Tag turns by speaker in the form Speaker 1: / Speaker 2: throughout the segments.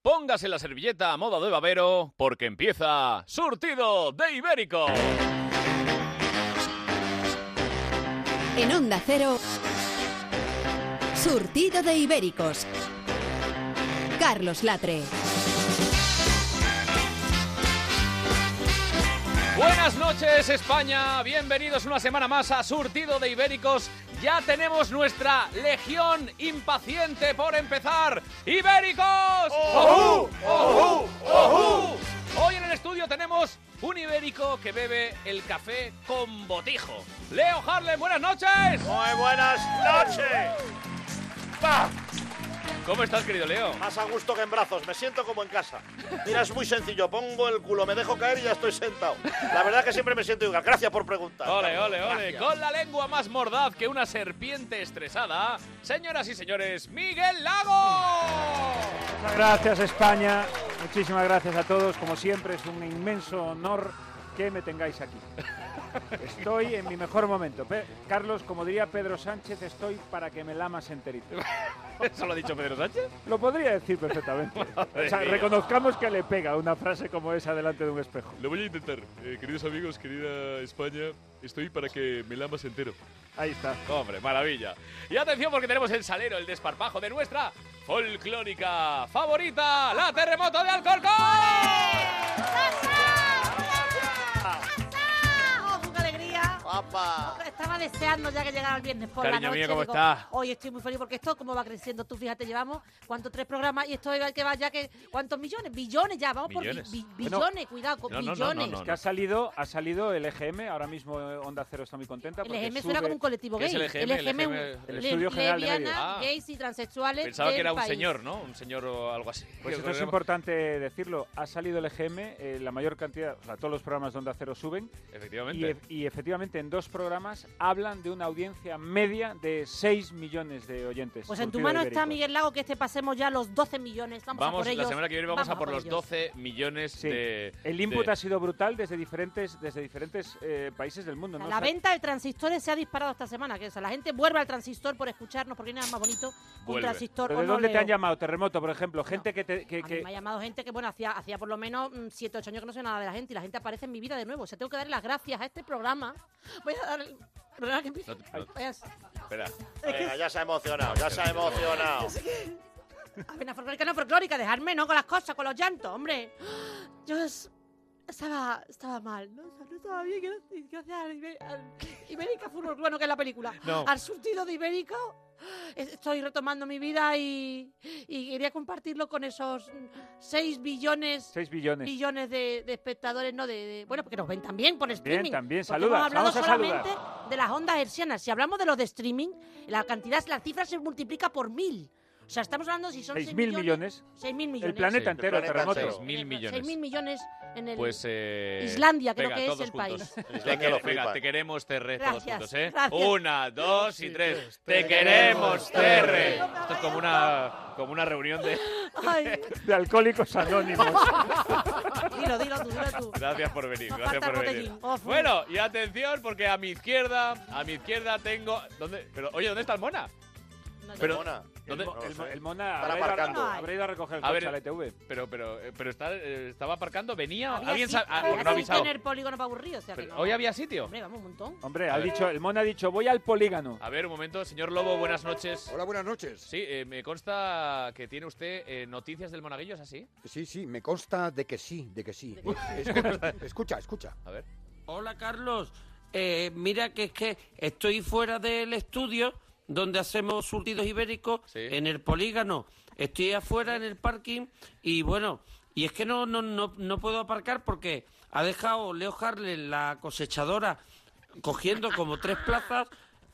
Speaker 1: Póngase la servilleta a moda de babero porque empieza Surtido de Ibérico.
Speaker 2: En Onda Cero, Surtido de Ibéricos. Carlos Latre.
Speaker 1: Buenas noches España, bienvenidos una semana más a Surtido de Ibéricos. Ya tenemos nuestra legión impaciente por empezar. ¡Ibéricos!
Speaker 3: ¡Ojú! ¡Ojú! ¡Ojú!
Speaker 1: Hoy en el estudio tenemos un ibérico que bebe el café con botijo. Leo Harlem, buenas noches.
Speaker 3: Muy buenas noches. ¡Pah!
Speaker 1: ¿Cómo estás, querido Leo?
Speaker 3: Más a gusto que en brazos, me siento como en casa. Mira, es muy sencillo, pongo el culo, me dejo caer y ya estoy sentado. La verdad que siempre me siento igual. Gracias por preguntar.
Speaker 1: Ole,
Speaker 3: Carlos.
Speaker 1: ole, ole.
Speaker 3: Gracias.
Speaker 1: Con la lengua más mordaz que una serpiente estresada, señoras y señores, Miguel Lago.
Speaker 4: Muchas gracias España, muchísimas gracias a todos, como siempre es un inmenso honor que me tengáis aquí. Estoy en mi mejor momento. Pe- Carlos, como diría Pedro Sánchez, estoy para que me lamas enterito.
Speaker 1: ¿Eso lo ha dicho Pedro Sánchez?
Speaker 4: Lo podría decir perfectamente. O sea,
Speaker 1: mía.
Speaker 4: reconozcamos que le pega una frase como esa delante de un espejo.
Speaker 5: Lo voy a intentar. Eh, queridos amigos, querida España, estoy para que me lamas entero.
Speaker 4: Ahí está.
Speaker 1: Hombre, maravilla. Y atención porque tenemos el salero, el desparpajo de nuestra folclónica favorita, la terremoto de Alcorcón.
Speaker 6: ¡Oh, qué alegría!
Speaker 3: ¡Guapa!
Speaker 6: Estaba deseando ya que llegara el viernes por la
Speaker 1: Cariño
Speaker 6: noche.
Speaker 1: mío, ¿cómo
Speaker 6: Digo,
Speaker 1: estás?
Speaker 6: Hoy estoy muy feliz porque esto, como va creciendo, tú fíjate, llevamos cuántos tres programas y esto hay que va ya que cuántos millones, billones ya, vamos
Speaker 1: Millones.
Speaker 6: por bi- bi-
Speaker 4: Bueno,
Speaker 6: billones, cuidado con
Speaker 1: no, no, no,
Speaker 6: billones.
Speaker 1: no, no,
Speaker 4: Que ha salido, ha salido el EGM, ahora mismo eh, Onda Cero está muy contenta.
Speaker 6: El
Speaker 4: porque
Speaker 6: EGM suena
Speaker 4: sube-
Speaker 6: como un colectivo
Speaker 1: ¿Qué
Speaker 6: gay. E
Speaker 1: es el EGM? El
Speaker 6: EGM,
Speaker 1: EGM,
Speaker 4: el
Speaker 6: le-
Speaker 4: Estudio General de
Speaker 1: Medios.
Speaker 6: lesbianas,
Speaker 1: Ah.
Speaker 6: gays y transexuales.
Speaker 1: Pensaba que
Speaker 6: del
Speaker 1: era un
Speaker 6: país.
Speaker 1: señor, ¿no? Un señor o algo así.
Speaker 4: Pues esto es importante decirlo. Ha salido el EGM, eh, la mayor cantidad, o sea, todos los programas de Onda Cero suben. Y,
Speaker 1: Efectivamente.
Speaker 4: ef- y efectivamente, en dos programas hablan de una audiencia media de 6 millones de oyentes.
Speaker 6: Pues en tu
Speaker 4: surtido
Speaker 6: mano
Speaker 4: de
Speaker 6: está,
Speaker 4: ibéricos.
Speaker 6: Miguel Lago, que este pasemos ya los 12 millones. Vamos, a
Speaker 1: Vamos,
Speaker 6: por ellos.
Speaker 1: la semana que viene vamos, a por los
Speaker 6: ellos.
Speaker 1: 12 millones
Speaker 4: Sí.
Speaker 1: de...
Speaker 4: El input
Speaker 1: de-
Speaker 4: ha sido brutal desde diferentes, desde diferentes eh, países del mundo.
Speaker 6: O sea,
Speaker 4: ¿no?
Speaker 6: La
Speaker 4: O sea,
Speaker 6: venta de transistores se ha disparado esta semana. Que, o sea, la gente vuelve al transistor por escucharnos, porque no hay nada más bonito que un
Speaker 1: Vuelve.
Speaker 6: transistor.
Speaker 4: ¿pero ¿De
Speaker 6: o no
Speaker 4: dónde te
Speaker 6: leo.
Speaker 4: han llamado? Terremoto, por ejemplo. Gente que, te- que-
Speaker 6: A mí
Speaker 4: que-
Speaker 6: me ha llamado gente que, bueno, hacía, hacía por lo menos 7, 8 años que no sé nada de la gente y la gente aparece en mi vida de nuevo. O sea, tengo que dar las gracias a este programa. Voy a dar el... perdona que empiece.
Speaker 1: No te- no-
Speaker 6: Voy a-
Speaker 1: Espera.
Speaker 3: Venga, ya se ha emocionado, ya se ha emocionado.
Speaker 6: A ver, una folclórica, no folclórica, dejarme, ¿no? Con las cosas, con los llantos, hombre. Yo es- estaba, estaba mal, ¿no? O sea, no estaba bien, gracias- gracias a Ibé- al Ibérica Fútbol Urbano, que es la película.
Speaker 1: No.
Speaker 6: Al surtido de Ibérico, es- estoy retomando mi vida y, y quería compartirlo con esos 6 billones...
Speaker 4: 6 billones.
Speaker 6: Billones de, de espectadores, no de, de- Bueno, porque nos ven también por streaming.
Speaker 4: también,
Speaker 6: porque
Speaker 4: saluda,
Speaker 6: Hemos hablado
Speaker 4: vamos a saludar.
Speaker 6: solamente de las ondas hercianas. Si hablamos de los de streaming, la cantidad, la cifra se multiplica por mil. O sea, estamos hablando si son
Speaker 4: 6.000
Speaker 6: seis
Speaker 4: millones.
Speaker 6: 6.000 millones.
Speaker 4: El planeta
Speaker 1: Sí, el
Speaker 4: entero,
Speaker 3: planeta
Speaker 4: terremoto.
Speaker 3: entero.
Speaker 1: 6.000 millones.
Speaker 6: 6.000 millones en el...
Speaker 1: Pues eh,
Speaker 6: Islandia creo
Speaker 1: venga,
Speaker 6: que es
Speaker 1: todos
Speaker 6: el
Speaker 1: juntos.
Speaker 6: país.
Speaker 1: Te,
Speaker 3: Islandia lo
Speaker 1: quere- venga,
Speaker 3: flipa.
Speaker 1: te queremos Terre, todos
Speaker 6: Gracias,
Speaker 1: juntos, ¿eh?
Speaker 6: gracias.
Speaker 1: Una, dos y tres. Te queremos Terre. Esto es como una, como una reunión de...
Speaker 6: Ay,
Speaker 4: De alcohólicos anónimos.
Speaker 6: dilo, dilo tú, dilo tú.
Speaker 1: Gracias por venir,
Speaker 6: Nos
Speaker 1: gracias
Speaker 6: falta
Speaker 1: por venir.
Speaker 6: botellín. Oh, fu.
Speaker 1: Bueno, y atención porque a mi izquierda, a mi izquierda tengo, ¿dónde? Pero oye, ¿dónde está el Mona?
Speaker 6: No,
Speaker 1: Pero-
Speaker 3: Mona,
Speaker 4: el,
Speaker 1: ¿Dónde?
Speaker 4: mo- el mo- el Mona
Speaker 3: Están
Speaker 4: habrá ido a-
Speaker 3: aparcando.
Speaker 4: habrá ido a recoger el
Speaker 1: A
Speaker 4: coche
Speaker 1: ver,
Speaker 4: a la ITV.
Speaker 1: Pero pero eh, pero está, eh, estaba aparcando, venía,
Speaker 6: había
Speaker 1: alguien
Speaker 6: sitio-
Speaker 1: sabe, ah,
Speaker 6: había
Speaker 1: porque no ha
Speaker 6: sitio
Speaker 1: avisado.
Speaker 6: en el polígono para aburrir, o sea que
Speaker 1: Pero,
Speaker 6: no.
Speaker 1: Hoy había sitio.
Speaker 6: Hombre, vamos un montón.
Speaker 4: Hombre,
Speaker 1: A
Speaker 4: ha
Speaker 1: ver.
Speaker 4: dicho, el Mona ha dicho, voy al polígono.
Speaker 1: A ver, un momento, señor Lobo, buenas noches.
Speaker 7: Hola, buenas noches.
Speaker 1: Sí, eh, me consta que tiene usted eh, noticias del Monaguillo, ¿es así?
Speaker 7: Sí, sí, me consta de que sí, de que sí. Escucha, escucha, escucha.
Speaker 1: A ver.
Speaker 8: Hola Carlos, Eh, mira que es que estoy fuera del estudio donde hacemos surtidos ibéricos
Speaker 1: Sí.
Speaker 8: en el polígono. Estoy afuera en el parking y bueno, y es que no, no, no, no puedo aparcar porque ha dejado Leo Harlen la cosechadora cogiendo como tres plazas.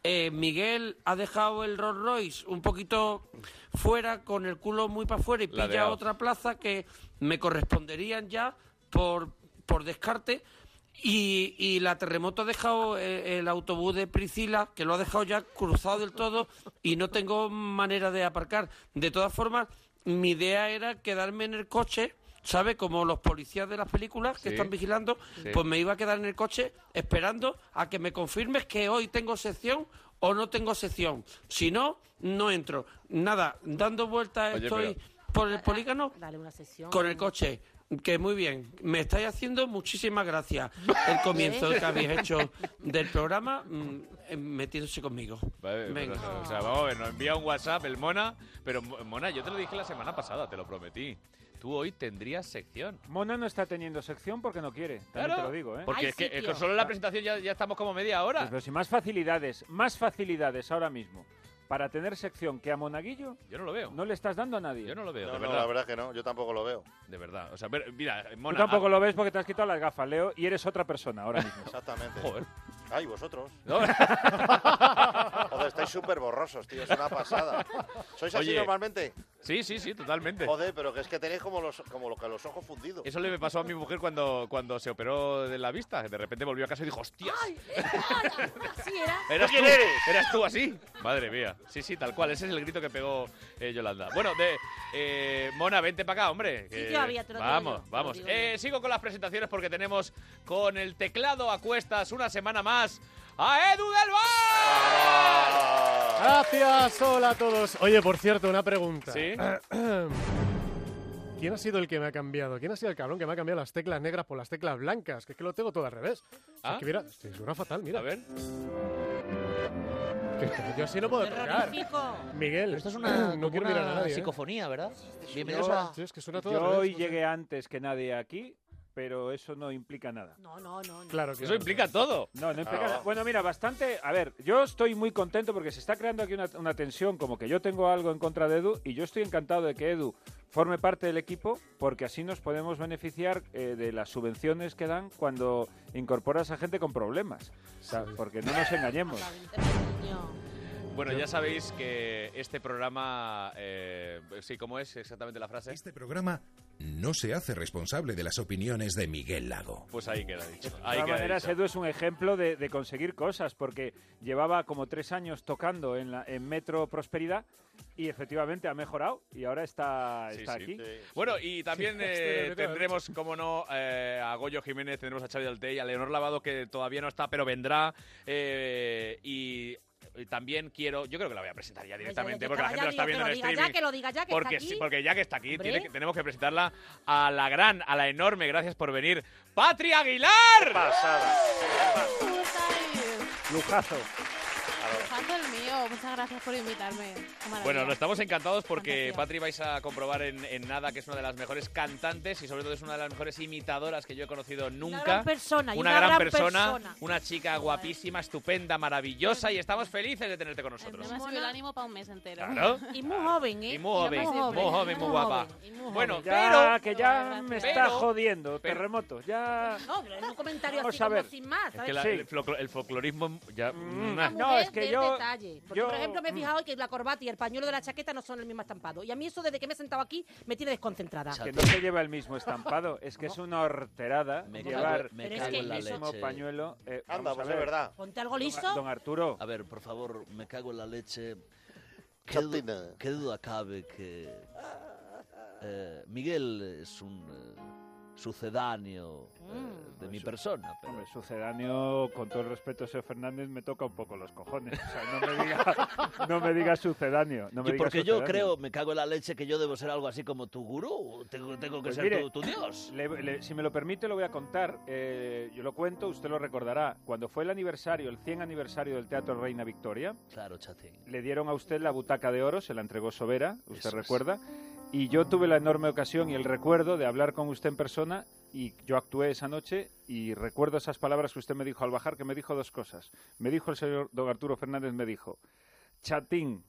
Speaker 8: Eh, Miguel ha dejado el Rolls Royce un poquito fuera con el culo muy para afuera y
Speaker 1: La de
Speaker 8: pilla
Speaker 1: Ao.
Speaker 8: otra plaza que me corresponderían ya por, por descarte. Y, y la terremoto ha dejado eh, el autobús de Priscila, que lo ha dejado ya cruzado del todo y no tengo manera de aparcar. De todas formas, mi idea era quedarme en el coche, ¿sabe? Como los policías de las películas que
Speaker 1: Sí.
Speaker 8: están vigilando,
Speaker 1: Sí.
Speaker 8: pues me iba a quedar en el coche esperando a que me confirmes que hoy tengo sección o no tengo sección. Si no, no entro. Nada, dando vueltas
Speaker 1: Oye,
Speaker 8: estoy
Speaker 1: pero-
Speaker 8: por
Speaker 9: por el polígono
Speaker 6: Dale una sesión.
Speaker 9: con el coche. Que muy bien, me estáis haciendo muchísimas gracias el comienzo que habéis hecho del programa mm, eh, metiéndose conmigo.
Speaker 1: Vale,
Speaker 9: Venga.
Speaker 1: Eh, pero, o sea, vamos a ver, nos envía un WhatsApp el Mona. Pero, Mo- Mona, yo te lo dije la semana pasada, te lo prometí. Tú hoy tendrías sección.
Speaker 4: Mona no está teniendo sección porque no quiere, también te lo digo, ¿eh?
Speaker 1: Porque
Speaker 6: Hay
Speaker 1: es que eh,
Speaker 6: sitio.
Speaker 1: con solo la presentación ya, ya estamos como media hora.
Speaker 4: Pero si más facilidades, más facilidades ahora mismo para tener sección que a Monaguillo,
Speaker 1: Yo no lo veo.
Speaker 4: no le estás dando a nadie.
Speaker 1: Yo no lo veo,
Speaker 3: No,
Speaker 1: de
Speaker 3: no,
Speaker 1: verdad.
Speaker 3: la verdad que no, yo tampoco lo veo.
Speaker 1: De verdad. O sea, ver- mira,
Speaker 4: Tú
Speaker 1: Mona.
Speaker 4: tampoco
Speaker 1: ah,
Speaker 4: lo ves porque te has quitado las gafas, Leo, y eres otra persona ahora mismo.
Speaker 3: Exactamente.
Speaker 1: Joder.
Speaker 3: Ay, vosotros.
Speaker 1: No,
Speaker 3: Joder, estáis súper borrosos, tío, es una pasada. ¿Sois así
Speaker 1: Oye.
Speaker 3: normalmente?
Speaker 1: sí, sí, sí, totalmente.
Speaker 3: Joder, pero que es que tenéis como los, como lo que los ojos fundidos.
Speaker 1: Eso le pasó a mi mujer cuando, cuando se operó de la vista. De repente volvió a casa y dijo, hostias.
Speaker 6: Así era.
Speaker 1: ¿Eras
Speaker 3: ¿Tú quién
Speaker 1: tú?
Speaker 3: eres?
Speaker 1: ¿Eras tú así? Madre mía. Sí, sí, tal cual. Ese es el grito que pegó eh, Yolanda. Bueno, de eh, Mona, vente para acá, hombre. que-
Speaker 6: yo había, te lo digo
Speaker 1: Vamos,
Speaker 6: yo, te lo
Speaker 1: vamos.
Speaker 6: digo
Speaker 1: Eh, sigo con las presentaciones porque tenemos con el teclado a cuestas una semana más a Edu del Val.
Speaker 3: Ah,
Speaker 10: Gracias, hola a todos. Oye, por cierto, una pregunta.
Speaker 1: Sí.
Speaker 10: ¿Quién ha sido el que me ha cambiado? ¿Quién ha sido el cabrón que me ha cambiado las teclas negras por las teclas blancas? Que es que lo tengo todo al revés. O sea,
Speaker 1: ¿Ah?
Speaker 10: que mira, sí, suena fatal, mira.
Speaker 1: A ver.
Speaker 10: Que yo así no puedo tocar.
Speaker 6: Terrorífico.
Speaker 10: Miguel,
Speaker 1: Esto es una,
Speaker 10: no quiero mirar a nadie. ¿eh?
Speaker 1: psicofonía, ¿verdad? Bienvenidos
Speaker 10: Yo-
Speaker 1: a...
Speaker 10: yo es que suena todo al
Speaker 4: Yo
Speaker 10: revés,
Speaker 4: hoy
Speaker 10: no sé.
Speaker 4: llegué antes que nadie aquí, pero eso no implica nada.
Speaker 6: No, no, no. no.
Speaker 10: Claro que
Speaker 1: Eso implica todo.
Speaker 4: No, no implica
Speaker 3: Ah.
Speaker 4: nada. Bueno, mira, bastante. A ver, yo estoy muy contento porque se está creando aquí una, una tensión, como que yo tengo algo en contra de Edu, y yo estoy encantado de que Edu forme parte del equipo, porque así nos podemos beneficiar eh, de las subvenciones que dan cuando incorporas a gente con problemas. O sea, Porque no nos engañemos.
Speaker 6: Niño.
Speaker 1: Bueno, ya sabéis que este programa... eh, sí, ¿cómo es exactamente la frase?
Speaker 11: Este programa no se hace responsable de las opiniones de Miguel Lago.
Speaker 1: Pues ahí queda dicho.
Speaker 4: De
Speaker 1: Ahí
Speaker 4: todas
Speaker 1: queda
Speaker 4: maneras,
Speaker 1: dicho.
Speaker 4: Edu es un ejemplo de, de conseguir cosas, porque llevaba como tres años tocando en, la- en Metro Prosperidad y efectivamente ha mejorado y ahora está,
Speaker 1: Sí,
Speaker 4: está
Speaker 1: sí.
Speaker 4: aquí.
Speaker 3: sí.
Speaker 1: Bueno, y también
Speaker 10: Sí,
Speaker 1: eh,
Speaker 10: estoy de verdad.
Speaker 1: tendremos, como no, eh, a Goyo Jiménez, tendremos a Xavi Altey, a Leonor Lavado, que todavía no está, pero vendrá. eh, y y también quiero, yo creo que la voy a presentar ya directamente,
Speaker 6: Ya, ya,
Speaker 1: porque
Speaker 6: ya
Speaker 1: la gente lo
Speaker 6: estaba, ya
Speaker 1: está
Speaker 6: diga,
Speaker 1: viendo en
Speaker 6: que lo diga,
Speaker 1: streaming.
Speaker 6: Ya que lo diga, ya que
Speaker 1: Porque,
Speaker 6: está aquí.
Speaker 1: sí, porque ya que está aquí,
Speaker 6: Hombre.
Speaker 1: tiene que- tenemos que presentarla a la gran, a la enorme, gracias por venir, Patri Aguilar.
Speaker 3: pasada.
Speaker 4: Lujazo.
Speaker 12: el mío, muchas gracias por invitarme.
Speaker 1: Bueno, no estamos encantados porque
Speaker 12: Fantástico.
Speaker 1: Patri vais a comprobar en, en nada que es una de las mejores cantantes y sobre todo es una de las mejores imitadoras que yo he conocido
Speaker 6: Una
Speaker 1: nunca.
Speaker 6: gran persona. y
Speaker 1: una, gran, persona, una chica guapísima, estupenda, maravillosa y estamos felices de tenerte con nosotros.
Speaker 12: Me ha subido el ánimo para un mes entero.
Speaker 1: Claro.
Speaker 6: Y muy joven, ¿eh?
Speaker 1: Y muy joven,
Speaker 6: Muy joven,
Speaker 1: muy joven, muy guapa.
Speaker 6: y muy joven.
Speaker 1: Bueno,
Speaker 4: Ya,
Speaker 1: pero
Speaker 4: que ya me está
Speaker 1: pero-
Speaker 4: jodiendo,
Speaker 1: pero-
Speaker 4: terremoto. Ya.
Speaker 6: No, pero es un comentario
Speaker 4: Vamos
Speaker 6: así
Speaker 4: a
Speaker 6: como
Speaker 4: ver.
Speaker 6: sin más,
Speaker 1: es que
Speaker 6: ¿sabes?
Speaker 1: la-
Speaker 4: Sí.
Speaker 1: el, folclo- el folclorismo ya
Speaker 4: Mm.
Speaker 1: Nah.
Speaker 4: No,
Speaker 6: Mujer
Speaker 4: es que
Speaker 6: del
Speaker 4: yo-
Speaker 6: detalle. Porque,
Speaker 4: yo-
Speaker 6: por ejemplo, me he
Speaker 4: mm.
Speaker 6: fijado que la corbata y el pañuelo de la chaqueta no son el mismo estampado. Y a mí eso, desde que me he sentado aquí, me tiene desconcentrada.
Speaker 4: Que no se lleva el mismo estampado, es que es una horterada
Speaker 13: Me
Speaker 4: llevar
Speaker 13: cago- me
Speaker 4: el
Speaker 6: cago en la
Speaker 4: mismo
Speaker 13: leche.
Speaker 4: pañuelo. Eh,
Speaker 3: Anda,
Speaker 4: vamos
Speaker 3: pues
Speaker 4: a
Speaker 3: de
Speaker 4: ver,
Speaker 3: verdad.
Speaker 6: Ponte algo
Speaker 4: don-
Speaker 6: listo.
Speaker 4: Don Arturo,
Speaker 13: A ver, por favor, me cago en la leche. ¿Qué, du-
Speaker 3: Chatina.
Speaker 13: qué duda cabe que eh, Miguel es un eh, sucedáneo eh, de mi persona? Pero
Speaker 4: hombre, sucedáneo, con todo el respeto, Seo Fernández, me toca un poco los cojones. O sea, no me digas no me diga sucedáneo. No me
Speaker 13: Y
Speaker 4: diga
Speaker 13: porque yo
Speaker 4: sucedáneo.
Speaker 13: creo, me cago en la leche, que yo debo ser algo así como tu gurú. Tengo, tengo que
Speaker 4: Pues
Speaker 13: ser
Speaker 4: mire,
Speaker 13: tu, tu dios.
Speaker 4: Le- le- si me lo permite, lo voy a contar. Eh, yo lo cuento, usted lo recordará. Cuando fue el aniversario, el 100 aniversario del Teatro Reina Victoria,
Speaker 13: Claro, chatín.
Speaker 4: le dieron a usted la butaca de oro, se la entregó Sobera, usted
Speaker 13: Eso es.
Speaker 4: recuerda, y yo tuve la enorme ocasión y el recuerdo de hablar con usted en persona y yo actué esa noche y recuerdo esas palabras que usted me dijo al bajar, que me dijo dos cosas. Me dijo el señor don Arturo Fernández, me dijo, chatín,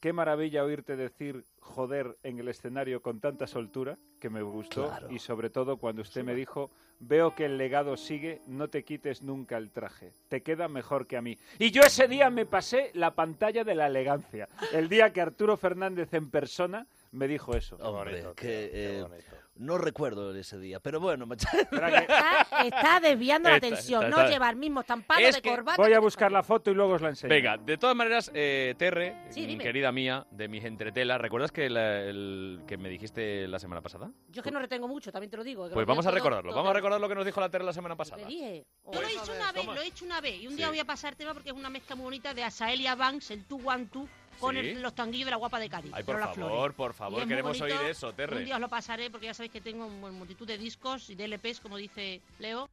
Speaker 4: qué maravilla oírte decir joder en el escenario con tanta soltura, que me gustó,
Speaker 13: Claro.
Speaker 4: y sobre todo cuando usted me dijo, veo que el legado sigue, no te quites nunca el traje, te queda mejor que a mí. Y yo ese día me pasé la pantalla de la elegancia, el día que Arturo Fernández en persona me dijo eso.
Speaker 13: Hombre,
Speaker 3: bonito, tío,
Speaker 13: que,
Speaker 3: qué
Speaker 13: eh,
Speaker 3: bonito.
Speaker 13: no recuerdo ese día, pero bueno, macho.
Speaker 4: Espera que
Speaker 6: Está, está desviando la
Speaker 1: Está-
Speaker 6: atención.
Speaker 1: está-
Speaker 6: no
Speaker 1: está-
Speaker 6: lleva el mismo estampado
Speaker 1: Es
Speaker 6: de
Speaker 1: que
Speaker 6: corbata.
Speaker 4: voy
Speaker 6: que
Speaker 4: a
Speaker 6: de
Speaker 4: buscar la
Speaker 6: pañuelo.
Speaker 4: foto y luego os la enseño.
Speaker 1: Venga, de todas maneras, eh, Terre,
Speaker 6: Sí,
Speaker 1: mi
Speaker 6: dime.
Speaker 1: querida mía, de mis entretelas, ¿recuerdas que, la- el, que me dijiste la semana pasada?
Speaker 6: Yo es que no retengo mucho, también te lo digo. que
Speaker 1: Pues
Speaker 6: lo
Speaker 1: vamos a
Speaker 6: todo-
Speaker 1: recordarlo,
Speaker 6: todo-
Speaker 1: vamos a recordar lo que nos dijo la Terre la semana
Speaker 6: Te
Speaker 1: pasada.
Speaker 6: dije.
Speaker 12: Yo lo he hecho una vez, lo he hecho una vez. Y un día
Speaker 1: Sí.
Speaker 12: voy a pasar tema porque es una mezcla muy bonita de Asael y Banks, el Two One Two,
Speaker 6: con
Speaker 1: Sí.
Speaker 6: el- los tanguillos de la guapa de Cádiz.
Speaker 1: Ay, por
Speaker 6: Lola Flores.
Speaker 1: favor, por
Speaker 6: Y
Speaker 1: favor,
Speaker 6: es muy
Speaker 1: queremos
Speaker 6: bonito.
Speaker 1: oír eso, Terre.
Speaker 6: Un día os lo pasaré porque ya sabéis que tengo mu- multitud de discos y de LPs, como dice Leo.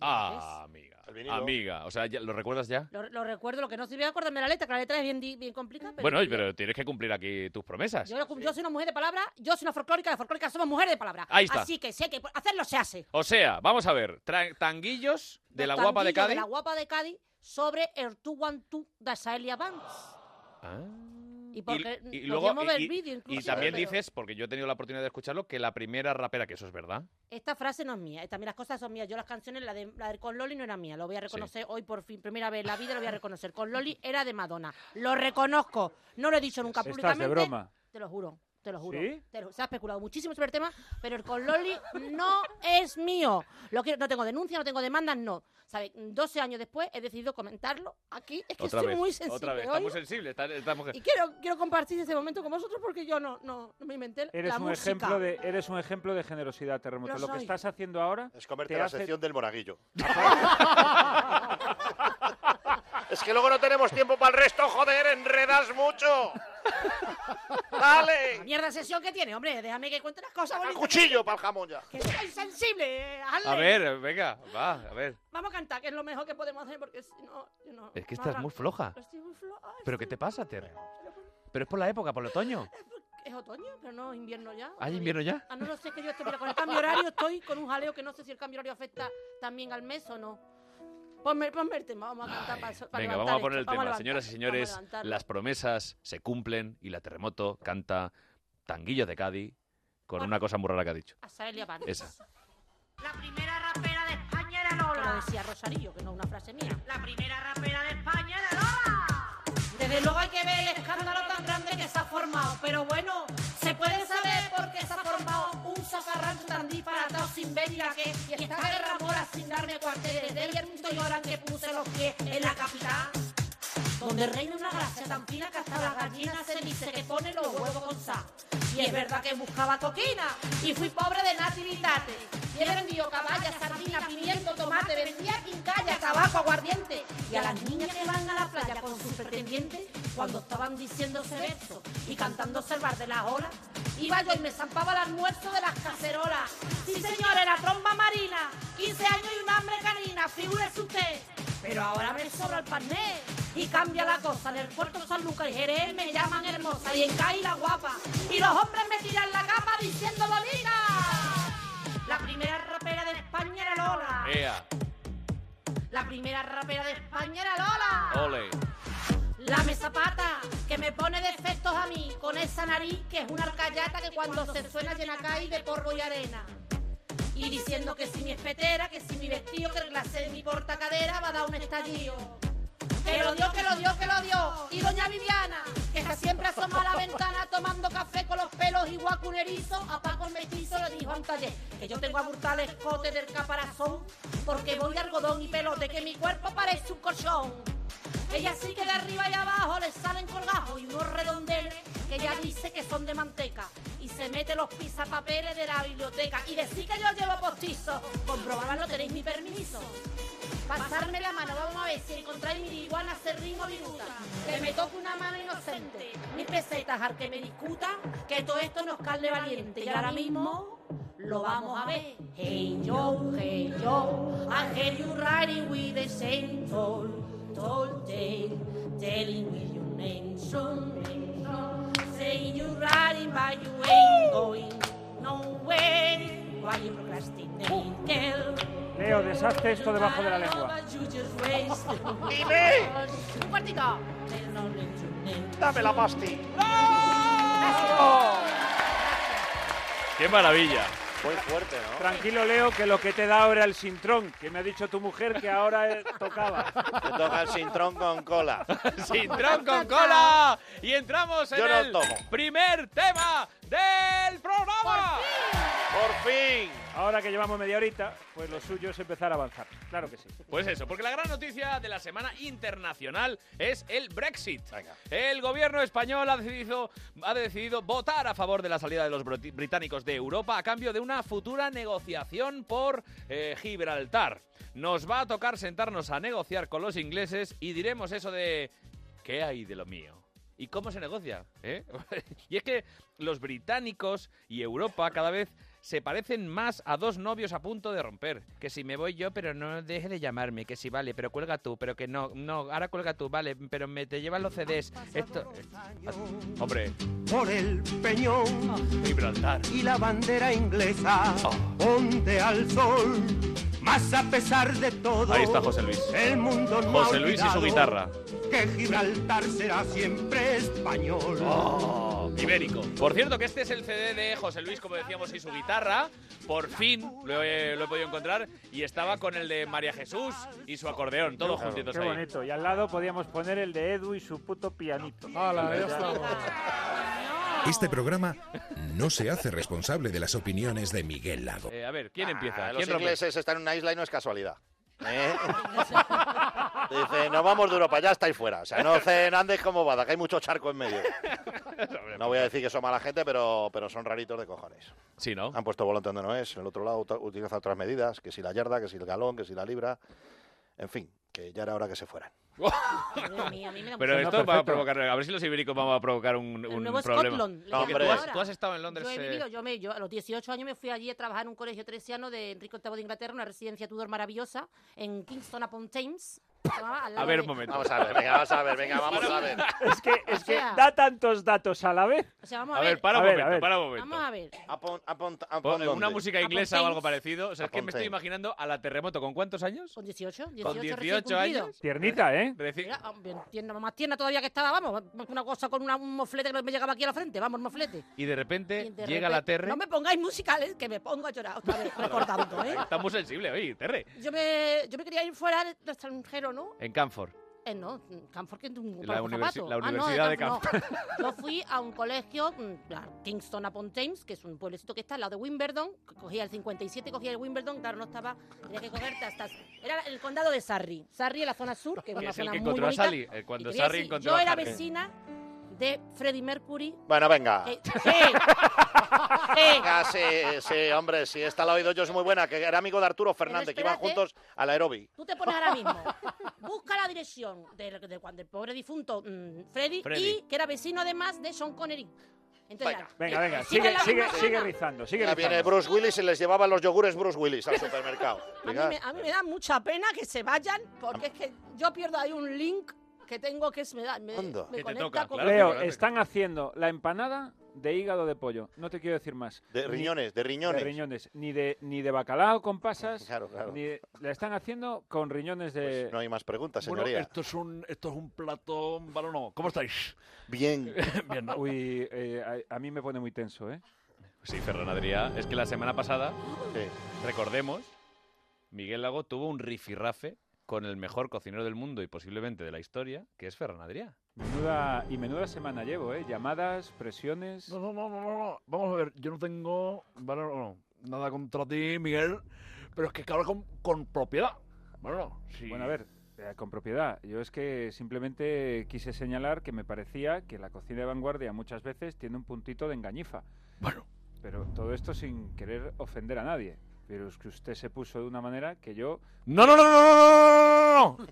Speaker 1: Ah, amiga.
Speaker 3: vinilo.
Speaker 1: Amiga, o sea, ¿ya- ¿lo recuerdas ya?
Speaker 6: Lo, lo recuerdo, lo que no sirve es acordarme la letra, que la letra es bien, di- bien complicada. Pero
Speaker 1: Bueno, pero tienes que cumplir aquí tus promesas.
Speaker 6: yo, yo soy una mujer de palabra, yo soy una folclórica, las folclóricas somos mujeres de palabra.
Speaker 1: Ahí está.
Speaker 6: Así que sé que hacerlo se hace.
Speaker 1: O sea, vamos a ver, tra- tanguillos de la guapa de Cádiz.
Speaker 6: Tanguillo la guapa de Cádiz sobre el Two One Two de Saelia Banks.
Speaker 1: Ah.
Speaker 6: Y
Speaker 1: Y-
Speaker 6: porque
Speaker 1: y
Speaker 6: nos
Speaker 1: luego-
Speaker 6: llamó
Speaker 1: y-
Speaker 6: del
Speaker 1: y-
Speaker 6: vídeo
Speaker 1: y
Speaker 6: inclusive,
Speaker 1: también
Speaker 6: pero
Speaker 1: dices, porque yo he tenido la oportunidad de escucharlo, que la primera rapera, que eso es verdad.
Speaker 6: Esta frase no es mía, eh, también las cosas son mías. Yo las canciones, la, de, la del Con Loli no era mía, lo voy a reconocer hoy por fin, primera vez en la vida lo voy a reconocer. Con Loli era de Madonna, lo reconozco, no lo he dicho nunca
Speaker 4: Estás de
Speaker 6: públicamente.
Speaker 4: broma.
Speaker 6: Te lo juro, te lo juro.
Speaker 4: ¿Sí?
Speaker 6: Te lo- se ha especulado muchísimo sobre el tema, pero el Con Loli no es mío. Lo quiero- no tengo denuncia, no tengo demandas, no. ¿Sabes? 12 años después he decidido comentarlo aquí. Es que
Speaker 1: otra
Speaker 6: estoy
Speaker 1: vez.
Speaker 6: muy sensible.
Speaker 1: otra vez,
Speaker 6: hoy.
Speaker 1: está muy sensible esta, esta mujer.
Speaker 6: Y quiero, quiero compartir ese momento con vosotros porque yo no, no, no me inventé
Speaker 4: Eres
Speaker 6: la
Speaker 4: un,
Speaker 6: música.
Speaker 4: ejemplo de, eres un ejemplo de generosidad, Terremoto.
Speaker 6: Lo
Speaker 4: Lo, que
Speaker 6: soy.
Speaker 4: estás haciendo ahora...
Speaker 3: Es comerte
Speaker 4: te
Speaker 3: la
Speaker 4: hace-
Speaker 3: sección del monaguillo. es que luego no tenemos tiempo para el resto, joder, enredas mucho. ¡Dale!
Speaker 6: La mierda sesión que tiene, hombre. Déjame que cuente las cosas
Speaker 3: Al
Speaker 6: bonitas.
Speaker 3: cuchillo para el jamón ya.
Speaker 6: Que soy sensible. eh, hazle.
Speaker 1: A ver, venga, va, a ver.
Speaker 6: Vamos a cantar, que es lo mejor que podemos hacer porque si no. yo no
Speaker 1: Es que
Speaker 6: no
Speaker 1: estás
Speaker 6: arran-
Speaker 1: muy floja.
Speaker 6: Estoy muy floja. ay,
Speaker 1: ¿Pero qué te pasa, Terry? Pero es por la época, por el otoño.
Speaker 6: Es otoño, pero no invierno ya.
Speaker 1: ¿Ah, es invierno ya?
Speaker 6: Ah, no lo sé, que yo estoy. Pero con el cambio horario estoy con un jaleo que no sé si el cambio horario afecta también al mes o no. Ponme, ponme el tema, vamos a cantar para, para
Speaker 1: Venga,
Speaker 6: levantar
Speaker 1: vamos a poner el
Speaker 6: esto, vamos
Speaker 1: tema.
Speaker 6: a
Speaker 1: Señoras y
Speaker 6: levantar, vamos
Speaker 1: señores,
Speaker 6: a levantar.
Speaker 1: las promesas se cumplen y la terremoto canta Tanguillo de Cádiz con una cosa muy rara que ha dicho.
Speaker 6: A Saelia Barnes.
Speaker 1: Esa.
Speaker 6: La primera rapera de España era Lola. Que lo decía Rosarillo, que no es una frase mía. La primera rapera de España era Lola. Desde luego hay que ver el escándalo tan grande que se ha formado. Pero bueno, se puede saber por qué se ha formado un zafarrancho tan disparatado sin ver ni la que. Y esta guerra mora sin darme cuarteles. Desde el punto y hora en que puse los pies en la capital. Donde reina una gracia tan fina que hasta la gallina se dice que pone los huevos con sal. Y es verdad que buscaba coquina y fui pobre de natilitate. Y he vendido caballas, sardinas, pimiento, tomate, vendía quincalla, tabaco, aguardiente. Y a las niñas que van a la playa con sus pretendientes, cuando estaban diciéndose versos y cantándose el bar de las olas, iba yo y me zampaba el almuerzo de las cacerolas. Sí, señores, la tromba marina, 15 años y un hambre canina, figúrese usted. Pero ahora me sobra el pané y cambia la cosa. En el puerto San Lucas y Jerez me llaman hermosa y en Cádiz la guapa. Y los hombres me tiran la capa diciendo bonita. La primera rapera de España era Lola.
Speaker 1: ¡Ea!
Speaker 6: La primera rapera de España era Lola.
Speaker 1: ¡Ole!
Speaker 6: Lame zapata, que me pone defectos a mí, con esa nariz que es una arcayata que cuando se suena llena cae de polvo y arena. Y diciendo que si mi espetera, que si mi vestido, que el glacé de mi portacadera va a dar un estallido. Que lo dio, que lo dio, que lo dio. Y doña Viviana, que está siempre asoma a la ventana tomando café con los pelos igual que un erizo, a Paco el mestizo le dijo a un taller que yo tengo a brutal escote del caparazón porque voy de algodón y pelote, que mi cuerpo parece un colchón. Ella sí que de arriba y abajo le salen colgajos y unos redondeles que ella dice que son de manteca. Y se mete los pisapapeles de la biblioteca. Y decir que yo llevo postizo. Comprobarlo, no tenéis mi permiso. Pasarme la mano, vamos a ver si encontráis mi iguana serrín o viruta. Que me toque una mano inocente. Mis pesetas al que me discuta, que todo esto nos calde valiente. Y ahora mismo lo vamos a ver. Hey yo, hey yo, I hear you riding with the same toll, toll tale, telling me your name soon, name soon. Saying you riding but you ain't going nowhere. Why you procrastinate, girl?
Speaker 4: Leo, deshazte esto debajo de la lengua.
Speaker 6: ¡Dime! Un cuartito.
Speaker 3: Dame la pasti.
Speaker 1: ¡Qué maravilla!
Speaker 3: Muy fuerte, ¿no?
Speaker 4: Tranquilo, Leo, que lo que te da ahora el sintrón, que me ha dicho tu mujer que ahora eh, tocaba.
Speaker 3: Te toca el sintrón con cola.
Speaker 1: ¡Sintrón con cola! Y entramos en
Speaker 3: Yo no
Speaker 1: el
Speaker 3: tomo.
Speaker 1: primer tema del programa.
Speaker 3: Por fin.
Speaker 4: Ahora que llevamos media horita, pues lo suyo es empezar a avanzar. Claro que sí.
Speaker 1: Pues eso, porque la gran noticia de la semana internacional es el Brexit. El gobierno español ha decidido, ha decidido votar a favor de la salida de los broti- británicos de Europa a cambio de una futura negociación por eh, Gibraltar. Nos va a tocar sentarnos a negociar con los ingleses y diremos eso de... ¿Qué hay de lo mío? ¿Y cómo se negocia? ¿Eh? y es que los británicos y Europa cada vez se parecen más a dos novios a punto de romper. Que si me voy yo, pero no deje de llamarme. Que si vale, pero cuelga tú, pero que no, no, ahora cuelga tú, vale, pero me te llevan los CDs. Esto. Hombre.
Speaker 14: por el peñón y la bandera inglesa donde al sol más a pesar de todo
Speaker 1: Ahí está José Luis.
Speaker 14: el mundo no ha
Speaker 1: José Luis y su guitarra.
Speaker 14: olvidado que Gibraltar será siempre español
Speaker 1: Oh, ibérico. Por cierto, que este es el CD de José Luis, como decíamos, y su guitarra. Por fin lo he, lo he podido encontrar. Y estaba con el de María Jesús y su acordeón, todos
Speaker 4: Claro.
Speaker 1: juntitos
Speaker 4: Qué
Speaker 1: ahí.
Speaker 4: bonito. Y al lado podíamos poner el de Edu y su puto pianito.
Speaker 10: ¡Hala, ya
Speaker 11: Este programa no se hace responsable de las opiniones de Miguel Lago.
Speaker 1: Eh, a ver, ¿quién empieza?
Speaker 3: Ah,
Speaker 1: ¿Quién
Speaker 3: los
Speaker 1: rompe?
Speaker 3: ingleses están en una isla y no es casualidad. ¿eh? Dice, no vamos de Europa, ya estáis fuera. O sea, no cen andes como Bada, que hay mucho charco en medio. No voy a decir que son mala gente, pero, pero son raritos de cojones.
Speaker 1: Sí, ¿no?
Speaker 3: Han puesto volante donde no es. En el otro lado ut- utiliza otras medidas, que si la yarda, que si el galón, que si la libra. En fin, que ya era hora que se fueran.
Speaker 6: Madre mía, a mí me da
Speaker 1: Pero
Speaker 6: mucho-
Speaker 1: esto va a provocar, a ver si los ibéricos vamos a provocar un, un
Speaker 6: nuevo
Speaker 1: problema.
Speaker 6: Scotland, le
Speaker 1: No,
Speaker 6: llaman
Speaker 1: hombre. tú, has,
Speaker 6: ahora.
Speaker 1: tú has estado en Londres.
Speaker 6: Yo he
Speaker 1: eh,
Speaker 6: vivido, yo, me, yo a los 18 años me fui allí a trabajar en un colegio teresiano de Enrique VIII de Inglaterra, una residencia Tudor maravillosa, en Kingston upon Thames. se llamaba, al
Speaker 1: A
Speaker 6: lado
Speaker 1: ver,
Speaker 6: de-
Speaker 1: un momento.
Speaker 3: Vamos a ver, venga, vamos a ver, venga, vamos a ver.
Speaker 4: Es que, es
Speaker 6: O
Speaker 4: que
Speaker 6: sea-
Speaker 4: da tantos datos a la vez.
Speaker 6: O sea, vamos a, ver.
Speaker 1: para un
Speaker 4: A ver,
Speaker 1: momento,
Speaker 4: a ver.
Speaker 1: para un momento.
Speaker 6: Vamos a ver.
Speaker 3: Apon- apon- apon-
Speaker 1: Pon una
Speaker 3: ¿dónde?
Speaker 1: música
Speaker 6: Upon
Speaker 1: inglesa o algo
Speaker 6: Thames.
Speaker 1: parecido. O sea, es que
Speaker 3: Upon
Speaker 1: me estoy
Speaker 3: Thames.
Speaker 1: imaginando a la terremoto. ¿Con cuántos años?
Speaker 6: Con 18, 18,
Speaker 1: Con
Speaker 6: recién
Speaker 1: 18
Speaker 6: cumplido.
Speaker 1: años.
Speaker 4: Tiernita, ¿eh?
Speaker 1: Reci-
Speaker 6: Era, ah, bien tierna, más tierna todavía que estaba, vamos, una cosa con una- un moflete que me llegaba aquí a la frente, vamos, el moflete.
Speaker 1: Y de repente
Speaker 6: Y de
Speaker 1: llega la
Speaker 6: repente-
Speaker 1: Terre.
Speaker 6: No me pongáis musicales que me pongo a llorar otra vez recordando, ¿eh?
Speaker 1: Está muy sensible hoy, Terre.
Speaker 6: Yo me, yo me quería ir fuera del extranjero, ¿no?
Speaker 1: En Canford.
Speaker 6: Eh, no, Canford que es un
Speaker 1: La
Speaker 6: para los
Speaker 1: universi-
Speaker 6: zapatos.
Speaker 1: la
Speaker 6: Ah, no,
Speaker 1: Universidad de
Speaker 6: no. Yo fui a un colegio, mm, a Kingston upon Thames, que es un pueblecito que está al lado de Wimbledon. que Cogía el 57, cogía el Wimbledon, claro, no estaba, tenía que cogerte hasta... Era el condado de Surrey. Surrey en la zona sur, que es
Speaker 1: Que
Speaker 6: una
Speaker 1: es el
Speaker 6: zona
Speaker 1: que
Speaker 6: muy
Speaker 1: encontró a
Speaker 6: bonita.
Speaker 1: Sally. eh, Cuando
Speaker 6: Te voy a
Speaker 1: Sarri
Speaker 6: decir,
Speaker 1: encontró
Speaker 6: yo
Speaker 1: a
Speaker 6: era
Speaker 1: Harry.
Speaker 6: vecina de Freddie Mercury.
Speaker 3: Bueno,
Speaker 1: Ah.
Speaker 3: venga.
Speaker 6: que- sí, sí.
Speaker 3: Venga, sí, sí, hombre, sí, esta la he oído yo, es muy buena, que era amigo de Arturo Fernández, que iban
Speaker 6: espérate.
Speaker 3: juntos al aerobi.
Speaker 6: Tú te pones ahora mismo, busca la dirección de, de cuando el pobre difunto mm, Freddy,
Speaker 4: Freddy.
Speaker 6: y que era vecino además de Sean Connery. Entonces, ya,
Speaker 4: Venga,
Speaker 6: eh,
Speaker 4: venga,
Speaker 6: sigue
Speaker 4: sigue,
Speaker 6: la
Speaker 4: sigue,
Speaker 6: misma
Speaker 4: sigue
Speaker 6: zona.
Speaker 4: rizando, sigue
Speaker 3: Ya viene
Speaker 4: rizando.
Speaker 3: Bruce Willis y les llevaba los yogures Bruce Willis al supermercado.
Speaker 6: A mí, me, a mí me da mucha pena que se vayan porque es que yo pierdo ahí un link que tengo que es- me, da, me,
Speaker 4: Anda.
Speaker 6: me
Speaker 4: Que te
Speaker 6: conecta
Speaker 4: toca,
Speaker 6: con...
Speaker 1: claro.
Speaker 4: Leo,
Speaker 1: que-
Speaker 4: están haciendo la empanada de hígado de pollo. No te quiero decir más.
Speaker 3: De
Speaker 4: Ni-
Speaker 3: riñones, de riñones.
Speaker 4: De riñones. Ni de, ni de bacalao con pasas.
Speaker 3: Claro, claro. Pues
Speaker 4: ni de- la están haciendo con riñones de...
Speaker 3: no hay más preguntas,
Speaker 4: Bueno,
Speaker 3: señoría.
Speaker 4: esto
Speaker 13: es un, esto es un plato, bueno, no, ¿cómo estáis?
Speaker 3: Bien.
Speaker 13: Bien, ¿no?
Speaker 4: Uy, eh, a, a mí me pone muy tenso, ¿eh?
Speaker 1: Sí, Ferran Adrià. Es que la semana pasada, recordemos, Miguel Lago tuvo un rifirrafe con el mejor cocinero del mundo y posiblemente de la historia, que es Ferran Adrià.
Speaker 4: Menuda, y menuda semana llevo, ¿eh? Llamadas, presiones...
Speaker 13: No, no, no, no, no, no. Vamos a ver, yo no tengo vale, no, no, nada contra ti, Miguel, pero es que claro, con, con propiedad. Bueno, sí.
Speaker 4: Bueno, a ver, eh, con propiedad. Yo es que simplemente quise señalar que me parecía que la cocina de vanguardia muchas veces tiene un puntito de engañifa.
Speaker 13: Bueno.
Speaker 4: Pero todo esto sin querer ofender a nadie. Pero es que usted se puso de una manera que yo...
Speaker 13: No, no, no, no, no, no, no,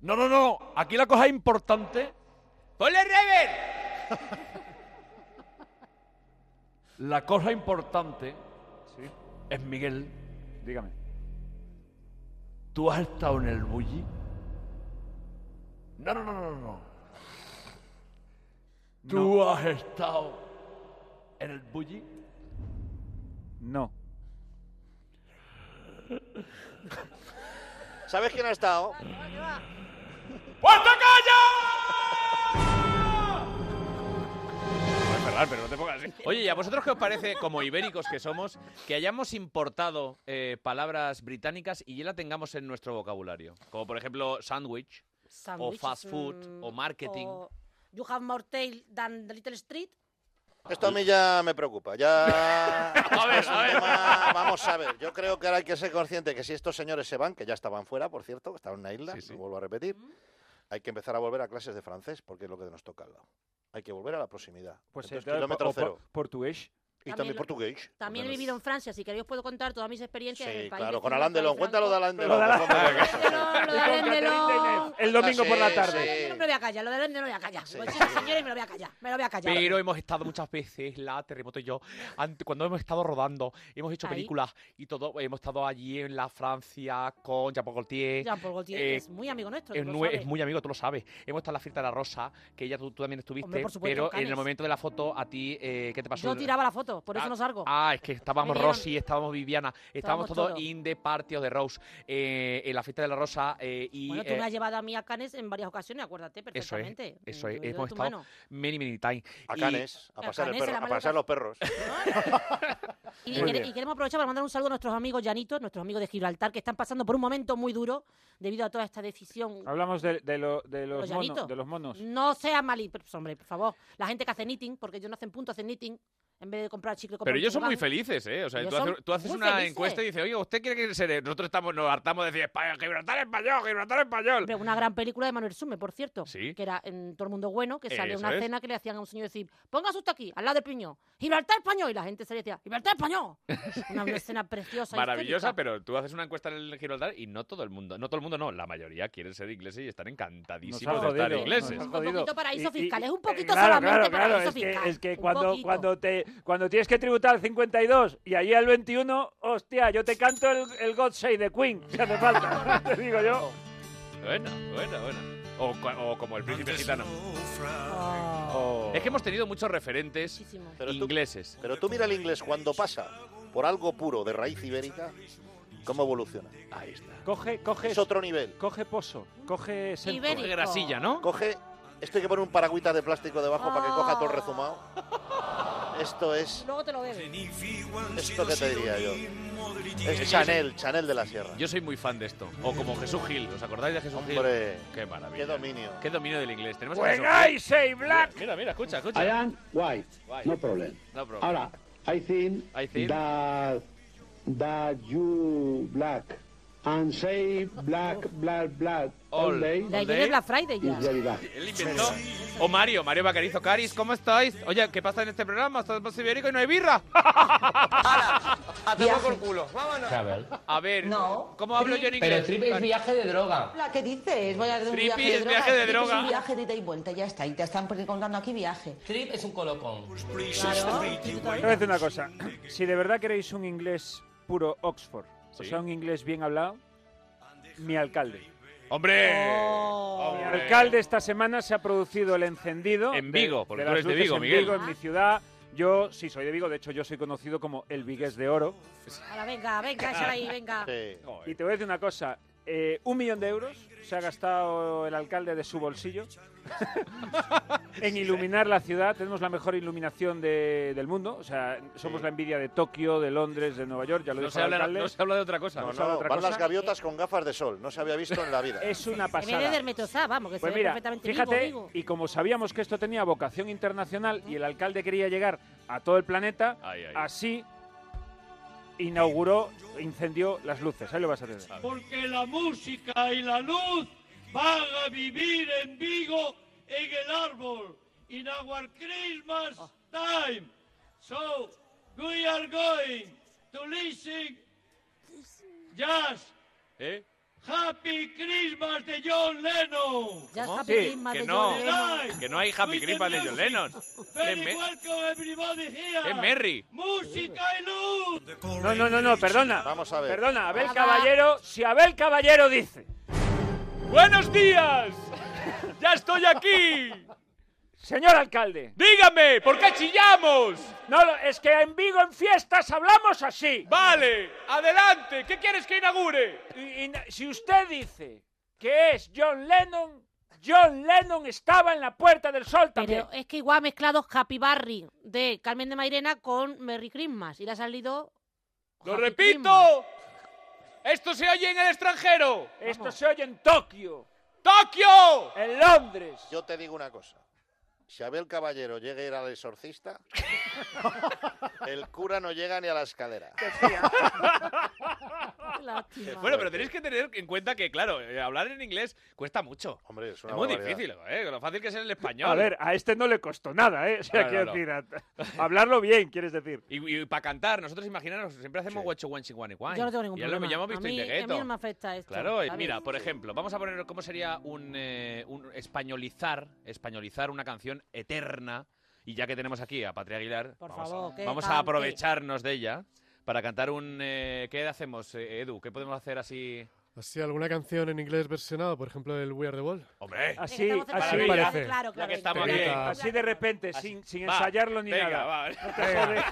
Speaker 13: no, no, no, no. Aquí la cosa importante,
Speaker 1: ¡Ponle rever!
Speaker 13: la cosa importante
Speaker 4: Sí.
Speaker 13: es Miguel.
Speaker 4: Dígame.
Speaker 13: ¿Tú has estado en el bulli? No, no, no, no, no. ¿Tú has estado en el bulli?
Speaker 4: No.
Speaker 3: ¿Sabes quién ha estado?
Speaker 13: ¡Puerta
Speaker 1: Ferran, pero no te pongas así. Oye, ¿y a vosotros qué os parece, como ibéricos que somos, que hayamos importado eh, palabras británicas y ya la tengamos en nuestro vocabulario? Como por ejemplo sándwich, o
Speaker 6: Sándwich es
Speaker 1: fast food,
Speaker 6: un-
Speaker 1: o marketing.
Speaker 6: mm, o you have more tail than the little street.
Speaker 3: Esto a mí ya me preocupa. Ya.
Speaker 1: a ver, a ver.
Speaker 3: vamos a ver. Yo creo que ahora hay que ser consciente que si estos señores se van, que ya estaban fuera, por cierto, estaban en una isla, lo vuelvo a repetir, hay que empezar a volver a clases de francés porque es lo que nos toca al lado. Hay que volver a la proximidad.
Speaker 4: Pues
Speaker 3: Entonces,
Speaker 4: entonces,
Speaker 3: kilómetro
Speaker 4: o po-
Speaker 3: cero.
Speaker 4: portugués.
Speaker 3: Y también portugués.
Speaker 6: También he vivido en Francia, si queréis os puedo contar todas mis experiencias en
Speaker 3: Sí,
Speaker 6: el país.
Speaker 3: claro,
Speaker 6: vecino
Speaker 3: con
Speaker 6: de
Speaker 3: Alain Delon.
Speaker 6: Franco.
Speaker 3: Cuéntalo de Alain
Speaker 6: Lo
Speaker 3: Delon.
Speaker 6: de
Speaker 3: por favor.
Speaker 6: Lo de Alain Delon.
Speaker 4: El domingo por la
Speaker 6: Yo
Speaker 4: tarde.
Speaker 6: no me lo voy a callar, lo de Alain Delon me lo voy a callar. Pues sí, señores, me lo voy a callar, me lo voy a callar.
Speaker 15: Pero hemos estado muchas veces, la terremoto y yo, ante- cuando hemos estado rodando, hemos hecho
Speaker 6: Ahí.
Speaker 15: películas y todo, hemos estado allí en la Francia con Jean-Paul Gaultier.
Speaker 6: Jean-Paul Gaultier
Speaker 15: eh,
Speaker 6: es muy amigo nuestro,
Speaker 15: Es,
Speaker 6: tú lo
Speaker 15: nue- es
Speaker 6: sabes.
Speaker 15: muy amigo, tú lo sabes. Hemos estado en la fiesta de la Rosa, que ya tú, tú también estuviste,
Speaker 6: Hombre, por supuesto,
Speaker 15: pero en
Speaker 6: Canes.
Speaker 15: el momento de la foto, a ti, eh, ¿qué te pasó?
Speaker 6: Yo tiraba la foto, por eso no salgo.
Speaker 15: Ah, es que estábamos
Speaker 6: Vivian.
Speaker 15: Rosy, estábamos Viviana, estábamos,
Speaker 6: Estábamos
Speaker 15: todos
Speaker 6: todos.
Speaker 15: in the party of the Rose, eh, en la fiesta de la Rosa eh, y...
Speaker 6: Bueno, tú
Speaker 15: eh,
Speaker 6: me has llevado a mí a Canes en varias ocasiones, acuérdate
Speaker 15: eso es,
Speaker 6: perfectamente.
Speaker 15: eso es,
Speaker 6: Yo he ido de
Speaker 15: hemos
Speaker 6: tu
Speaker 15: estado
Speaker 6: mano.
Speaker 15: many, many times.
Speaker 3: A Canes, a pasar, el perro- a pasar los perros.
Speaker 6: Y,
Speaker 15: Muy
Speaker 6: quere-
Speaker 15: bien.
Speaker 6: y queremos aprovechar para mandar un saludo a nuestros amigos llanitos, nuestros amigos de Gibraltar, que están pasando por un momento muy duro debido a toda esta decisión.
Speaker 4: Hablamos de, de lo- Ah, de los,
Speaker 6: Los
Speaker 4: monos-
Speaker 6: llanitos.
Speaker 4: de los monos.
Speaker 6: No sean malí, pero, pues, hombre, por favor. La gente que hace knitting, porque ellos no hacen punto, hacen knitting, en vez de comprar chicle. compran
Speaker 1: Pero ellos son muy
Speaker 6: churrán.
Speaker 1: felices, ¿eh? O sea,
Speaker 6: Ellos
Speaker 1: tú, haces-
Speaker 6: son
Speaker 1: tú haces
Speaker 6: muy
Speaker 1: una
Speaker 6: felices.
Speaker 1: encuesta y dices, oye, ¿usted quiere que se... Nosotros estamos, nos hartamos de decir, "España, Gibraltar español, Gibraltar español.
Speaker 6: Hombre, una gran película de Manuel Sume, por cierto.
Speaker 1: Sí.
Speaker 6: Que era en Todo el Mundo Bueno, que salía
Speaker 1: Eso
Speaker 6: una
Speaker 1: es.
Speaker 6: cena que le hacían a un señor decir, póngase usted aquí, al lado del piñón, Gibraltar español. Y la gente salía y decía, Gibraltar español. Una, una escena preciosa.
Speaker 1: Maravillosa,
Speaker 6: histérica.
Speaker 1: pero tú haces una encuesta en el Gibraltar y no todo el mundo, no todo el mundo, no, la mayoría quieren ser ingleses y están encantadísimos
Speaker 4: Nos ha
Speaker 1: de estar
Speaker 4: jodido,
Speaker 1: ingleses.
Speaker 4: nos ha
Speaker 6: Un poquito paraíso
Speaker 4: Y- y-
Speaker 6: fiscal, es un poquito
Speaker 4: Claro, claro,
Speaker 6: solamente
Speaker 4: claro.
Speaker 6: paraíso
Speaker 4: Es que,
Speaker 6: fiscal.
Speaker 4: es que
Speaker 6: un
Speaker 4: cuando,
Speaker 6: poquito.
Speaker 4: cuando, te, cuando tienes que tributar al 52 y allí al 21, hostia, yo te canto el, el God Save the Queen, si hace falta, te digo yo.
Speaker 1: Bueno, bueno, bueno. O, cua- o como el príncipe gitano.
Speaker 3: Oh.
Speaker 1: Es que hemos tenido muchos referentes ingleses.
Speaker 3: Pero tú mira el inglés cuando pasa por algo puro de raíz ibérica, cómo evoluciona.
Speaker 1: Ahí está.
Speaker 4: Coge, coge.
Speaker 3: Es otro nivel.
Speaker 4: Coge pozo, coge
Speaker 1: Coge Ibérico. grasilla, ¿no?
Speaker 3: Coge. Esto hay que poner un paragüita de plástico debajo para que coja todo el rezumado. Esto es.
Speaker 6: Luego te lo bebes.
Speaker 3: Esto que te diría yo. Es Chanel, Chanel de la Sierra.
Speaker 1: Yo soy muy fan de esto. O como Jesús Gil. ¿Os acordáis de Jesús
Speaker 3: Hombre,
Speaker 1: Gil? Qué maravilla.
Speaker 3: qué dominio.
Speaker 1: Qué dominio del inglés. Tenemos a Jesús
Speaker 4: ¡Juegáis,
Speaker 1: Gil.
Speaker 4: Save Black!
Speaker 1: Mira, mira, escucha, escucha.
Speaker 16: I am white.
Speaker 1: White.
Speaker 16: No problem.
Speaker 1: No problem.
Speaker 16: Ahora, I think, that that you black and say black, black, black all,
Speaker 1: All-
Speaker 16: day.
Speaker 1: De all ayer day. es Black
Speaker 6: Friday
Speaker 16: is very bad.
Speaker 1: Él inventó. O Mario, Mario Bacarizo Caris, ¿cómo estáis? Oye, ¿qué pasa en este programa? Estamos en ibérico y no hay birra. ¡Hala! tomar por culo. Vámonos.
Speaker 8: Travel.
Speaker 1: A ver, ¿cómo hablo yo en inglés?
Speaker 8: Pero trip es viaje de droga.
Speaker 17: La que dices, voy a hacer un
Speaker 1: Tripi
Speaker 17: viaje
Speaker 1: es
Speaker 17: de droga.
Speaker 1: viaje de
Speaker 17: Tripi
Speaker 1: droga.
Speaker 17: Es un viaje de ida y vuelta, ya está. Y te están contando aquí viaje.
Speaker 8: Trip es un colocón.
Speaker 4: Te voy a decir una cosa. Si de verdad queréis un inglés puro Oxford, o sea, un inglés bien hablado, mi alcalde.
Speaker 1: ¡Hombre!
Speaker 6: Oh.
Speaker 4: Mi
Speaker 1: ¡Hombre!
Speaker 4: alcalde esta semana se ha producido el encendido.
Speaker 1: En Vigo, porque tú
Speaker 4: las
Speaker 1: eres de
Speaker 4: luces
Speaker 1: Vigo,
Speaker 4: en
Speaker 1: Miguel.
Speaker 4: Vigo, en mi ciudad. Yo sí soy de Vigo, de hecho yo soy conocido como el Vigués de Oro.
Speaker 6: Ahora, venga, venga, échala ahí, venga.
Speaker 4: Y te voy a decir una cosa. eh, un millón de euros se ha gastado el alcalde de su bolsillo en iluminar la ciudad. Tenemos la mejor iluminación de- del mundo. O sea, somos la envidia de Tokio, de Londres, de Nueva York. Ya lo
Speaker 1: No
Speaker 4: dijo
Speaker 1: se
Speaker 4: el
Speaker 1: habla-
Speaker 4: alcalde.
Speaker 1: no se habla de otra cosa.
Speaker 3: No,
Speaker 4: No se habla
Speaker 3: no,
Speaker 4: otra
Speaker 3: van
Speaker 4: cosa.
Speaker 3: las gaviotas con gafas de sol. No se había visto en la vida.
Speaker 4: Es una
Speaker 6: En vez de
Speaker 4: pasada.
Speaker 6: Dermetosá, vamos, que
Speaker 4: Pues
Speaker 6: se ve
Speaker 4: mira,
Speaker 6: perfectamente
Speaker 4: fíjate,
Speaker 6: Vigo, Vigo.
Speaker 4: y como sabíamos que esto tenía vocación internacional y el alcalde quería llegar a todo el planeta, así inauguró, incendió las luces. Ahí lo vas a tener.
Speaker 18: Porque la música y la luz van a vivir en Vigo en el árbol. In our Christmas time. So we are going to listen jazz.
Speaker 1: ¿Eh?
Speaker 18: Happy Christmas de John Lennon.
Speaker 6: Jazz
Speaker 1: ¿Cómo? Sí, que no, que no hay Happy
Speaker 18: With the
Speaker 1: Christmas de John
Speaker 18: music.
Speaker 1: Lennon.
Speaker 18: Very
Speaker 1: Que me-
Speaker 18: welcome everybody here.
Speaker 1: Qué merry.
Speaker 18: Música y luz.
Speaker 4: No, no, no, no, perdona.
Speaker 3: Vamos a ver.
Speaker 4: Perdona, Abel
Speaker 18: Ah, va.
Speaker 4: Caballero, si Abel Caballero dice...
Speaker 1: ¡Buenos días! ¡Ya estoy aquí!
Speaker 4: Señor alcalde.
Speaker 1: Dígame, ¿por qué chillamos?
Speaker 4: No, lo- es que en Vigo en fiestas hablamos así.
Speaker 1: Vale, adelante, ¿qué quieres que inaugure?
Speaker 4: si usted dice que es John Lennon, John Lennon estaba en la Puerta del Sol también.
Speaker 6: Pero es que igual ha mezclado Happy Barry de Carmen de Mairena con Merry Christmas y le ha salido.
Speaker 1: ¡Lo
Speaker 6: Happy
Speaker 1: repito! ¡Esto se oye en el extranjero!
Speaker 4: Esto se oye en Tokio.
Speaker 1: ¡Tokio!
Speaker 4: En Londres.
Speaker 3: Yo te digo una cosa. Si Abel Caballero llega a ir al exorcista, el cura no llega ni a la escalera.
Speaker 6: Lástima.
Speaker 1: Bueno, pero tenéis que tener en cuenta que, claro, eh, hablar en inglés cuesta mucho.
Speaker 3: Hombre, es
Speaker 4: una
Speaker 1: muy
Speaker 4: barbaridad.
Speaker 1: difícil, ¿eh? Con Lo fácil que es el español.
Speaker 4: A ver, a este no le costó nada, ¿eh? O sea,
Speaker 1: No, no,
Speaker 4: quiero
Speaker 1: no.
Speaker 4: decir, a- hablarlo bien, quieres decir.
Speaker 1: Y, para cantar, nosotros imaginaros, siempre hacemos guacho guanchi guani guay.
Speaker 6: Yo no tengo ningún
Speaker 1: Y ya
Speaker 6: problema.
Speaker 1: lo hemos
Speaker 6: a
Speaker 1: visto
Speaker 6: mí,
Speaker 1: in the
Speaker 6: a mí
Speaker 1: ghetto.
Speaker 6: no me afecta esto.
Speaker 1: Claro, y
Speaker 6: ¿sabes?
Speaker 1: mira, por ejemplo, vamos a poner cómo sería un, eh, un españolizar, españolizar una canción eterna. Y ya que tenemos aquí a Patria Aguilar,
Speaker 6: Por
Speaker 1: vamos,
Speaker 6: favor, que
Speaker 1: vamos a
Speaker 6: cante.
Speaker 1: aprovecharnos de ella para cantar un... eh, ¿Qué hacemos, eh, Edu? ¿Qué podemos hacer así?
Speaker 10: Así, alguna canción en inglés versionada, por ejemplo, el We Are the Wall.
Speaker 1: Hombre,
Speaker 4: Así,
Speaker 10: estamos cerca
Speaker 4: así,
Speaker 10: de la Navidad, Parece.
Speaker 6: claro, claro,
Speaker 4: que
Speaker 10: estamos
Speaker 4: venga,
Speaker 10: bien.
Speaker 4: así de repente, sin, sin
Speaker 1: Va,
Speaker 4: ensayarlo ni
Speaker 1: venga,
Speaker 4: nada.
Speaker 1: va.
Speaker 4: No te jodes.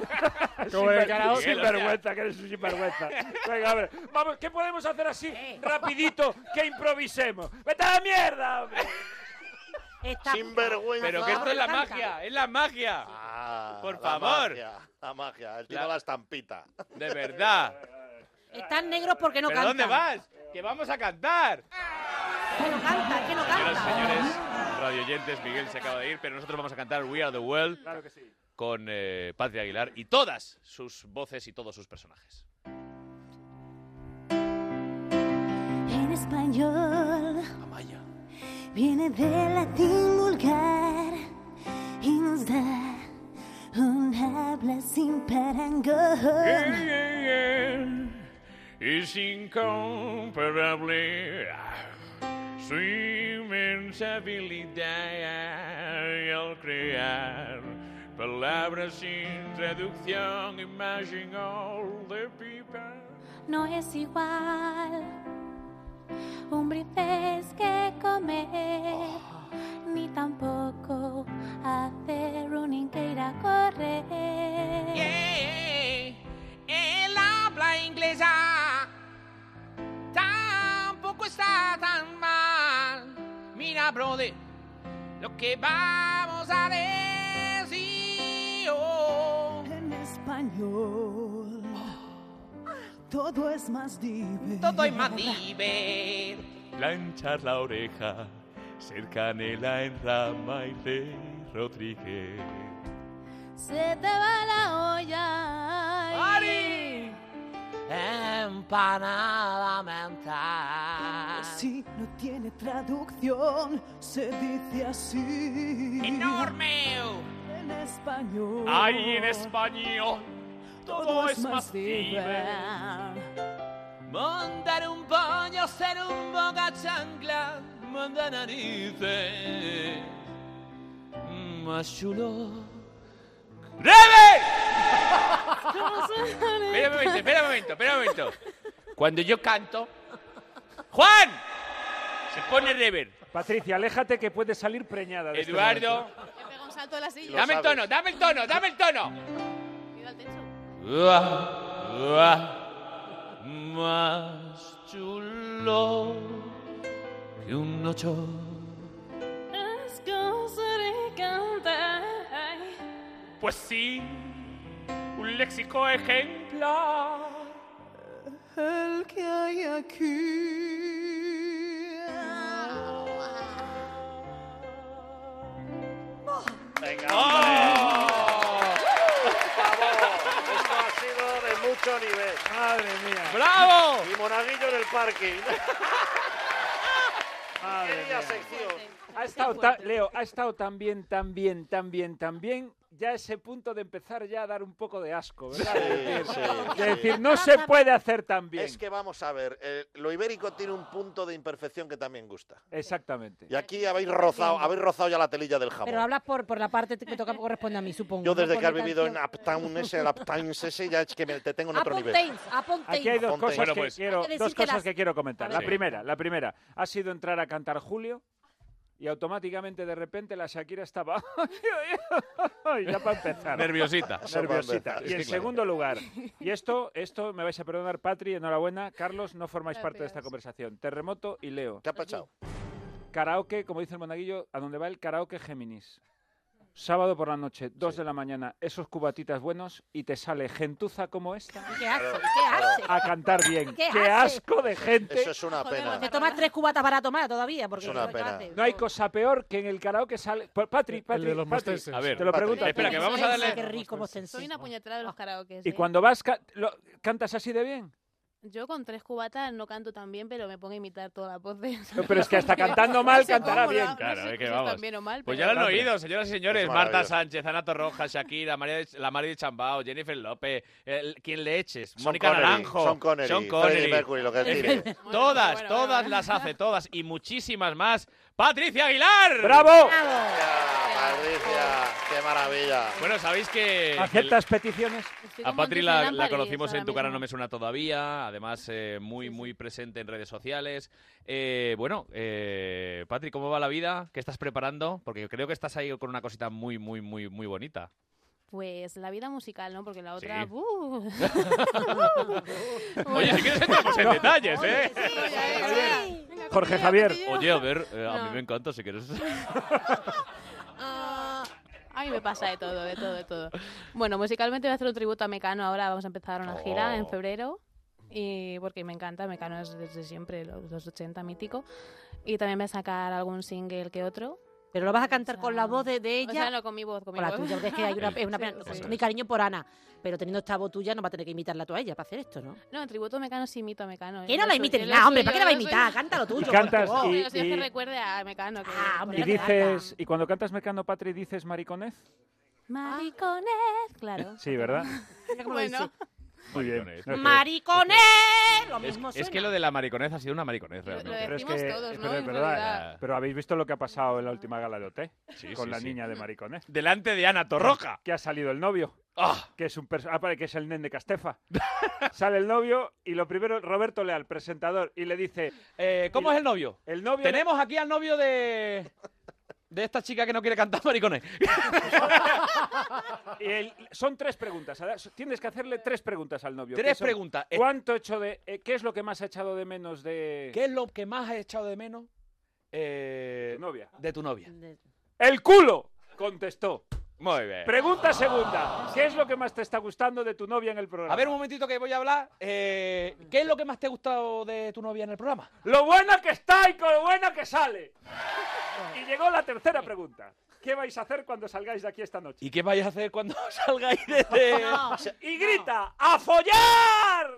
Speaker 10: Como el
Speaker 4: Sinver-
Speaker 10: karaoke.
Speaker 4: Sinvergüenza, que eres un sinvergüenza. Venga, hombre. Vamos, ¿qué podemos hacer así, rapidito, que improvisemos? ¡Vete a la mierda, hombre!
Speaker 3: Sinvergüenza.
Speaker 1: Pero que esto es la magia, es la magia. Por favor.
Speaker 3: Pues Ah, La magia, la magia. El tío la... estampita.
Speaker 1: De verdad.
Speaker 6: Están negros porque no
Speaker 1: ¿Pero
Speaker 6: cantan.
Speaker 1: dónde vas? Que vamos a cantar.
Speaker 6: Que no cantan, que no
Speaker 1: Señoras
Speaker 6: cantan.
Speaker 1: y señores,
Speaker 18: Ah.
Speaker 1: radioyentes, Miguel se acaba de ir, pero nosotros vamos a cantar We Are the World con eh, Patria Aguilar y todas sus voces y todos sus personajes.
Speaker 19: En español viene del latín vulgar y nos da un habla sin parangón.
Speaker 18: Es incomparable su inmensa habilidad y al crear palabras sin traducción, imagine all the people.
Speaker 19: No es igual un brifez que comer, ni tampoco hacer running que ir a correr.
Speaker 18: El habla inglesa tampoco está tan mal. Mira, brother, lo que vamos a decir.
Speaker 20: En español todo es más divertido.
Speaker 18: Todo es más divertido.
Speaker 21: Planchar la oreja, ser canela en rama y rey Rodríguez.
Speaker 19: Se te va la olla. ¡Ari!
Speaker 18: Empanada mental.
Speaker 20: Si no tiene traducción, se dice así.
Speaker 18: Enorme.
Speaker 20: En español.
Speaker 18: Ay, en español todo es más divertido. Montar un pollo, hacer un boca chancla, mandar narices. Más chulo.
Speaker 1: Espera un momento, espera un momento, espera un momento. Cuando yo canto, ¡Juan! Se pone Rever.
Speaker 4: Patricia, aléjate que puedes salir preñada. de este
Speaker 1: Eduardo,
Speaker 4: momento.
Speaker 12: Pega un salto de la silla.
Speaker 1: dame el tono, dame el tono, dame el tono.
Speaker 12: Cuidado al techo.
Speaker 18: Más chulo que un ocho.
Speaker 19: Es cosa de cantar.
Speaker 18: Pues sí, un léxico ejemplar.
Speaker 20: El que hay aquí.
Speaker 3: Venga, hombre. ¡Bravo! Esto ha sido de mucho nivel.
Speaker 4: ¡Madre mía!
Speaker 1: ¡Bravo!
Speaker 3: Y Monaguillo en el parking.
Speaker 4: Madre
Speaker 3: ¡Qué día
Speaker 4: mía.
Speaker 3: sección!
Speaker 4: Ha estado ta- Leo, ha estado tan bien, tan bien, tan bien, tan bien, ya ese punto de empezar ya a dar un poco de asco, ¿verdad? de decir,
Speaker 3: sí,
Speaker 4: de
Speaker 3: sí.
Speaker 4: decir, no se puede hacer tan bien.
Speaker 3: Es que vamos a ver, eh, lo ibérico tiene un punto de imperfección que también gusta.
Speaker 4: Exactamente.
Speaker 3: Y aquí habéis rozado, habéis rozado ya la telilla del jamón.
Speaker 6: Pero hablas por, por la parte que me toca corresponde a mí, supongo.
Speaker 3: Yo
Speaker 6: ¿no?
Speaker 3: desde
Speaker 6: Por
Speaker 3: que has
Speaker 6: mi
Speaker 3: vivido en
Speaker 6: canción. Ah,
Speaker 3: Uptown ese, el Uptown ese, ya es que me- te tengo en otro nivel.
Speaker 6: Apontéis, apontéis.
Speaker 4: Aquí hay dos cosas,
Speaker 3: Bueno,
Speaker 4: que,
Speaker 3: pues-
Speaker 4: quiero,
Speaker 6: Hay
Speaker 4: dos
Speaker 6: que decir que
Speaker 4: cosas
Speaker 6: las-
Speaker 4: que quiero comentar.
Speaker 6: A
Speaker 4: La
Speaker 6: ver.
Speaker 4: primera, la primera, ha sido entrar a cantar Julio y automáticamente de repente la Shakira estaba ya para empezar.
Speaker 1: Nerviosita.
Speaker 4: Nerviosita.
Speaker 1: Es
Speaker 4: Y
Speaker 1: que
Speaker 4: en
Speaker 1: claro.
Speaker 4: segundo lugar, y esto, esto me vais a perdonar, Patri, enhorabuena. Carlos, no formáis parte de esta conversación. Terremoto y Leo.
Speaker 3: ¿Qué ha pasado?
Speaker 4: Karaoke, como dice el monaguillo, a donde va el karaoke Géminis. Sábado por la noche, 2 de la mañana, esos cubatitas buenos y te sale gentuza como esta
Speaker 6: ¿Qué hace? ¿Qué hace?
Speaker 4: a cantar bien.
Speaker 6: ¿Qué
Speaker 4: ¡Qué,
Speaker 6: hace?
Speaker 4: asco de gente!
Speaker 3: Eso es una pena.
Speaker 6: Te tomas tres cubatas para tomar todavía, porque
Speaker 3: Es una
Speaker 6: ¿qué
Speaker 3: pena.
Speaker 6: haces?
Speaker 4: No hay cosa peor que en el karaoke sale... Pues, Patri, Patri,
Speaker 10: de los
Speaker 4: Patri,
Speaker 10: Monsters.
Speaker 1: A ver,
Speaker 4: te lo pregunto. a ti.
Speaker 1: Espera, que vamos a darle...
Speaker 6: Qué rico, mostensis.
Speaker 12: Soy una puñetera de los karaokes.
Speaker 4: Ah. Y
Speaker 12: ¿eh?
Speaker 4: cuando vas, ca- lo- ¿cantas así de bien?
Speaker 12: Yo con tres cubatas no canto tan bien, pero me pongo a imitar todas las voces.
Speaker 4: No, pero es que hasta cantando mal,
Speaker 12: No sé
Speaker 4: cantará
Speaker 12: cómo lo
Speaker 4: bien.
Speaker 12: hago,
Speaker 1: Claro,
Speaker 12: no sé
Speaker 1: es que
Speaker 12: si
Speaker 1: vamos.
Speaker 12: tan bien o mal,
Speaker 1: Pues ya
Speaker 12: pero-
Speaker 1: lo han oído, señoras y señores.
Speaker 3: Es
Speaker 1: Marta
Speaker 3: maravilloso.
Speaker 1: Sánchez, Ana Torroja, Shakira, María, de- la María de Chambao, Jennifer López, el- quien le eches,
Speaker 3: Sean
Speaker 1: Mónica
Speaker 3: Connery,
Speaker 1: Naranjo,
Speaker 3: Sean Connery, Freddie Mercury, lo que
Speaker 1: Es
Speaker 3: tire.
Speaker 1: que todas, todas las hace, todas y muchísimas más. ¡Patricia
Speaker 6: pues,
Speaker 1: Aguilar!
Speaker 4: ¡Bravo!
Speaker 22: 哎
Speaker 3: Patricia, qué maravilla.
Speaker 1: Bueno, sabéis que...
Speaker 4: ¿Aceptas peticiones?
Speaker 1: A Patri la, la conocimos en Tu cara no me suena todavía, además eh, muy muy presente en redes sociales. Eh, bueno, eh, Patri, ¿cómo va la vida? ¿Qué estás preparando? Porque creo que estás ahí con una cosita muy muy muy muy bonita.
Speaker 12: Pues la vida musical, ¿no? Porque la
Speaker 1: Sí.
Speaker 12: otra... uh. ¡buh!
Speaker 1: Oye, si quieres entramos en detalles,
Speaker 12: Oye,
Speaker 1: ¿eh?
Speaker 12: sí, oye, sí. Venga,
Speaker 4: Jorge
Speaker 12: cotilleo,
Speaker 4: Javier.
Speaker 12: cotilleo.
Speaker 1: Oye, a ver, eh, a
Speaker 12: No.
Speaker 1: mí me encanta si quieres.
Speaker 12: Ah, a mí me pasa de todo, de todo, de todo. Bueno, musicalmente voy a hacer un tributo a Mecano ahora. Vamos a empezar una gira
Speaker 4: Oh.
Speaker 12: en febrero. Y porque me encanta, Mecano es desde siempre, los, los 80 mítico. Y también voy a sacar algún single que otro.
Speaker 6: Pero lo vas a cantar con la voz de, de
Speaker 12: O
Speaker 6: ella.
Speaker 12: sea, no, con mi voz, con mi
Speaker 6: Hola,
Speaker 12: voz.
Speaker 6: tuya, porque es que hay una, es una
Speaker 12: Sí,
Speaker 6: pena.
Speaker 12: sí.
Speaker 6: Mi cariño por Ana, pero teniendo esta voz tuya no va a tener que imitarla tú a ella para hacer esto, ¿no?
Speaker 12: No, en tributo a Mecano sí imito a Mecano. ¿eh?
Speaker 6: Que no
Speaker 12: Yo
Speaker 6: la
Speaker 12: soy-
Speaker 6: imites
Speaker 12: yo
Speaker 6: nada,
Speaker 12: soy-
Speaker 6: hombre, ¿para qué
Speaker 12: yo
Speaker 6: la va a
Speaker 12: soy-
Speaker 6: imitar? Cántalo tú,
Speaker 4: Y
Speaker 6: yo,
Speaker 4: cantas
Speaker 6: por favor. Ah,
Speaker 4: y-
Speaker 12: Pero si es que
Speaker 4: y-
Speaker 12: recuerde a Mecano. Que
Speaker 4: Y dices, y cuando cantas Mecano Patri, dices mariconez.
Speaker 12: Maricones, claro.
Speaker 4: Sí, ¿verdad?
Speaker 12: Bueno.
Speaker 4: Muy bien.
Speaker 1: Mariconez.
Speaker 4: No, es que-
Speaker 6: Maricones, lo
Speaker 1: Es,
Speaker 6: mismo
Speaker 1: es que lo de la mariconez ha sido una mariconez realmente.
Speaker 4: Pero es
Speaker 12: decimos
Speaker 4: que-
Speaker 12: todos, ¿no?
Speaker 4: pero es
Speaker 12: En
Speaker 4: verdad,
Speaker 12: realidad.
Speaker 4: Pero habéis visto lo que ha pasado en la última gala de OT
Speaker 1: Sí,
Speaker 4: con
Speaker 1: sí,
Speaker 4: la
Speaker 1: sí.
Speaker 4: niña de mariconez.
Speaker 1: Delante de Ana Torroja.
Speaker 4: Que ha salido el novio.
Speaker 1: ¡Ah!
Speaker 4: Que es un perso- ah, para que es el nen de Castefa. Sale el novio y lo primero, Roberto Leal, presentador, y le dice.
Speaker 1: ¿Cómo es el novio?
Speaker 4: Eh, El novio.
Speaker 1: Tenemos aquí al novio de. De esta chica que no quiere cantar maricones.
Speaker 4: Y el- son tres preguntas. ahora Tienes que hacerle tres preguntas al novio.
Speaker 1: Tres
Speaker 4: que son,
Speaker 1: preguntas. Eh,
Speaker 4: ¿Cuánto he hecho de.? eh, ¿Qué es lo que más ha echado de menos de.?
Speaker 1: ¿Qué es lo que más has echado de menos eh,
Speaker 4: Tu novia.
Speaker 1: de tu novia?
Speaker 4: ¡El culo! Contestó.
Speaker 1: Muy bien.
Speaker 4: Pregunta segunda. ¿Qué es lo que más te está gustando de tu novia en el programa?
Speaker 1: A ver, un momentito que voy a hablar. Eh, ¿Qué es lo que más te ha gustado de tu novia en el programa?
Speaker 4: Lo buena que está y con lo buena que sale. Y llegó la tercera pregunta. ¿Qué vais a hacer cuando salgáis de aquí esta noche?
Speaker 1: ¿Y qué vais a hacer cuando salgáis este- desde.?
Speaker 4: Y grita, ¡a follar!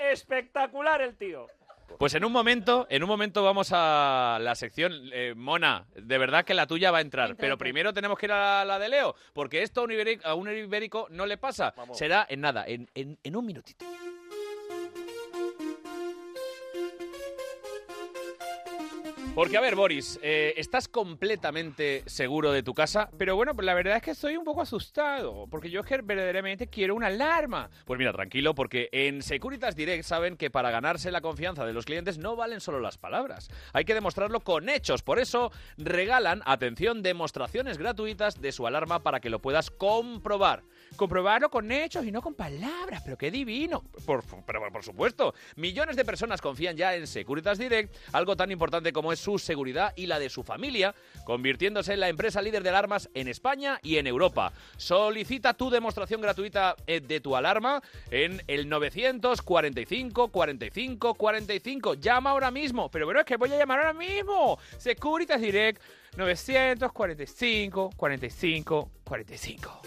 Speaker 4: Espectacular el tío.
Speaker 1: Pues en un momento, en un momento vamos a la sección eh, Mona. De verdad que la tuya va a entrar, pero primero tenemos que ir a la, la de Leo, porque esto a un ibérico, a un ibérico no le pasa. Será en nada, en, en- en un minutito. Porque a ver, Boris, eh, estás completamente seguro de tu casa, pero bueno, pues la verdad es que estoy un poco asustado, porque yo es que verdaderamente quiero una alarma. Pues mira, tranquilo, porque en Securitas Direct saben que para ganarse la confianza de los clientes no valen solo las palabras, hay que demostrarlo con hechos. Por eso regalan, atención, demostraciones gratuitas de su alarma para que lo puedas comprobar. Comprobarlo con hechos y no con palabras, pero qué divino. Por, fu- pero por supuesto, millones de personas confían ya en Securitas Direct, algo tan importante como es su seguridad y la de su familia, convirtiéndose en la empresa líder de alarmas en España y en Europa. Solicita tu demostración gratuita eh, de tu alarma en el 945 45 45. Llama ahora mismo, pero bueno, es que voy a llamar ahora mismo. Securitas Direct 945 45 45.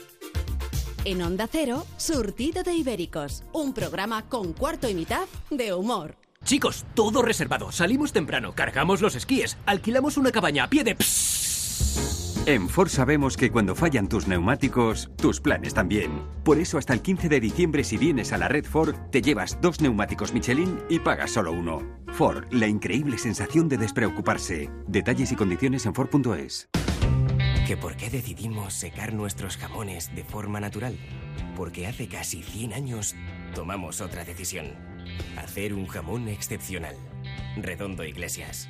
Speaker 2: En Onda Cero, Surtido de Ibéricos, un programa con cuarto y mitad de humor.
Speaker 23: Chicos, todo reservado. Salimos temprano, cargamos los esquíes, alquilamos una cabaña a pie de...
Speaker 24: En Ford sabemos que cuando fallan tus neumáticos, tus planes también. Por eso hasta el 15 de diciembre si vienes a la red Ford, te llevas dos neumáticos Michelin y pagas solo uno. Ford, la increíble sensación de despreocuparse. Detalles y condiciones en Ford.es.
Speaker 25: ¿Que por qué decidimos secar nuestros jamones de forma natural? Porque hace casi 100 años tomamos otra decisión. Hacer un jamón excepcional. Redondo Iglesias.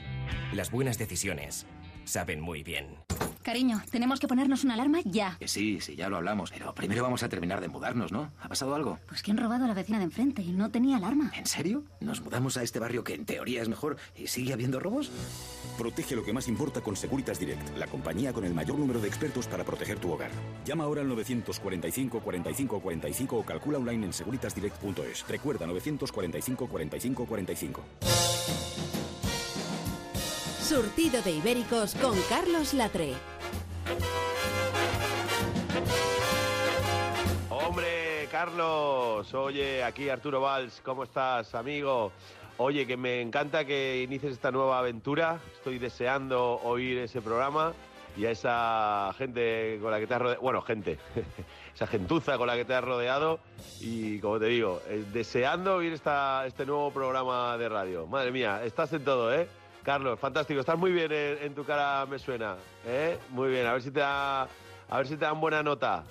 Speaker 25: Las buenas decisiones saben muy bien.
Speaker 26: Cariño, tenemos que ponernos una alarma ya.
Speaker 27: Eh, sí, sí, ya lo hablamos, pero primero vamos a terminar de mudarnos, ¿no? ¿Ha pasado algo?
Speaker 26: Pues que han robado a la vecina de enfrente y no tenía alarma.
Speaker 27: ¿En serio? ¿Nos mudamos a este barrio que en teoría es mejor y sigue habiendo robos?
Speaker 28: Protege lo que más importa con Seguritas Direct, la compañía con el mayor número de expertos para proteger tu hogar. Llama ahora al 945 45 45 o calcula online en seguritasdirect.es. Recuerda 945 45 45.
Speaker 2: Surtido de Ibéricos con Carlos Latre.
Speaker 3: Hombre,
Speaker 22: Carlos. Oye, aquí Arturo Valls, ¿cómo estás, amigo? Oye, que me encanta que inicies esta nueva aventura. Estoy deseando oír ese programa y a esa gente con la que te has rodeado. Bueno, gente, esa gentuza con la que te has rodeado. Y como te digo, eh, deseando oír esta, este nuevo programa de radio. Madre mía, estás en todo, ¿eh? Carlos, fantástico, estás muy bien en, en tu cara, me suena. ¿eh? Muy bien, a ver si te, da- a ver si te dan buena nota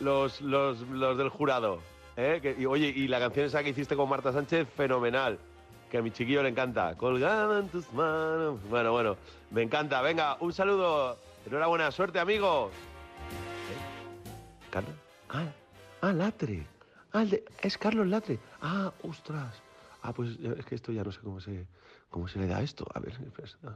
Speaker 22: los, los, los del jurado. ¿eh? Que- y, oye, y la canción esa que hiciste con Marta Sánchez, fenomenal. Que a mi chiquillo le encanta. Colgada en tus manos. Bueno, bueno, me encanta. Venga, un saludo. Enhorabuena, suerte, amigos. ¿Carlos? Ah, ah, Latre. Ah, el de- es Carlos Latre. Ah, ostras. Ah, pues eh, es que esto ya no sé cómo se, cómo se le da a esto. A ver, espera.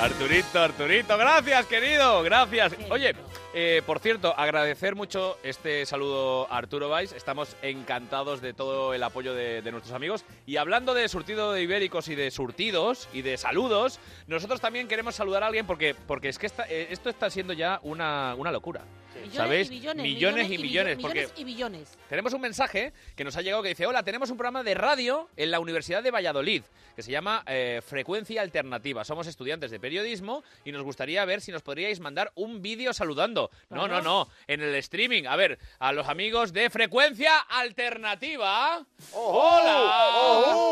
Speaker 1: Arturito, Arturito, gracias, querido, gracias. Oye, eh, por cierto, agradecer mucho este saludo a Arturo Valls. Estamos encantados de todo el apoyo de, de nuestros amigos. Y hablando de surtido de ibéricos y de surtidos y de saludos, nosotros también queremos saludar a alguien porque, porque es que esta- eh, esto está siendo ya una, una locura.
Speaker 6: Millones
Speaker 1: ¿Sabéis?
Speaker 6: y billones,
Speaker 1: millones, y
Speaker 6: billo-
Speaker 1: millones. porque
Speaker 6: millones y billones.
Speaker 1: tenemos un mensaje que nos ha llegado que dice, hola, tenemos un programa de radio en la Universidad de Valladolid que se llama eh, Frecuencia Alternativa. Somos estudiantes de periodismo y nos gustaría ver si nos podríais mandar un vídeo saludando. No, no,
Speaker 7: Claro.
Speaker 1: no, en el streaming. A ver, a los amigos de Frecuencia Alternativa. ¡Hola!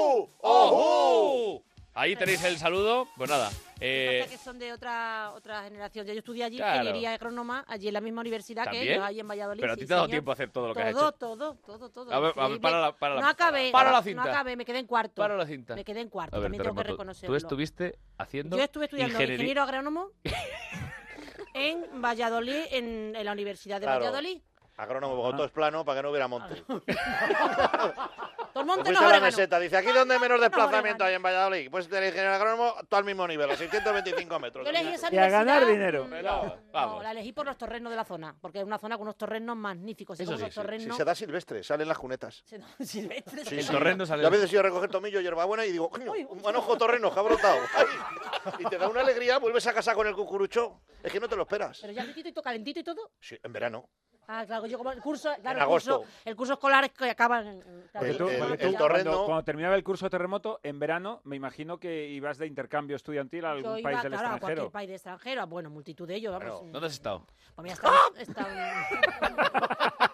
Speaker 7: ¡Ojú!
Speaker 1: ¡Ojú! Ahí tenéis el saludo. Pues nada. eh,
Speaker 6: Pasa que son de otra, otra generación. Yo estudié allí
Speaker 1: Claro.
Speaker 6: ingeniería agrónoma, allí en la misma universidad que
Speaker 1: ¿También?
Speaker 6: ellos, allí en Valladolid.
Speaker 1: Pero a
Speaker 6: sí,
Speaker 1: ti te ha dado
Speaker 6: señor.
Speaker 1: tiempo a hacer todo lo que has
Speaker 6: Todo,
Speaker 1: hecho.
Speaker 6: todo, todo, todo.
Speaker 1: A ver, a ver,
Speaker 6: me-
Speaker 1: para la- para la-
Speaker 6: no acabé,
Speaker 1: para la
Speaker 6: No
Speaker 1: cinta.
Speaker 6: acabé, me quedé en cuarto.
Speaker 1: Para la cinta.
Speaker 6: Me quedé en cuarto,
Speaker 1: a ver,
Speaker 6: también tengo que
Speaker 1: Terremoto,
Speaker 6: reconocerlo.
Speaker 1: tú estuviste haciendo
Speaker 6: Yo estuve estudiando
Speaker 1: ingenieri-
Speaker 6: ingeniero agrónomo en Valladolid, en, en la Universidad de
Speaker 3: Claro.
Speaker 6: Valladolid.
Speaker 3: Agrónomo, porque todo es plano para que no hubiera monte.
Speaker 6: Todo el
Speaker 3: Te
Speaker 6: monte no
Speaker 3: fuiste a la
Speaker 6: orégano.
Speaker 3: meseta, dice, aquí donde menos desplazamiento hay en Valladolid. Pues del ingeniero agrónomo, todo al mismo nivel, a 625 metros.
Speaker 6: Yo elegí esa
Speaker 3: Y a ganar
Speaker 6: universidad,
Speaker 3: dinero.
Speaker 6: mm,
Speaker 3: Pelado,
Speaker 6: no,
Speaker 3: vamos.
Speaker 6: la elegí por los torrenos de la zona, porque es una zona con unos torrenos magníficos. y
Speaker 3: Eso
Speaker 6: con
Speaker 3: sí,
Speaker 6: unos
Speaker 3: sí,
Speaker 6: torrenos...
Speaker 3: se da silvestre, salen las cunetas.
Speaker 6: se da- silvestre.
Speaker 3: Sí,
Speaker 1: El
Speaker 3: sí.
Speaker 1: torreno sale-
Speaker 3: Yo a veces yo a recoger tomillo, hierbabuena y digo, coño, un manojo torreno que ha brotado. Ay, y te da una alegría, vuelves a casa con el cucurucho. Es que no te lo esperas.
Speaker 6: Pero ya fritito y todo, calentito y todo.
Speaker 3: Sí, en verano.
Speaker 6: Ah, claro, yo como el curso, claro,
Speaker 3: En
Speaker 6: el curso-
Speaker 3: agosto.
Speaker 6: el curso escolar es que acaba en- en-
Speaker 4: Porque tú-
Speaker 3: el-
Speaker 4: porque
Speaker 3: el
Speaker 4: tú,
Speaker 3: torrendo-
Speaker 4: Cuando, cuando terminaba el curso terremoto, en verano, me imagino que ibas de intercambio estudiantil a
Speaker 6: yo
Speaker 4: algún
Speaker 6: iba,
Speaker 4: país del
Speaker 6: claro, a cualquier
Speaker 4: extranjero.
Speaker 6: país de extranjero, a, bueno, multitud de ellos, vamos.
Speaker 1: ¿Dónde has estado?
Speaker 6: Pues mira, estaba- estaba-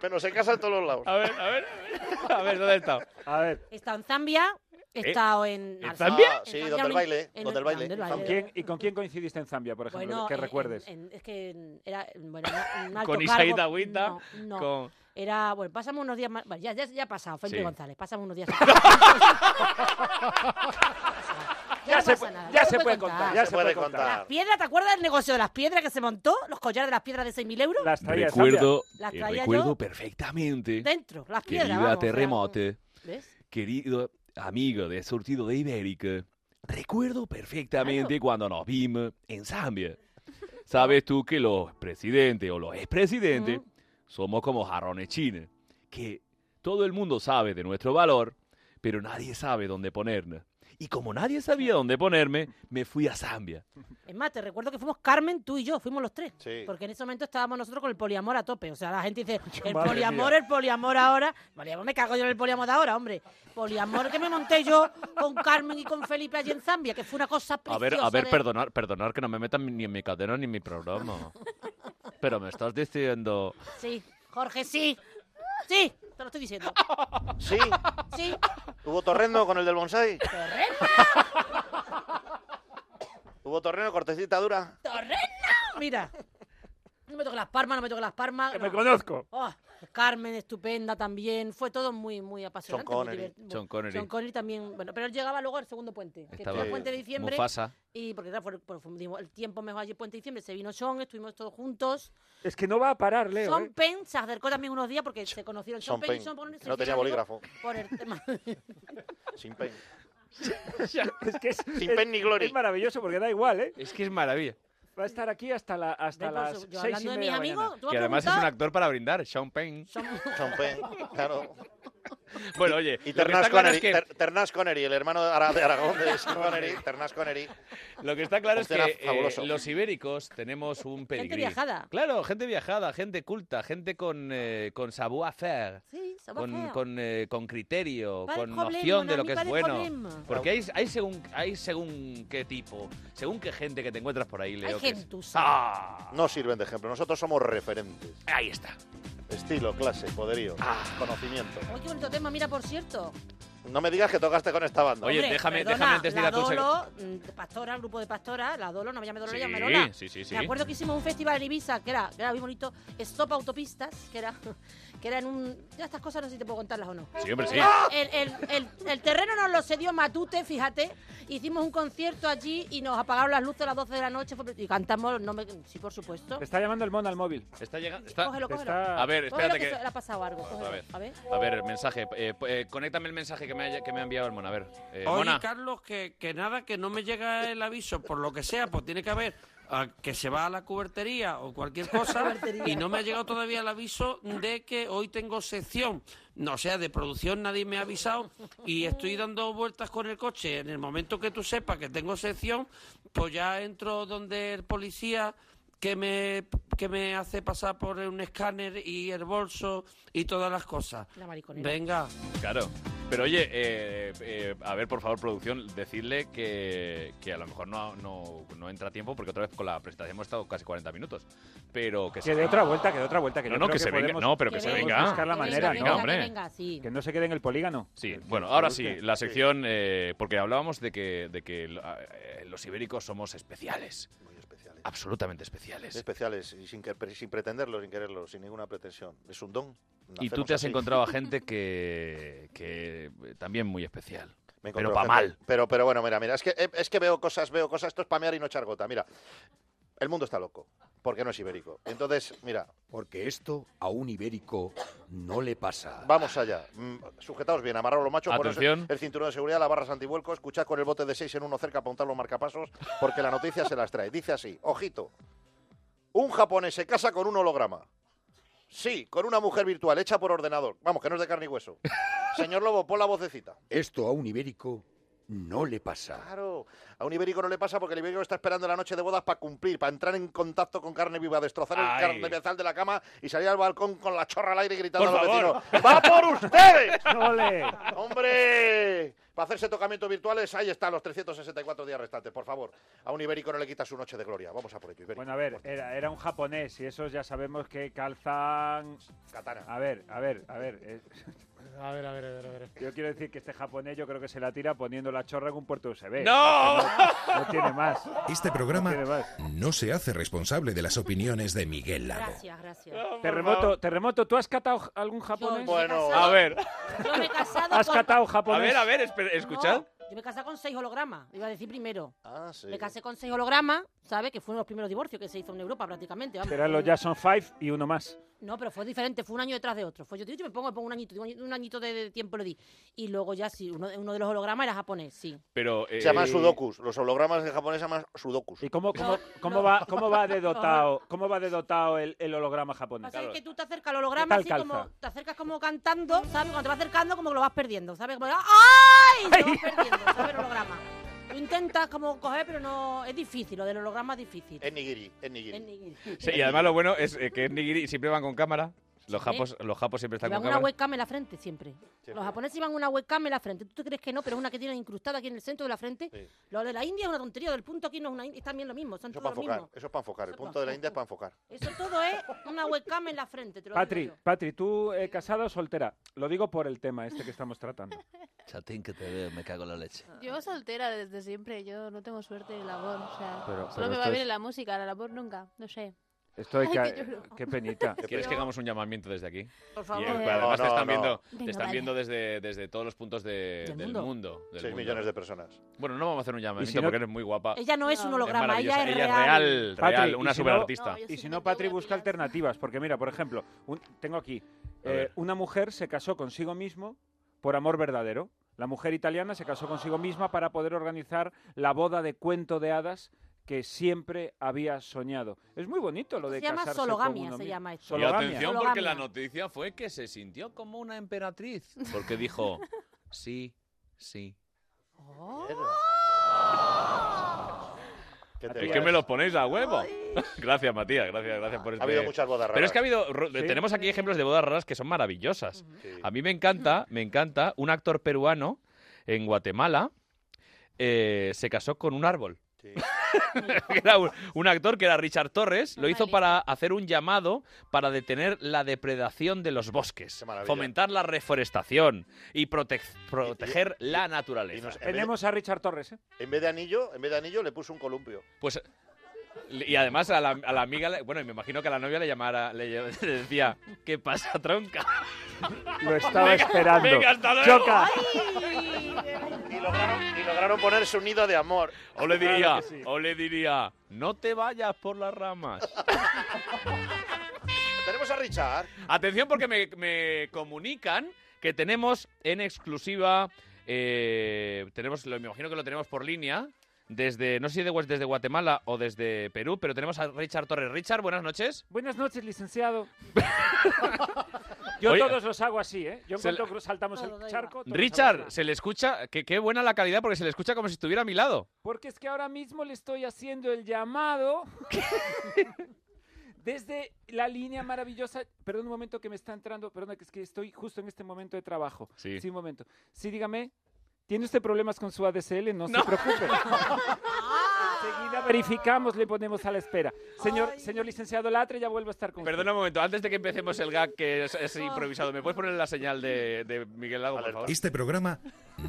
Speaker 3: Pero se casa en todos los lados.
Speaker 1: A ver, a ver, a ver, ¿dónde he estado?
Speaker 4: A ver.
Speaker 6: he estado en Zambia, he
Speaker 4: ¿Eh?
Speaker 6: estado en...
Speaker 4: ¿En
Speaker 6: Alza-
Speaker 4: Zambia?
Speaker 6: en Zambia, en- en- donde el baile.
Speaker 4: ¿Con quién- ¿Y con quién coincidiste en Zambia, por ejemplo?
Speaker 6: Bueno,
Speaker 4: que
Speaker 6: en-
Speaker 4: recuerdes.
Speaker 6: en- es que en- era bueno, era un alto
Speaker 4: Con
Speaker 6: cargo,
Speaker 4: Isaíta Huita,
Speaker 6: no, no.
Speaker 4: con-
Speaker 6: Era, bueno, pasamos unos días más. Bueno, ya, ya, ya ha pasado, Felipe
Speaker 1: Sí.
Speaker 6: González, pasamos unos días
Speaker 4: Ya se puede- ya se puede contar, ya se puede contar.
Speaker 6: Las piedras, ¿te acuerdas del negocio de las piedras que se montó? Los collares de las piedras de 6.000 euros. Las
Speaker 1: Recuerdo,
Speaker 6: Las
Speaker 1: eh,
Speaker 6: traía
Speaker 1: recuerdo
Speaker 6: yo
Speaker 1: perfectamente.
Speaker 6: dentro, las piedras.
Speaker 1: Querido
Speaker 6: vamos,
Speaker 1: terremote,
Speaker 6: ¿Ves?
Speaker 1: querido amigo de surtido de Ibérica, recuerdo perfectamente cuando nos vimos en Zambia. Sabes tú que los presidentes o los expresidentes somos como jarrones chinos, que todo el mundo sabe de nuestro valor, pero nadie sabe dónde ponernos. Y como nadie sabía dónde ponerme, me fui a Zambia.
Speaker 6: Es más, te recuerdo que fuimos Carmen, tú y yo, fuimos los tres.
Speaker 1: Sí.
Speaker 6: Porque en ese momento estábamos nosotros con el poliamor a tope. O sea, la gente dice, el
Speaker 1: madre
Speaker 6: poliamor,
Speaker 1: mía.
Speaker 6: el poliamor ahora. Poliamor, me cago yo en el poliamor de ahora, hombre. Poliamor que me monté yo con Carmen y con Felipe allí en Zambia, que fue una cosa
Speaker 1: A
Speaker 6: preciosa.
Speaker 1: ver, a ver,
Speaker 6: de-
Speaker 1: perdonar, perdonar que no me metan ni en mi cadena ni en mi programa. Pero me estás diciendo...
Speaker 6: Sí, Jorge, sí. Sí, te lo estoy diciendo.
Speaker 3: ¿Sí?
Speaker 6: Sí.
Speaker 3: ¿Tuvo torrendo con el del bonsai? ¿Tuvo torrendo, cortecita dura?
Speaker 6: ¡Torreno! Mira. No me toques las palmas, no me toques las palmas.
Speaker 3: Que
Speaker 6: no.
Speaker 3: me conozco.
Speaker 6: Oh, Carmen, estupenda también. Fue todo muy, muy apasionante. muy
Speaker 1: Connery.
Speaker 6: divertido.
Speaker 1: Sean Connery.
Speaker 6: Sean Connery también. Bueno, pero él llegaba luego al segundo puente. Que
Speaker 1: Estaba
Speaker 6: fue el puente de diciembre.
Speaker 1: Mufasa.
Speaker 6: Y porque claro, fue- fue- fuimos- el tiempo mejor allí, puente de diciembre. Se vino Sean, estuvimos todos juntos.
Speaker 4: Es que no va a parar, Leo.
Speaker 6: Sean
Speaker 4: ¿eh?
Speaker 6: Penn se acercó también unos días porque se conocieron Sean
Speaker 4: Sean
Speaker 6: Penn y
Speaker 4: Penn,
Speaker 6: Sean Connery.
Speaker 4: que
Speaker 6: se
Speaker 4: no tenía
Speaker 6: hicieron amigos
Speaker 4: bolígrafo.
Speaker 6: Por el tema.
Speaker 3: Sin pen.
Speaker 4: es que es,
Speaker 3: Sin pen ni gloria.
Speaker 4: Es maravilloso porque da igual, ¿eh?
Speaker 1: Es que es maravilla.
Speaker 4: Va a estar aquí hasta, la, hasta
Speaker 6: Ven, por
Speaker 4: las
Speaker 6: su- yo
Speaker 4: seis y
Speaker 6: hablando de
Speaker 4: media
Speaker 6: mis
Speaker 4: de la mañana.
Speaker 6: amigos, tú me
Speaker 1: Que
Speaker 6: has
Speaker 1: además es
Speaker 6: preguntado-
Speaker 1: un actor para brindar, Sean Penn.
Speaker 6: Sean-
Speaker 3: Sean Penn, claro.
Speaker 1: Bueno, oye,
Speaker 3: Y
Speaker 1: lo que está
Speaker 3: Ternás
Speaker 1: claro
Speaker 3: Connery,
Speaker 1: es que
Speaker 3: Ter- Ternás Connery, el hermano de Ara- de Aragón de Connery, Ternás Connery.
Speaker 1: Lo que está claro es
Speaker 3: Usted
Speaker 1: que
Speaker 3: era
Speaker 1: eh,
Speaker 3: fabuloso.
Speaker 1: los ibéricos tenemos un pedigrí.
Speaker 6: viajada.
Speaker 1: Claro, gente viajada, gente culta, gente con, eh, con savoir-faire.
Speaker 6: Sí, savoir
Speaker 1: Con,
Speaker 6: faire.
Speaker 1: con, eh, con criterio,
Speaker 6: Pas de
Speaker 1: con
Speaker 6: problème,
Speaker 1: noción
Speaker 6: mon
Speaker 1: de lo
Speaker 6: ami,
Speaker 1: que
Speaker 6: pas
Speaker 1: es
Speaker 6: de
Speaker 1: bueno.
Speaker 6: problème.
Speaker 1: Porque hay, hay, según, hay según qué tipo, según qué gente que te encuentras por ahí, Leo. que es-
Speaker 6: gentuza.
Speaker 1: ¡Ah!
Speaker 3: No sirven de ejemplo, nosotros somos referentes.
Speaker 1: Ahí está.
Speaker 3: Estilo, clase, poderío,
Speaker 1: Ah.
Speaker 3: conocimiento.
Speaker 6: Uy, qué bonito tema, mira, por cierto.
Speaker 3: No me digas que tocaste con esta banda.
Speaker 1: Oye,
Speaker 6: Hombre,
Speaker 1: déjame-
Speaker 6: perdona,
Speaker 1: déjame antes de ir
Speaker 6: la
Speaker 1: a tu sec-
Speaker 6: Dolo, mm, Pastora, grupo de Pastora, la Dolo, no me llame Dolo,
Speaker 1: Sí,
Speaker 6: llame Lola.
Speaker 1: sí, sí, sí.
Speaker 6: Me acuerdo que hicimos un festival en Ibiza, que era, que era muy bonito, Stop Autopistas, que era, que era en un... Ya estas cosas no sé si te puedo contarlas o no.
Speaker 1: Sí, hombre, sí.
Speaker 6: Era- El, el- el- el terreno nos lo cedió Matute, fíjate. Hicimos un concierto allí y nos apagaron las luces a las 12 de la noche fue- y cantamos, no me, sí, por supuesto.
Speaker 4: Te está llamando el mono al móvil.
Speaker 1: Está llegando. Está...
Speaker 6: Cógelo, cógelo.
Speaker 4: Está-
Speaker 1: A ver,
Speaker 6: Cógelo,
Speaker 1: espérate que.
Speaker 6: se- Le ha pasado algo.
Speaker 1: A
Speaker 6: cógelo.
Speaker 1: ver,
Speaker 6: A ver.
Speaker 1: a ver, el mensaje. Eh, eh, conéctame el mensaje que me, haya- que me ha enviado el Mona. A ver, eh,
Speaker 8: Oye,
Speaker 1: Mona.
Speaker 8: Carlos, que, que nada, que no me llega el aviso, por lo que sea, pues tiene que haber ah, que se va a la cubertería o cualquier cosa
Speaker 6: Cubertería.
Speaker 8: y no me ha llegado todavía el aviso de que hoy tengo sección. No, o sea, de producción nadie me ha avisado y estoy dando vueltas con el coche. En el momento que tú sepas que tengo sección, pues ya entro donde el policía que me, que me hace pasar por un escáner y el bolso y todas las cosas.
Speaker 6: La mariconera.
Speaker 8: Venga.
Speaker 1: Claro. Pero oye, eh, eh, a ver, por favor, producción, decirle que, que a lo mejor no, no, no entra tiempo porque otra vez con la presentación hemos estado casi 40 minutos. Pero que,
Speaker 4: Que de otra vuelta, que de otra vuelta. Que
Speaker 1: No,
Speaker 4: yo
Speaker 1: no,
Speaker 4: creo
Speaker 1: que se venga.
Speaker 4: podemos-
Speaker 1: No, pero que Que se
Speaker 4: podemos
Speaker 1: venga.
Speaker 4: buscar la
Speaker 1: Que se
Speaker 4: manera,
Speaker 1: venga,
Speaker 4: ¿no?
Speaker 1: que Hombre.
Speaker 6: venga, sí.
Speaker 4: Que no se quede en el polígono.
Speaker 1: Sí, bueno, ahora sí, la sección, eh, porque hablábamos de que, de que lo- eh, los ibéricos somos especiales. Muy especiales. Absolutamente especiales.
Speaker 3: Especiales, y sin, que- sin pretenderlo, sin quererlo, sin ninguna pretensión. Es un don.
Speaker 1: Y tú
Speaker 3: Nacemos
Speaker 1: te has
Speaker 3: así.
Speaker 1: encontrado a gente que, que eh, también muy especial.
Speaker 3: Me
Speaker 1: pero
Speaker 3: encontré
Speaker 1: para
Speaker 3: gente-
Speaker 1: mal.
Speaker 3: Pero, pero bueno, mira, mira, es que, eh, es que veo cosas, veo cosas, esto es pamear y no echar gota. Mira, el mundo está loco, porque no es ibérico. Entonces, mira,
Speaker 7: Porque esto a un ibérico no le pasa.
Speaker 3: Vamos allá. Mm, Sujetaos bien, amarraos los machos, poneros
Speaker 7: Atención.
Speaker 3: el cinturón de seguridad, la barra antivuelco, escuchad con el bote de 6 en uno cerca, apuntar los marcapasos, porque la noticia se las trae. Dice así, ojito, un japonés se casa con un holograma. Sí, con una mujer virtual hecha por ordenador. Vamos, que no es de carne y hueso. Señor Lobo, pon la vocecita.
Speaker 7: Esto a un ibérico no le pasa.
Speaker 3: Claro, a un ibérico no le pasa porque el ibérico está esperando la noche de bodas para cumplir, para entrar en contacto con carne viva, destrozar
Speaker 7: Ay.
Speaker 3: el carne de la cama y salir al balcón con la chorra al aire y gritando
Speaker 7: Por
Speaker 3: a los
Speaker 7: favor.
Speaker 3: vecinos, ¡Va por ustedes!
Speaker 4: ¡Ole!
Speaker 3: ¡Hombre! Para hacerse tocamientos virtuales, ahí están los 364 días restantes, por favor. A un ibérico no le quita su noche de gloria. Vamos a por ello, ibérico.
Speaker 4: Bueno, a ver, era, era un japonés y esos ya sabemos que calzan...
Speaker 3: Katana.
Speaker 4: A ver, a ver, a ver. eh,
Speaker 10: A ver, a ver, a ver, a ver.
Speaker 4: Yo quiero decir que este japonés yo creo que se la tira poniendo la chorra en un puerto USB.
Speaker 1: ¡No!
Speaker 4: No, no tiene más.
Speaker 9: Este programa no se hace responsable de las opiniones de Miguel Lago.
Speaker 6: Gracias, gracias.
Speaker 4: Terremoto, terremoto, ¿tú has catado j- algún japonés?
Speaker 1: Bueno, a ver.
Speaker 6: Yo me he casado
Speaker 4: ¿Has
Speaker 6: con-
Speaker 4: catado japonés?
Speaker 1: A ver, a ver, espe- escuchad.
Speaker 6: No, yo me casé con seis hologramas, iba a decir primero.
Speaker 3: Ah, sí.
Speaker 6: Me casé con seis hologramas, ¿sabes? Que fueron los primeros divorcios que se hizo en Europa prácticamente. Vamos.
Speaker 4: Serán los Jackson 5 y uno más.
Speaker 6: No, pero fue diferente, fue un año detrás de otro. Fue yo, tío, yo me pongo, me pongo un añito, un añito- un añito de, de tiempo le di. Y luego ya sí, uno, uno de los hologramas era japonés, sí.
Speaker 1: Pero, eh,
Speaker 3: Se llaman sudokus. Los hologramas en japonés se llaman sudokus.
Speaker 4: ¿Y cómo, cómo, cómo va, cómo va de dotado, cómo va de dotado el, el holograma japonés?
Speaker 6: Pasa es que tú te acercas al holograma
Speaker 4: ¿Qué
Speaker 6: así
Speaker 4: tal
Speaker 6: como
Speaker 4: calza?
Speaker 6: te acercas como cantando, ¿sabes? Cuando te vas acercando como que lo vas perdiendo, ¿sabes? Como, ¡ay! Lo vas perdiendo, ¿sabes? El holograma. Tú intentas como coger, pero no es difícil, lo del holograma es difícil.
Speaker 3: Es nigiri, es nigiri.
Speaker 6: Es nigiri.
Speaker 1: Sí, y además lo bueno es eh, que es nigiri, siempre van con cámara. Los
Speaker 6: Sí.
Speaker 1: japos, los japos siempre están
Speaker 6: Llevan
Speaker 1: con
Speaker 6: una
Speaker 1: cámara.
Speaker 6: webcam en la frente siempre. Los japoneses llevan una webcam en la frente. ¿Tú te crees que no? Pero es una que tienen incrustada aquí en el centro de la frente. Lo de la India es una tontería. Del punto aquí no es una India. Es también lo mismo. Son
Speaker 3: Eso es para
Speaker 6: todos lo
Speaker 3: enfocar.
Speaker 6: mismo.
Speaker 3: Eso es para enfocar. El punto de la India es para enfocar.
Speaker 6: Eso todo es una webcam en la frente. Te lo digo
Speaker 4: Patri,
Speaker 6: yo.
Speaker 4: Patri, ¿tú eh, casada o soltera? Lo digo por el tema este que estamos tratando.
Speaker 11: Chatín, que te veo, me cago en la leche.
Speaker 12: Yo soltera desde siempre, yo no tengo suerte en el amor, o sea,
Speaker 4: Pero-
Speaker 12: solo
Speaker 4: pero
Speaker 12: me va
Speaker 4: esto
Speaker 12: bien
Speaker 4: es-
Speaker 12: la música, el amor nunca, no sé.
Speaker 4: Esto hay
Speaker 12: Ay,
Speaker 4: que...
Speaker 12: que lloro.
Speaker 4: qué penita.
Speaker 1: ¿Quieres que hagamos un llamamiento desde aquí?
Speaker 12: Por favor.
Speaker 1: Y, eh,
Speaker 12: No,
Speaker 1: además te
Speaker 3: no,
Speaker 1: están
Speaker 3: no.
Speaker 1: viendo, te
Speaker 3: Venga,
Speaker 1: están
Speaker 3: vale.
Speaker 1: viendo desde, desde todos los puntos de-
Speaker 3: ¿Del
Speaker 1: Eh, del mundo.
Speaker 3: mundo?
Speaker 1: del
Speaker 3: Seis
Speaker 1: mundo.
Speaker 3: millones de personas.
Speaker 1: Bueno, no vamos a hacer un
Speaker 4: ¿Y
Speaker 1: llamamiento
Speaker 4: si no-
Speaker 1: porque eres muy guapa.
Speaker 6: Ella no es un holograma,
Speaker 1: maravillosa.
Speaker 6: ella es
Speaker 1: real,
Speaker 4: Patri,
Speaker 1: real,
Speaker 4: y
Speaker 1: una
Speaker 4: si no-
Speaker 1: superartista.
Speaker 4: y si no, Patri busca alternativas, porque mira, por ejemplo, un- tengo aquí,
Speaker 1: A
Speaker 4: eh,
Speaker 1: ver.
Speaker 4: una mujer se casó consigo mismo por amor verdadero. La mujer italiana se casó consigo misma para poder organizar la boda de cuento de hadas que siempre había soñado. Es muy bonito lo de
Speaker 6: Se llama
Speaker 4: casarse con
Speaker 6: sologamia,
Speaker 4: uno
Speaker 6: se
Speaker 4: mismo.
Speaker 6: llama esto.
Speaker 1: Y
Speaker 4: Sologamia.
Speaker 1: atención porque la noticia fue que se sintió como una emperatriz. Porque dijo, sí, sí.
Speaker 3: ¿Qué
Speaker 1: Es que me los ponéis a huevo. Gracias, Matías. Gracias, gracias por este-
Speaker 3: habido muchas bodas
Speaker 1: Pero
Speaker 3: raras.
Speaker 1: es que ha habido. ro-
Speaker 3: Sí.
Speaker 1: Tenemos aquí ejemplos de bodas raras que son maravillosas. A mí me encanta, me encanta. Un actor peruano en Guatemala eh, se casó con un árbol. Era un, un actor que era Richard Torres, lo hizo para hacer un llamado para detener la depredación de los bosques, fomentar la reforestación y protec- proteger la naturaleza.
Speaker 4: Tenemos a Richard Torres. ¿eh?
Speaker 3: En vez de anillo, en vez de anillo le puso un columpio.
Speaker 1: Pues y además a la, a la amiga, le- bueno, y me imagino que a la novia le llamara, le, lle- le decía, ¿qué pasa, tronca?
Speaker 4: Lo estaba
Speaker 1: Venga,
Speaker 4: esperando.
Speaker 1: venga, hasta luego.
Speaker 4: Choca.
Speaker 3: Y lograron, y lograron ponerse un nido de amor.
Speaker 1: O le diría, o le diría, no te vayas por las ramas.
Speaker 3: Tenemos a Richard.
Speaker 1: Atención porque me, me comunican que tenemos en exclusiva, eh, tenemos, lo me imagino que lo tenemos por línea, desde, no sé si de, Gua- desde Guatemala o desde Perú, pero tenemos a Richard Torres. Richard, buenas noches.
Speaker 4: Buenas noches, licenciado. Yo
Speaker 1: Oye.
Speaker 4: todos los hago así, ¿eh? Yo en
Speaker 1: Se le-
Speaker 4: cuanto cru- saltamos el charco. todos
Speaker 1: Richard, se le escucha, que qué buena la calidad porque se le escucha como si estuviera a mi lado.
Speaker 4: Porque es que ahora mismo le estoy haciendo el llamado desde la línea maravillosa. Perdón un momento que me está entrando. Perdona, que es que estoy justo en este momento de trabajo.
Speaker 1: Sí.
Speaker 4: un momento. Sí, dígame. ¿Tiene usted problemas con su ADSL? No,
Speaker 1: No.
Speaker 4: se preocupe. Enseguida verificamos, le ponemos a la espera. Señor, señor licenciado Latre, ya vuelvo a estar con
Speaker 1: Perdona un momento, antes de que empecemos el gag que es, es improvisado, ¿me puedes poner la señal de, de Miguel Lago, por favor?
Speaker 9: Este programa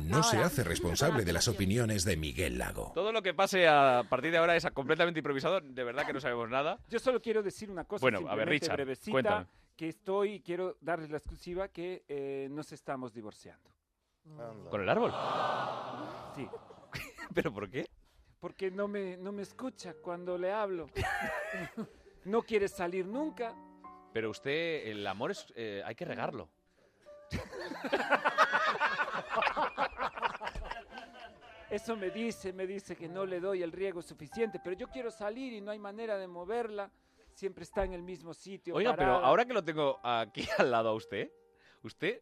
Speaker 9: no se hace responsable de las opiniones de Miguel Lago.
Speaker 1: Todo lo que pase a partir de ahora es completamente improvisado, de verdad que no sabemos nada.
Speaker 4: Yo solo quiero decir una cosa.
Speaker 1: Bueno, a ver,
Speaker 4: simplemente
Speaker 1: Richard,
Speaker 4: brevecita,
Speaker 1: cuéntame.
Speaker 4: Que estoy, quiero darles la exclusiva que eh, nos estamos divorciando.
Speaker 1: ¿Con el árbol?
Speaker 4: Sí.
Speaker 1: ¿Pero por qué?
Speaker 4: Porque no me, no me escucha cuando le hablo. No quiere salir nunca.
Speaker 1: Pero usted, el amor es, eh, hay que regarlo.
Speaker 4: Eso me dice, me dice que no le doy el riego suficiente, pero yo quiero salir y no hay manera de moverla. Siempre está en el mismo sitio.
Speaker 1: Oiga, pero
Speaker 4: parada.
Speaker 1: ahora que lo tengo aquí al lado a usted, usted,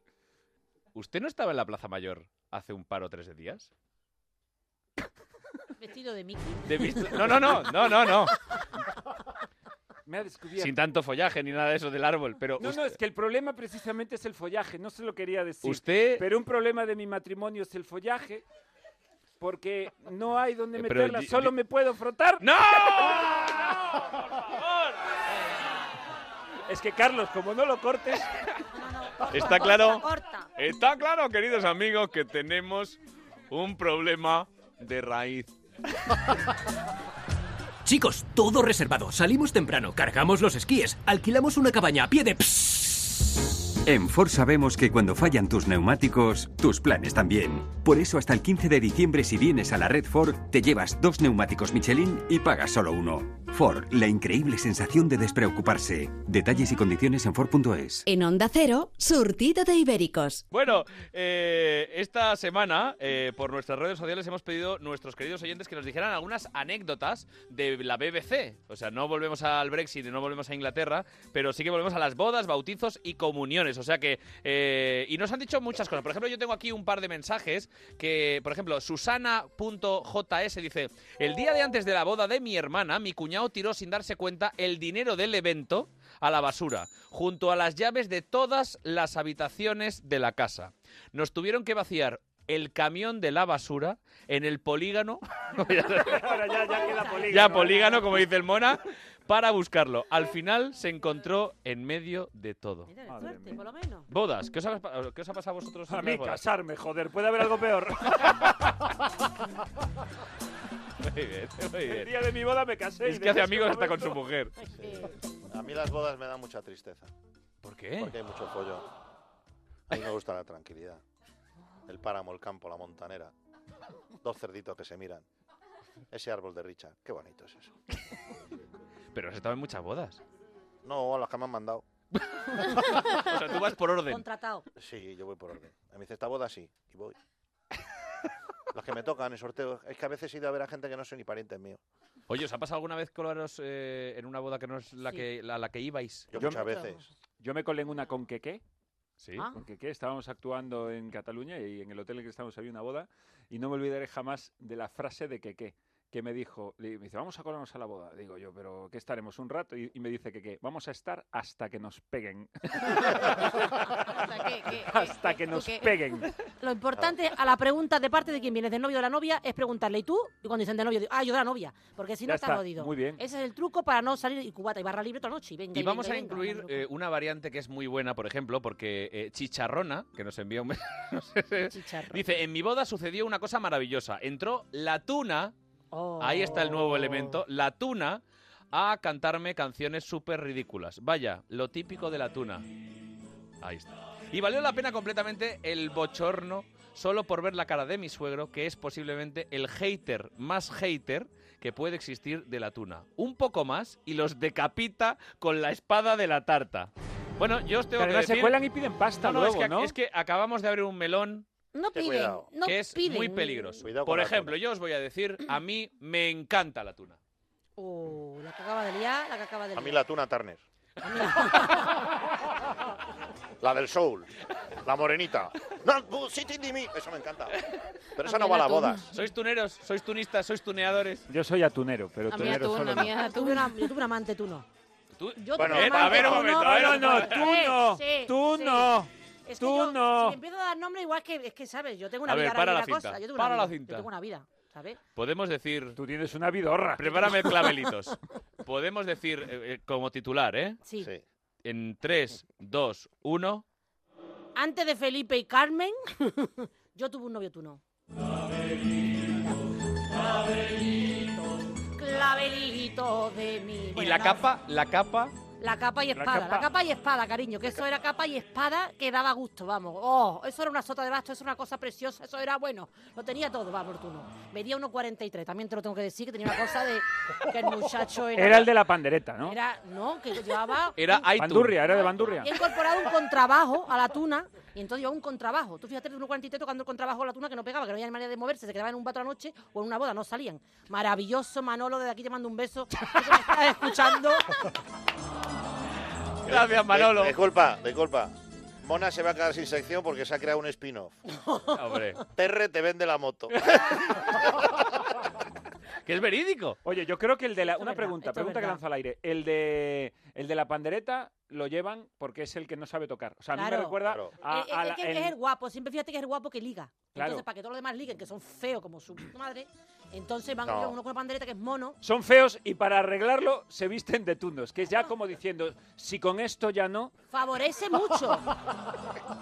Speaker 1: usted no estaba en la Plaza Mayor hace un par o tres de días.
Speaker 6: Vestido de Mickey.
Speaker 1: De vist- No, no, no, no, no, no.
Speaker 4: Me ha descubierto.
Speaker 1: Sin tanto follaje ni nada de eso del árbol, pero
Speaker 4: No,
Speaker 1: us-
Speaker 4: no, es que el problema precisamente es el follaje, no se lo quería decir.
Speaker 1: Usted-
Speaker 4: Pero un problema de mi matrimonio es el follaje, porque no hay donde
Speaker 1: Eh, pero
Speaker 4: meterla,
Speaker 1: di-
Speaker 4: solo
Speaker 1: di-
Speaker 4: me puedo frotar.
Speaker 1: ¡No!
Speaker 4: Es que, Carlos, como no lo cortes...
Speaker 1: Está claro, está claro, queridos amigos, que tenemos un problema de raíz.
Speaker 23: Chicos, todo reservado. Salimos temprano, cargamos los esquíes, alquilamos una cabaña a pie de...
Speaker 24: En Ford sabemos que cuando fallan tus neumáticos, tus planes también. Por eso hasta el 15 de diciembre si vienes a la red Ford, te llevas dos neumáticos Michelin y pagas solo uno. Ford, la increíble sensación de despreocuparse. Detalles y condiciones en Ford.es.
Speaker 2: En Onda Cero, surtido de ibéricos.
Speaker 1: Bueno, eh, esta semana eh, por nuestras redes sociales hemos pedido a nuestros queridos oyentes que nos dijeran algunas anécdotas de la BBC. O sea, no volvemos al Brexit y no volvemos a Inglaterra, pero sí que volvemos a las bodas, bautizos y comuniones. O sea que... eh, y nos han dicho muchas cosas. Por ejemplo, yo tengo aquí un par de mensajes que, por ejemplo, Susana.js dice, el día de antes de la boda de mi hermana, mi cuñado tiró sin darse cuenta el dinero del evento a la basura, junto a las llaves de todas las habitaciones de la casa. Nos tuvieron que vaciar el camión de la basura en el polígano.
Speaker 4: Ahora ya, ya queda polígono.
Speaker 1: ya polígono, como dice el Mona, para buscarlo. Al final se encontró en medio de todo.
Speaker 6: Suerte, por lo menos.
Speaker 1: Bodas, ¿qué os ha, pa- qué os ha pasado a vosotros? en
Speaker 4: A
Speaker 1: las
Speaker 4: mí
Speaker 1: bodas?
Speaker 4: casarme, joder, puede haber algo peor.
Speaker 1: Muy bien, muy
Speaker 4: El
Speaker 1: bien.
Speaker 4: día de mi boda me casé.
Speaker 1: Es que hace amigos hasta con su mujer.
Speaker 3: A mí las bodas me dan mucha tristeza.
Speaker 1: ¿Por qué?
Speaker 3: Porque hay mucho pollo. A mí me gusta la tranquilidad. El páramo, el campo, la montanera. Dos cerditos que se miran. Ese árbol de Richard. Qué bonito es eso.
Speaker 1: Pero has estado en muchas bodas.
Speaker 3: No, las que me han mandado.
Speaker 1: O sea, tú vas por orden.
Speaker 6: Contratado.
Speaker 3: Sí, yo voy por orden. A mí dice, esta boda sí. Y voy. Los que me tocan en sorteos. Es que a veces he ido a ver a gente que no son ni parientes míos.
Speaker 1: Oye, ¿os ha pasado alguna vez colaros eh, en una boda que no es la,
Speaker 3: Sí.
Speaker 1: que, la, la que ibais?
Speaker 3: Yo Yo muchas me- veces.
Speaker 4: Yo me colé en una con Quequé.
Speaker 1: Sí.
Speaker 4: Ah. Con Quequé estábamos actuando en Cataluña y en el hotel en el que estábamos había una boda. Y no me olvidaré jamás de la frase de Quequé que me dijo, le- me dice, vamos a colarnos a la boda. Digo yo, pero ¿qué estaremos un rato? Y, y me dice Quequé, vamos a estar hasta que nos peguen.
Speaker 6: sea, que- que-
Speaker 4: hasta que
Speaker 6: tú
Speaker 4: nos
Speaker 6: que-
Speaker 4: peguen.
Speaker 6: Lo importante a la pregunta de parte de quien vienes del novio o de la novia es preguntarle, ¿y tú? Y cuando dicen de novio, digo, ah, yo de la novia, porque si no
Speaker 1: Ya
Speaker 6: está,
Speaker 1: está,
Speaker 6: jodido.
Speaker 1: muy bien.
Speaker 6: Ese es el truco para no salir y cubata y barra libre toda la noche. Y, venga,
Speaker 1: Y vamos
Speaker 6: venga,
Speaker 1: a
Speaker 6: venga.
Speaker 1: incluir eh, una variante que es muy buena, por ejemplo, porque eh, Chicharrona, que nos envía un mes- no sé, dice, en mi boda sucedió una cosa maravillosa. Entró la tuna, ahí está el nuevo elemento, la tuna, a cantarme canciones súper ridículas. Vaya, lo típico de la tuna. Ahí está. Y valió la pena completamente el bochorno solo por ver la cara de mi suegro, que es posiblemente el hater más hater que puede existir de la tuna. Un poco más y los decapita con la espada de la tarta. Bueno, yo os tengo
Speaker 4: Pero
Speaker 1: que
Speaker 4: además se
Speaker 1: decir...
Speaker 4: cuelan y piden pasta
Speaker 1: no, no,
Speaker 4: luego,
Speaker 1: es que,
Speaker 4: ¿no?
Speaker 1: es que acabamos de abrir un melón
Speaker 6: No
Speaker 4: Ten piden, cuidado. no
Speaker 1: que es
Speaker 4: piden.
Speaker 1: muy peligroso.
Speaker 4: Cuidado con
Speaker 1: Por
Speaker 4: la
Speaker 1: ejemplo, yo os voy a decir, a mí me encanta la tuna.
Speaker 6: Oh, la que acaba de liar, la que acaba de
Speaker 3: A
Speaker 6: liar.
Speaker 3: mí la tuna Turner. La del soul. La morenita. Not bullshitting de me. Eso me encanta. Pero esa no va a las bodas.
Speaker 1: Sois tuneros, sois tunistas, sois tuneadores.
Speaker 4: Yo soy atunero, pero
Speaker 1: A mí
Speaker 4: tunero
Speaker 1: atún,
Speaker 4: solo
Speaker 1: a
Speaker 4: no.
Speaker 1: mí atún.
Speaker 6: Yo tuve una- Ah, yo tuve un amante, tú no. Yo
Speaker 4: Bueno,
Speaker 6: tuve un
Speaker 4: a ver, un
Speaker 6: amante, tú
Speaker 4: momento, a ver, no,
Speaker 6: Sí,
Speaker 4: tú no,
Speaker 6: sí,
Speaker 4: tú
Speaker 6: sí.
Speaker 4: no,
Speaker 6: Es que
Speaker 4: tú
Speaker 6: yo,
Speaker 4: no.
Speaker 6: Si le empiezo a dar nombre, igual que, es que, ¿sabes? Yo tengo una
Speaker 1: A ver,
Speaker 6: vida,
Speaker 1: para
Speaker 6: ahora
Speaker 1: la
Speaker 6: vi una
Speaker 1: cinta,
Speaker 6: cosa, yo tengo
Speaker 1: para
Speaker 6: una
Speaker 1: la
Speaker 6: vida,
Speaker 1: cinta.
Speaker 6: Yo tengo una vida, ¿sabes?
Speaker 1: Podemos decir...
Speaker 4: Tú tienes una vidorra.
Speaker 1: Prepárame el clavelito. Podemos decir eh, eh, como titular, ¿eh?
Speaker 6: Sí. Sí.
Speaker 1: En 3, 2, 1.
Speaker 6: Antes de Felipe y Carmen, yo tuve un novio, tú no. Clavelito de mi...
Speaker 1: Y
Speaker 6: Bueno,
Speaker 1: la capa, la capa.
Speaker 6: La capa y
Speaker 1: La
Speaker 6: espada,
Speaker 1: capa.
Speaker 6: la capa y espada, cariño, que eso era capa y espada que daba gusto, vamos. Oh, eso era una sota de basto, eso era una cosa preciosa, eso era bueno. Lo tenía todo, vamos, tú no. Medía 1,43, también te lo tengo que decir, que tenía una cosa de que el muchacho era...
Speaker 4: Era el de la pandereta, ¿no?
Speaker 6: Era, no, que llevaba...
Speaker 1: Era iTunes.
Speaker 4: Bandurria, era de Bandurria.
Speaker 6: He incorporado un contrabajo a la tuna y entonces llevaba un contrabajo. Tú fíjate, de 1,43 tocando el contrabajo a la tuna que no pegaba, que no había manera de moverse, se quedaba en un vato a la noche o en una boda, no salían. Maravilloso Manolo, desde aquí te mando un beso. que me estás escuchando.
Speaker 1: Gracias, Manolo.
Speaker 3: Disculpa, disculpa. Mona se va a quedar sin sección porque se ha creado un spin-off.
Speaker 1: Hombre.
Speaker 3: Terre te vende la moto.
Speaker 1: Que es verídico.
Speaker 4: Oye, yo creo que el de la.
Speaker 6: Esto es
Speaker 4: Una
Speaker 6: verdad,
Speaker 4: pregunta,
Speaker 6: esto es
Speaker 4: pregunta que
Speaker 6: verdad.
Speaker 4: lanzo al aire. El de, el de la pandereta lo llevan porque es el que no sabe tocar. O sea, a mí me
Speaker 6: Claro.
Speaker 4: recuerda a.
Speaker 6: Eh, eh,
Speaker 4: Ah, a
Speaker 6: es
Speaker 4: la-
Speaker 6: que
Speaker 4: el-
Speaker 6: es el guapo, siempre fíjate que es el guapo que liga.
Speaker 4: Claro.
Speaker 6: Entonces, para que todos los demás liguen, que son feos como su puta madre, entonces van
Speaker 4: No.
Speaker 6: con uno con una pandereta que es mono.
Speaker 4: Son feos y para arreglarlo se visten de tundos, que es ya
Speaker 6: Ah.
Speaker 4: como diciendo, si con esto ya no.
Speaker 6: Favorece mucho,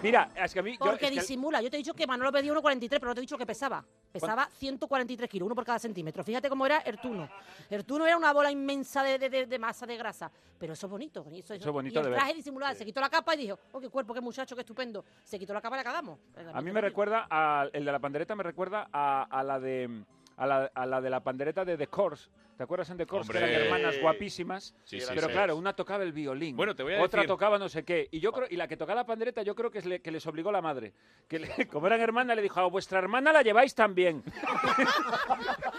Speaker 4: Mira, es que a mí. yo-
Speaker 6: porque
Speaker 4: es que-
Speaker 6: disimula. Yo te he dicho que Manolo pedía 1,43, pero no te he dicho que pesaba. Pesaba 143 kilos, uno por cada centímetro. Fíjate cómo era Ertuno. Ertuno era una bola inmensa de, de- de- de masa, de grasa. Pero eso es bonito.
Speaker 4: Eso
Speaker 6: Eso,
Speaker 4: es bonito
Speaker 6: y el
Speaker 4: de ver.
Speaker 6: traje disimulado. Se quitó la capa y dijo, oh, qué cuerpo, qué muchacho, qué estupendo. Se quitó la capa y la cagamos.
Speaker 4: A mí me recuerda, a- el de la pandereta me recuerda a, a la de a la, a la de la pandereta de The Course. ¿Te acuerdas en The Course que eran
Speaker 1: Hombre.
Speaker 4: hermanas
Speaker 1: Sí.
Speaker 4: guapísimas?
Speaker 1: Sí, sí,
Speaker 4: pero
Speaker 1: sí.
Speaker 4: claro, una tocaba el violín,
Speaker 1: Bueno, te voy a
Speaker 4: otra
Speaker 1: decir-
Speaker 4: tocaba no sé qué. Y yo creo, y la que tocaba la pandereta, yo creo que, es le- que les obligó la madre. Que le- como eran hermanas, le dijo, a vuestra hermana la lleváis también.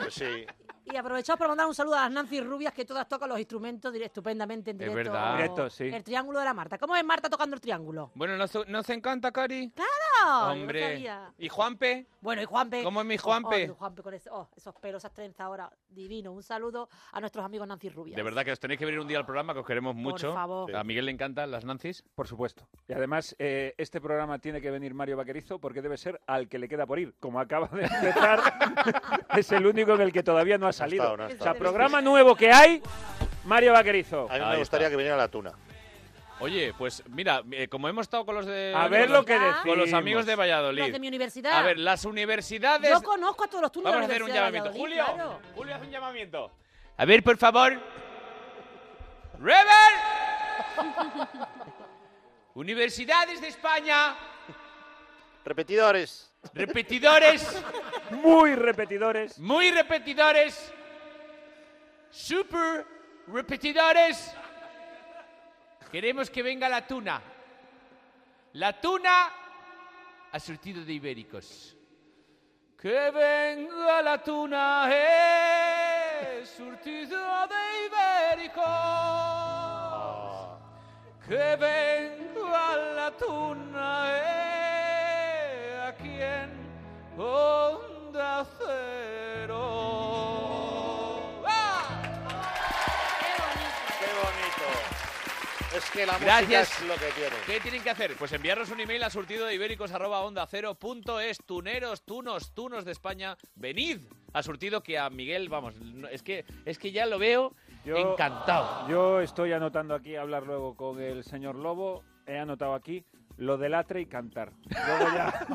Speaker 3: sí.
Speaker 6: Y aprovechamos para mandar un saludo a las Nancy Rubias, que todas tocan los instrumentos dire- estupendamente en
Speaker 1: Es
Speaker 6: directo.
Speaker 1: verdad. Directo, sí.
Speaker 6: El triángulo de la Marta. ¿Cómo es Marta tocando el triángulo?
Speaker 1: Bueno, nos, nos encanta, Cari.
Speaker 6: ¡Claro! Yo
Speaker 1: Hombre.
Speaker 6: sabía.
Speaker 1: ¿Y Juanpe?
Speaker 6: Bueno, y Juanpe.
Speaker 1: ¿Cómo es mi
Speaker 6: Oh,
Speaker 1: Juanpe?
Speaker 6: oh, Juanpe con ese- oh, esos pelos, esas trenzas ahora. Divino. Un saludo a nuestros amigos Nancy Rubias.
Speaker 1: De verdad que os tenéis que venir un día al programa, que os queremos mucho.
Speaker 6: favor.
Speaker 1: A Miguel le encantan las Nancis.
Speaker 4: Por supuesto. Y además, eh, este programa tiene que venir Mario Vaquerizo porque debe ser al que le queda por ir. Como acaba de empezar, es el único en el que todavía no ha salido.
Speaker 3: estado, no ha
Speaker 4: o sea,
Speaker 3: estado.
Speaker 4: programa nuevo que hay, Mario Vaquerizo.
Speaker 3: A mí me gustaría que viniera la tuna.
Speaker 1: Oye, pues mira, eh, como hemos estado con los de.
Speaker 4: A ver lo que
Speaker 1: Con los
Speaker 4: decimos.
Speaker 1: amigos de Valladolid.
Speaker 6: Los de mi universidad.
Speaker 1: A ver, las universidades.
Speaker 6: Yo conozco a todos los turnos
Speaker 1: Vamos a
Speaker 6: de
Speaker 1: hacer
Speaker 6: la
Speaker 1: un
Speaker 6: Universidad de
Speaker 1: llamamiento. Julio,
Speaker 6: Valladolid, claro.
Speaker 1: Julio, haz un llamamiento. A ver, por favor. ¡Rebel! Universidades de España.
Speaker 3: Repetidores.
Speaker 1: Repetidores.
Speaker 4: Muy repetidores.
Speaker 1: Muy repetidores. Super repetidores. Queremos que venga la tuna. La tuna ha surtido de ibéricos. Que venga la tuna, eh, surtido de ibéricos. Que venga la tuna, eh, aquí en Onda Cero.
Speaker 3: ¡Qué bonito! Es que la
Speaker 1: Gracias.
Speaker 3: música es lo que tiene.
Speaker 1: ¿Qué tienen que hacer? Pues enviarnos un email a surtido de ibéricos arroba onda cero punto es. Tuneros, tunos, tunos de España, venid a surtido que a Miguel, vamos, no- es que es que ya lo veo encantado.
Speaker 4: Yo estoy anotando aquí, hablar luego con el señor Lobo. He anotado aquí lo del atre y cantar. Luego ya.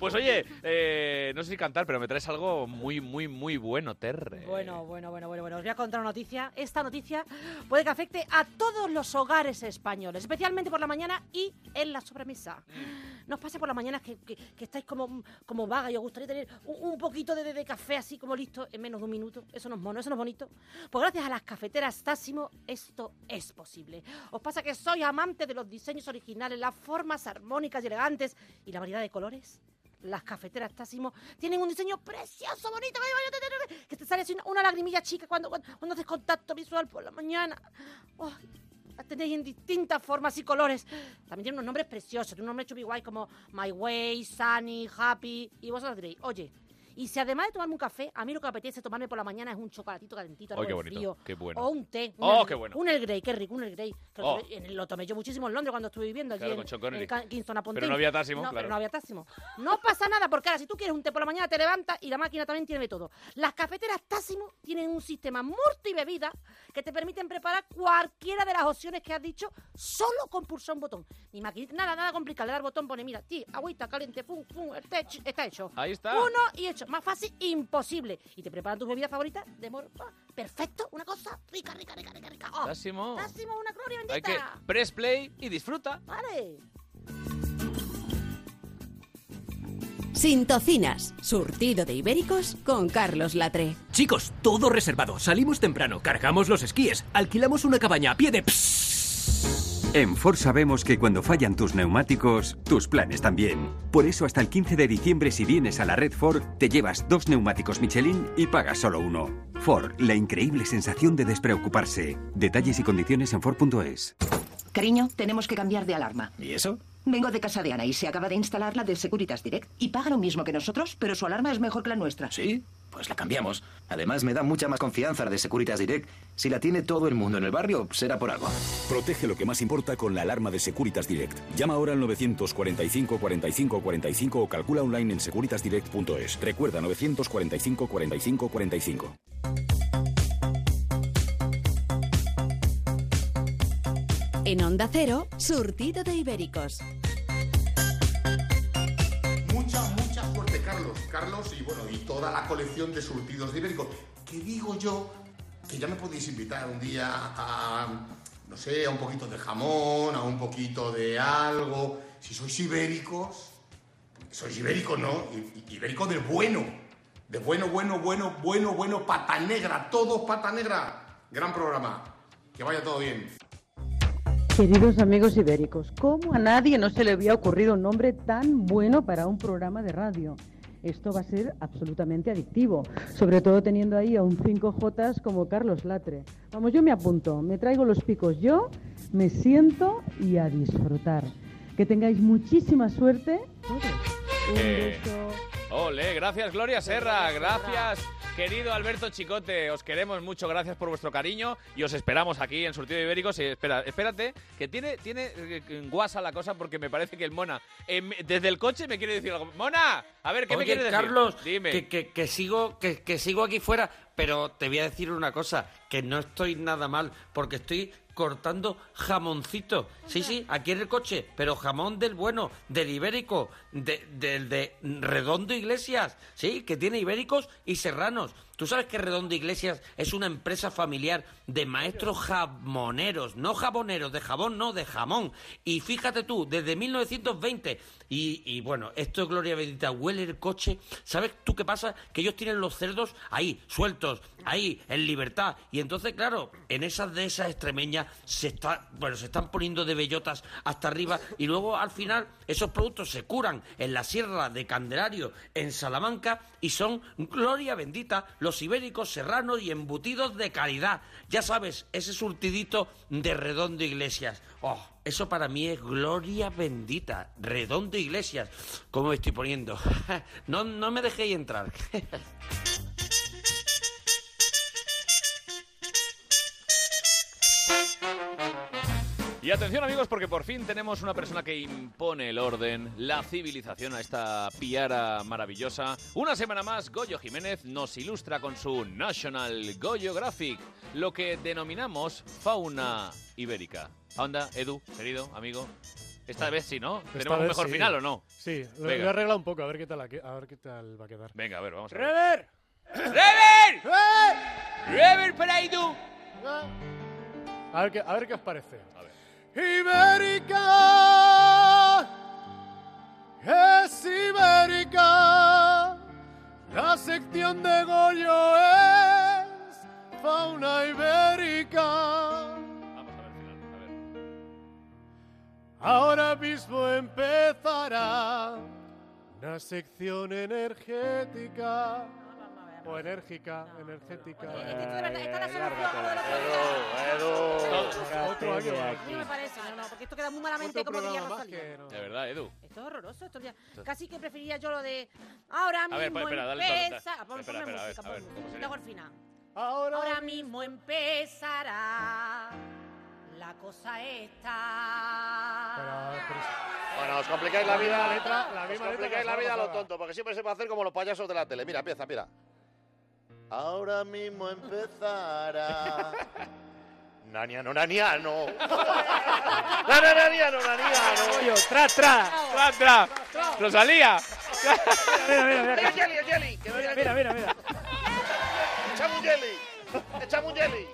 Speaker 1: Pues oye, eh, no sé si cantar, pero me traes algo muy, muy, muy bueno, Terre.
Speaker 6: Bueno, bueno, bueno, bueno, bueno. Os voy a contar una noticia. Esta noticia puede que afecte a todos los hogares españoles, especialmente por la mañana y en la sobremesa. Nos pasa por la mañana que, que- que estáis como, como vaga y os gustaría tener un, un poquito de, de- de café así como listo en menos de un minuto. Eso no es mono, eso no es bonito. Pues gracias a las cafeteras Táximo esto es posible. Os pasa que sois amantes de los diseños originales, las formas armónicas y elegantes y la variedad de colores. Las cafeteras Táximo tienen un diseño precioso, bonito, que te sale así una, una lagrimilla chica cuando, cuando, cuando haces contacto visual por la mañana. Oh, la tenéis en distintas formas y colores. También tiene unos nombres preciosos, tiene un nombre chupi guay como My Way, Sunny, Happy. Y vosotros diréis, oye, y si además de tomarme un café, a mí lo que me apetece tomarme por la mañana es un chocolatito calentito,
Speaker 1: Ay,
Speaker 6: algo
Speaker 1: qué
Speaker 6: de
Speaker 1: bonito,
Speaker 6: frío,
Speaker 1: qué bueno.
Speaker 6: o un té. un
Speaker 1: Oh,
Speaker 6: Earl-
Speaker 1: qué bueno.
Speaker 6: Un Earl Grey, qué rico, un Earl Grey. que lo
Speaker 1: Oh.
Speaker 6: tomé- en- lo tomé yo muchísimo en Londres cuando estuve viviendo allí
Speaker 1: Claro,
Speaker 6: en-
Speaker 1: con Choconery.
Speaker 6: en Ca- Kingston upon
Speaker 1: Pero no
Speaker 6: Thames.
Speaker 1: había Tassimo,
Speaker 6: No, pero
Speaker 1: claro.
Speaker 6: no había Tassimo. No pasa nada, porque ahora si tú quieres un té por la mañana te levantas y la máquina también tiene de todo. Las cafeteras Tassimo tienen un sistema multi bebida que te permiten preparar cualquiera de las opciones que has dicho solo con pulsar un botón. Ni maquinita, nada, nada complicado. Le das el botón, pone, mira, ti, agüita, caliente, pum, pum, el té hecho- está hecho.
Speaker 1: Ahí está.
Speaker 6: Uno y hecho. Más fácil, imposible. Y te preparan tus bebidas favoritas de mor... ¡Ah! Perfecto, una cosa rica, rica, rica, rica, rica. ¡Oh!
Speaker 1: Tassimo.
Speaker 6: Tassimo, una gloria bendita.
Speaker 1: Hay que press play y disfruta.
Speaker 6: Vale.
Speaker 2: Sin tocinas, surtido de ibéricos con Carlos Latre.
Speaker 23: Chicos, todo reservado. Salimos temprano, cargamos los esquíes, alquilamos una cabaña a pie de... Psst.
Speaker 24: En Ford sabemos que cuando fallan tus neumáticos, tus planes también. Por eso hasta el 15 de diciembre si vienes a la red Ford, te llevas dos neumáticos Michelin y pagas solo uno. Ford, la increíble sensación de despreocuparse. Detalles y condiciones en Ford.es.
Speaker 13: Cariño, tenemos que cambiar de alarma.
Speaker 24: ¿Y eso?
Speaker 13: Vengo de casa de Ana y se acaba de instalar la de Securitas Direct y paga lo mismo que nosotros, pero su alarma es mejor que la nuestra.
Speaker 27: ¿Sí? Pues la cambiamos. Además, me da mucha más confianza la de Securitas Direct. Si la tiene todo el mundo en el barrio, será por algo.
Speaker 28: Protege lo que más importa con la alarma de Securitas Direct. Llama ahora al 945 45 45 o calcula online en securitasdirect.es. Recuerda 945 45 45.
Speaker 2: En Onda Cero, surtido de ibéricos.
Speaker 13: Mucha, mucha suerte, Carlos. Carlos y bueno, y toda la colección de surtidos de ibéricos. Que digo yo que ya me podéis invitar un día a, no sé, a un poquito de jamón, a un poquito de algo. Si sois ibéricos, sois ibéricos, ¿no? I- i- Ibérico del bueno. De bueno, bueno, bueno, bueno, bueno, pata negra, todo pata negra. Gran programa. Que vaya todo bien.
Speaker 14: Queridos amigos ibéricos, ¿cómo a nadie no se le había ocurrido un nombre tan bueno para un programa de radio? Esto va a ser absolutamente adictivo, sobre todo teniendo ahí a un 5J como Carlos Latre. Vamos, yo me apunto, me traigo los picos yo, me siento y a disfrutar. Que tengáis muchísima suerte.
Speaker 1: Eh, Ole, gracias Gloria Serra, gracias querido Alberto Chicote, os queremos mucho, gracias por vuestro cariño y os esperamos aquí en Surtido de Ibéricos. Y espera, espérate, que tiene, tiene eh, en guasa la cosa porque me parece que el Mona em, desde el coche me quiere decir algo. Mona, a ver, ¿qué me
Speaker 8: Oye,
Speaker 1: quiere decir?
Speaker 8: Carlos,
Speaker 1: dime.
Speaker 8: Que, que- que sigo, que, que sigo aquí fuera, pero te voy a decir una cosa, que no estoy nada mal, porque estoy cortando jamoncito. Sí, sí, aquí en el coche, pero jamón del bueno, del ibérico, de- del de Redondo Iglesias, sí, que tiene ibéricos y serranos. Tú sabes que Redondo Iglesias es una empresa familiar de maestros jamoneros, no jaboneros, de jabón, no, de jamón. Y fíjate tú, desde 1920. Y, y bueno, esto es Gloria Bendita, huele el coche. ¿Sabes tú qué pasa? Que ellos tienen los cerdos ahí, sueltos, ahí, en libertad. Y entonces, claro, en esas de esas extremeñas día se está, bueno, se están poniendo de bellotas hasta arriba y luego al final esos productos se curan en la Sierra de Candelario, en Salamanca y son gloria bendita los ibéricos serranos y embutidos de calidad. Ya sabes, ese surtidito de Redondo Iglesias. Oh, eso para mí es gloria bendita. Redondo Iglesias. ¿Cómo me estoy poniendo? No, no me dejéis entrar.
Speaker 1: Y atención amigos, porque por fin tenemos una persona que impone el orden, la civilización a esta piara maravillosa. Una semana más, Goyo Jiménez nos ilustra con su National Goyo Graphic, lo que denominamos fauna ibérica. Anda, Edu, querido amigo, esta vez sí, ¿no?
Speaker 10: Esta
Speaker 1: ¿Tenemos un
Speaker 10: vez
Speaker 1: mejor
Speaker 10: sí.
Speaker 1: final o no?
Speaker 10: Sí, lo,
Speaker 1: Venga.
Speaker 10: lo he arreglado un poco, a ver qué tal, aquí- a ver qué tal va a quedar.
Speaker 1: Venga, a ver, vamos a ver.
Speaker 10: ¡Rever!
Speaker 1: ¡Rever! ¡Rever para
Speaker 10: A ver, qué, a ver qué os parece. Ibérica es Ibérica, la sección de Goyo es fauna ibérica. Ahora mismo empezará una sección energética. O enérgica, energética. Eh, Otro año más.
Speaker 6: No me parece, no, no, porque esto queda muy malamente
Speaker 10: Otro
Speaker 6: como diría
Speaker 10: programa más
Speaker 6: Rosalía.
Speaker 10: que no.
Speaker 1: De verdad, Edu.
Speaker 6: Esto es horroroso. Esto ya... Casi que preferiría yo lo de. Ahora mismo
Speaker 1: A ver, pa- espera, dale. dale, dale.
Speaker 6: empieza. Ah, pon-
Speaker 1: Espera,
Speaker 6: ponme
Speaker 1: espera, a ver,
Speaker 6: música,
Speaker 1: a ver,
Speaker 6: ponme.
Speaker 1: ¿cómo
Speaker 6: Luego
Speaker 1: sería?
Speaker 6: al final.
Speaker 10: Ahora,
Speaker 6: mismo empezará la cosa esta.
Speaker 3: Bueno, os complicáis la vida.
Speaker 10: La letra- la
Speaker 3: os
Speaker 10: misma letra
Speaker 3: complicáis
Speaker 10: que la
Speaker 3: la vida a
Speaker 10: semana
Speaker 3: lo
Speaker 10: pasada.
Speaker 3: tonto, porque siempre se va a hacer como los payasos de la tele. Mira, empieza, mira. Ahora mismo empezará. Naniano, naniano. naniano, naniano.
Speaker 4: Goyo, tra, tra.
Speaker 1: Tra, tra. Rosalía.
Speaker 4: Mira, mira, mira. que-
Speaker 3: jelly, el jelly. que venga el
Speaker 4: Mira,
Speaker 3: jelly.
Speaker 4: mira, mira.
Speaker 3: Echame un jelly. Echame un jelly.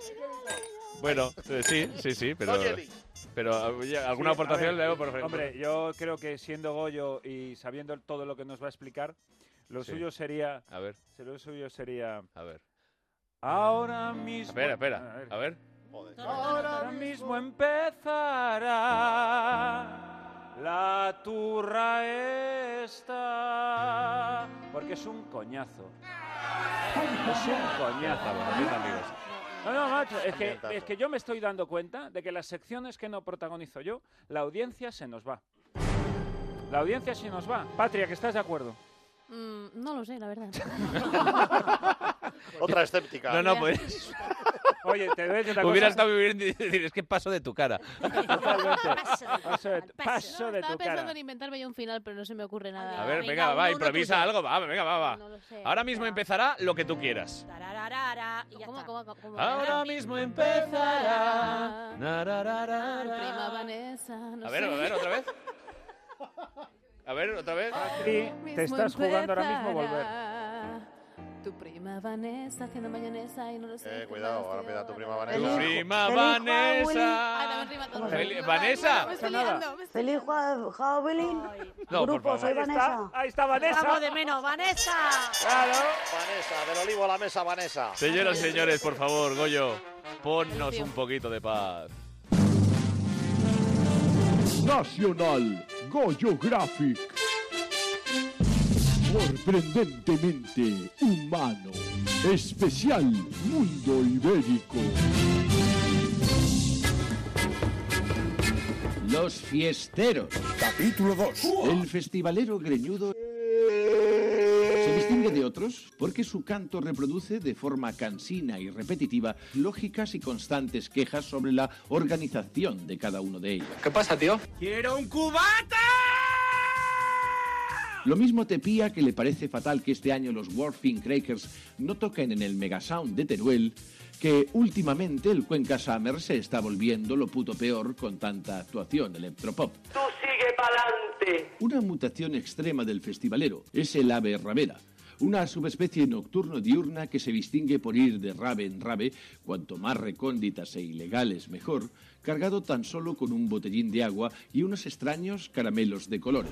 Speaker 1: Bueno, eh, sí, sí, sí, pero.
Speaker 3: No, Jelly.
Speaker 1: Pero oye, alguna
Speaker 4: Sí, a
Speaker 1: aportación
Speaker 4: ver,
Speaker 1: le hago, por ejemplo.
Speaker 4: Hombre, yo creo que siendo Goyo y sabiendo todo lo que nos va a explicar, lo
Speaker 1: Sí.
Speaker 4: suyo sería.
Speaker 1: A ver.
Speaker 4: Lo suyo sería.
Speaker 1: A ver.
Speaker 4: Ahora mismo.
Speaker 1: Espera, espera. A ver.
Speaker 4: Ahora mismo empezará la turra esta. Porque es un coñazo. Es un coñazo. No, no, macho, es que,
Speaker 3: Ambientazo.
Speaker 4: es que yo me estoy dando cuenta de que las secciones que no protagonizo yo, la audiencia se nos va. La audiencia se nos va. Patria, que estás de acuerdo.
Speaker 12: Mm, no lo sé, la verdad.
Speaker 3: Otra escéptica.
Speaker 1: No, no, pues.
Speaker 4: Oye, te voy a decir una
Speaker 1: Hubiera
Speaker 4: cosa.
Speaker 1: estado muy bien de- decir, es que paso de tu cara.
Speaker 4: Totalmente.
Speaker 12: Paso de tu
Speaker 4: Paso de, paso de
Speaker 12: Estaba
Speaker 4: tu
Speaker 12: pensando
Speaker 4: cara.
Speaker 12: en inventarme yo un final, pero no se me ocurre nada.
Speaker 1: A ver, venga, va,
Speaker 12: uno, uno
Speaker 1: improvisa
Speaker 12: tuyo.
Speaker 1: algo, va, venga, va, va.
Speaker 12: No lo sé.
Speaker 1: Ahora mismo empezará lo que tú quieras.
Speaker 6: Tararara, y ya está.
Speaker 1: Ahora mismo empezará.
Speaker 12: Prima Vanessa, no
Speaker 1: A ver,
Speaker 12: sé.
Speaker 1: a ver, otra vez. A ver, otra vez.
Speaker 4: Patri, te estás jugando ahora mismo volver.
Speaker 12: Tu prima Vanessa haciendo mayonesa y no lo sé.
Speaker 3: Eh, cuidado, ahora empieza tu prima
Speaker 1: Tu
Speaker 3: Vanessa.
Speaker 1: prima Vanessa. Fel- Vanessa.
Speaker 15: Feliz Jua- Javelin.
Speaker 1: No, por
Speaker 15: Grupo,
Speaker 1: favor.
Speaker 15: soy
Speaker 1: Ahí está,
Speaker 15: Vanessa.
Speaker 4: Ahí está
Speaker 6: Vanessa. Vamos de menos, Vanessa.
Speaker 4: Claro.
Speaker 3: Vanessa, del olivo a la mesa, Vanessa.
Speaker 1: Señoras y señores, por favor, Goyo, ponnos un poquito de paz.
Speaker 16: Nacional Goyo Graphic. Sorprendentemente humano. Especial Mundo Ibérico. Los Fiesteros. Capítulo 2. El festivalero greñudo se distingue de otros porque su canto reproduce de forma cansina y repetitiva lógicas y constantes quejas sobre la organización de cada uno de ellos. ¿Qué pasa, tío?
Speaker 17: ¡Quiero un cubata!
Speaker 16: Lo mismo te pía que le parece fatal que este año los Warfing Crackers no toquen en el Megasound de Teruel, que últimamente el Cuenca Summer se está volviendo lo puto peor con tanta actuación electropop.
Speaker 17: Tú sigue pa'lante.
Speaker 16: Una mutación extrema del festivalero es el ave ramera, una subespecie nocturno-diurna que se distingue por ir de rave en rave, cuanto más recónditas e ilegales mejor, cargado tan solo con un botellín de agua y unos extraños caramelos de color.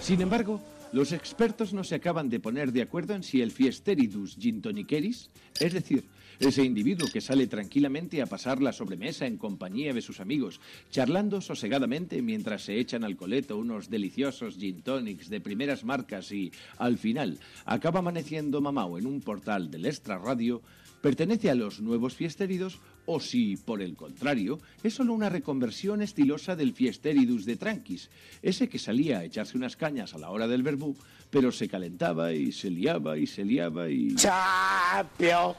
Speaker 16: Sin embargo, Los expertos no se acaban de poner de acuerdo en si el Fiesteridus gintoniceris, es decir, ese individuo que sale tranquilamente a pasar la sobremesa en compañía de sus amigos, charlando sosegadamente mientras se echan al coleto unos deliciosos gin tonics de primeras marcas y, al final, acaba amaneciendo mamao en un portal del Extra Radio, pertenece a los nuevos fiesteridos o si, por el contrario, es solo una reconversión estilosa del fiesteridus de Tranquis, ese que salía a echarse unas cañas a la hora del verbú, pero se calentaba y se liaba y se liaba y... ¡Chapio!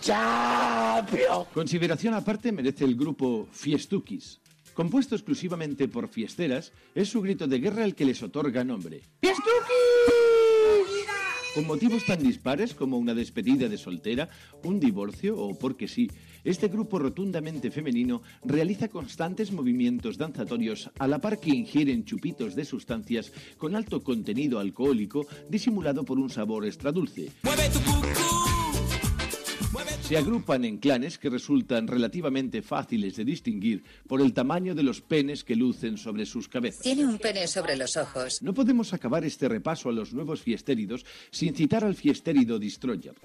Speaker 16: ¡Chapio! Consideración aparte merece el grupo Fiestukis. Compuesto exclusivamente por fiesteras, es su grito de guerra el que les otorga nombre. Con motivos tan dispares como una despedida de soltera, un divorcio o porque sí, este grupo rotundamente femenino realiza constantes movimientos danzatorios a la par que ingieren chupitos de sustancias con alto contenido alcohólico disimulado por un sabor extradulce. Se agrupan en clanes que resultan relativamente fáciles de distinguir por el tamaño de los penes que lucen sobre sus cabezas.
Speaker 22: Tiene un pene sobre los ojos.
Speaker 16: No podemos acabar este repaso a los nuevos fiestéridos sin citar al fiestérido Destroyer.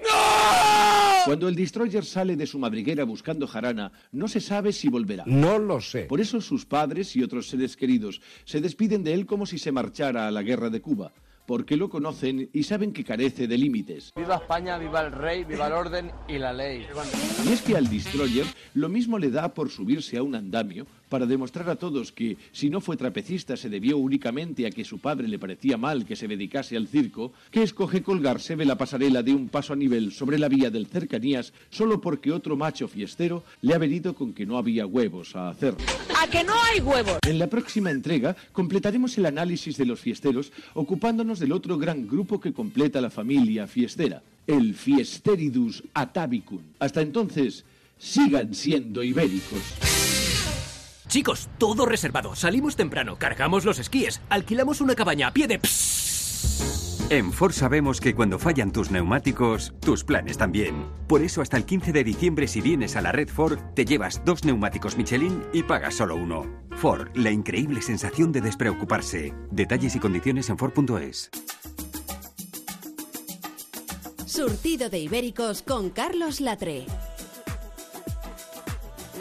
Speaker 16: Cuando el Destroyer sale de su madriguera buscando jarana, no se sabe si volverá.
Speaker 7: No lo sé.
Speaker 16: Por eso sus padres y otros seres queridos se despiden de él como si se marchara a la guerra de Cuba, porque lo conocen y saben que carece de límites.
Speaker 18: Viva España, viva el rey, viva el orden y la ley.
Speaker 16: Y es que al Destroyer lo mismo le da por subirse a un andamio para demostrar a todos que, si no fue trapecista, se debió únicamente a que su padre le parecía mal que se dedicase al circo, que escoge colgarse de la pasarela de un paso a nivel sobre la vía del cercanías solo porque otro macho fiestero le ha venido con que no había huevos a hacerlo.
Speaker 19: ¡A que no hay huevos!
Speaker 16: En la próxima entrega completaremos el análisis de los fiesteros ocupándonos del otro gran grupo que completa la familia fiestera, el Fiesteridus atavicum. Hasta entonces, sigan siendo ibéricos.
Speaker 23: Chicos, todo reservado. Salimos temprano, cargamos los esquíes, alquilamos una cabaña a pie de... Psss.
Speaker 24: En Ford sabemos que cuando fallan tus neumáticos, tus planes también. Por eso hasta el 15 de diciembre si vienes a la red Ford, te llevas dos neumáticos Michelin y pagas solo uno. Ford, la increíble sensación de despreocuparse. Detalles y condiciones en Ford.es.
Speaker 2: Surtido de Ibéricos con Carlos Latre.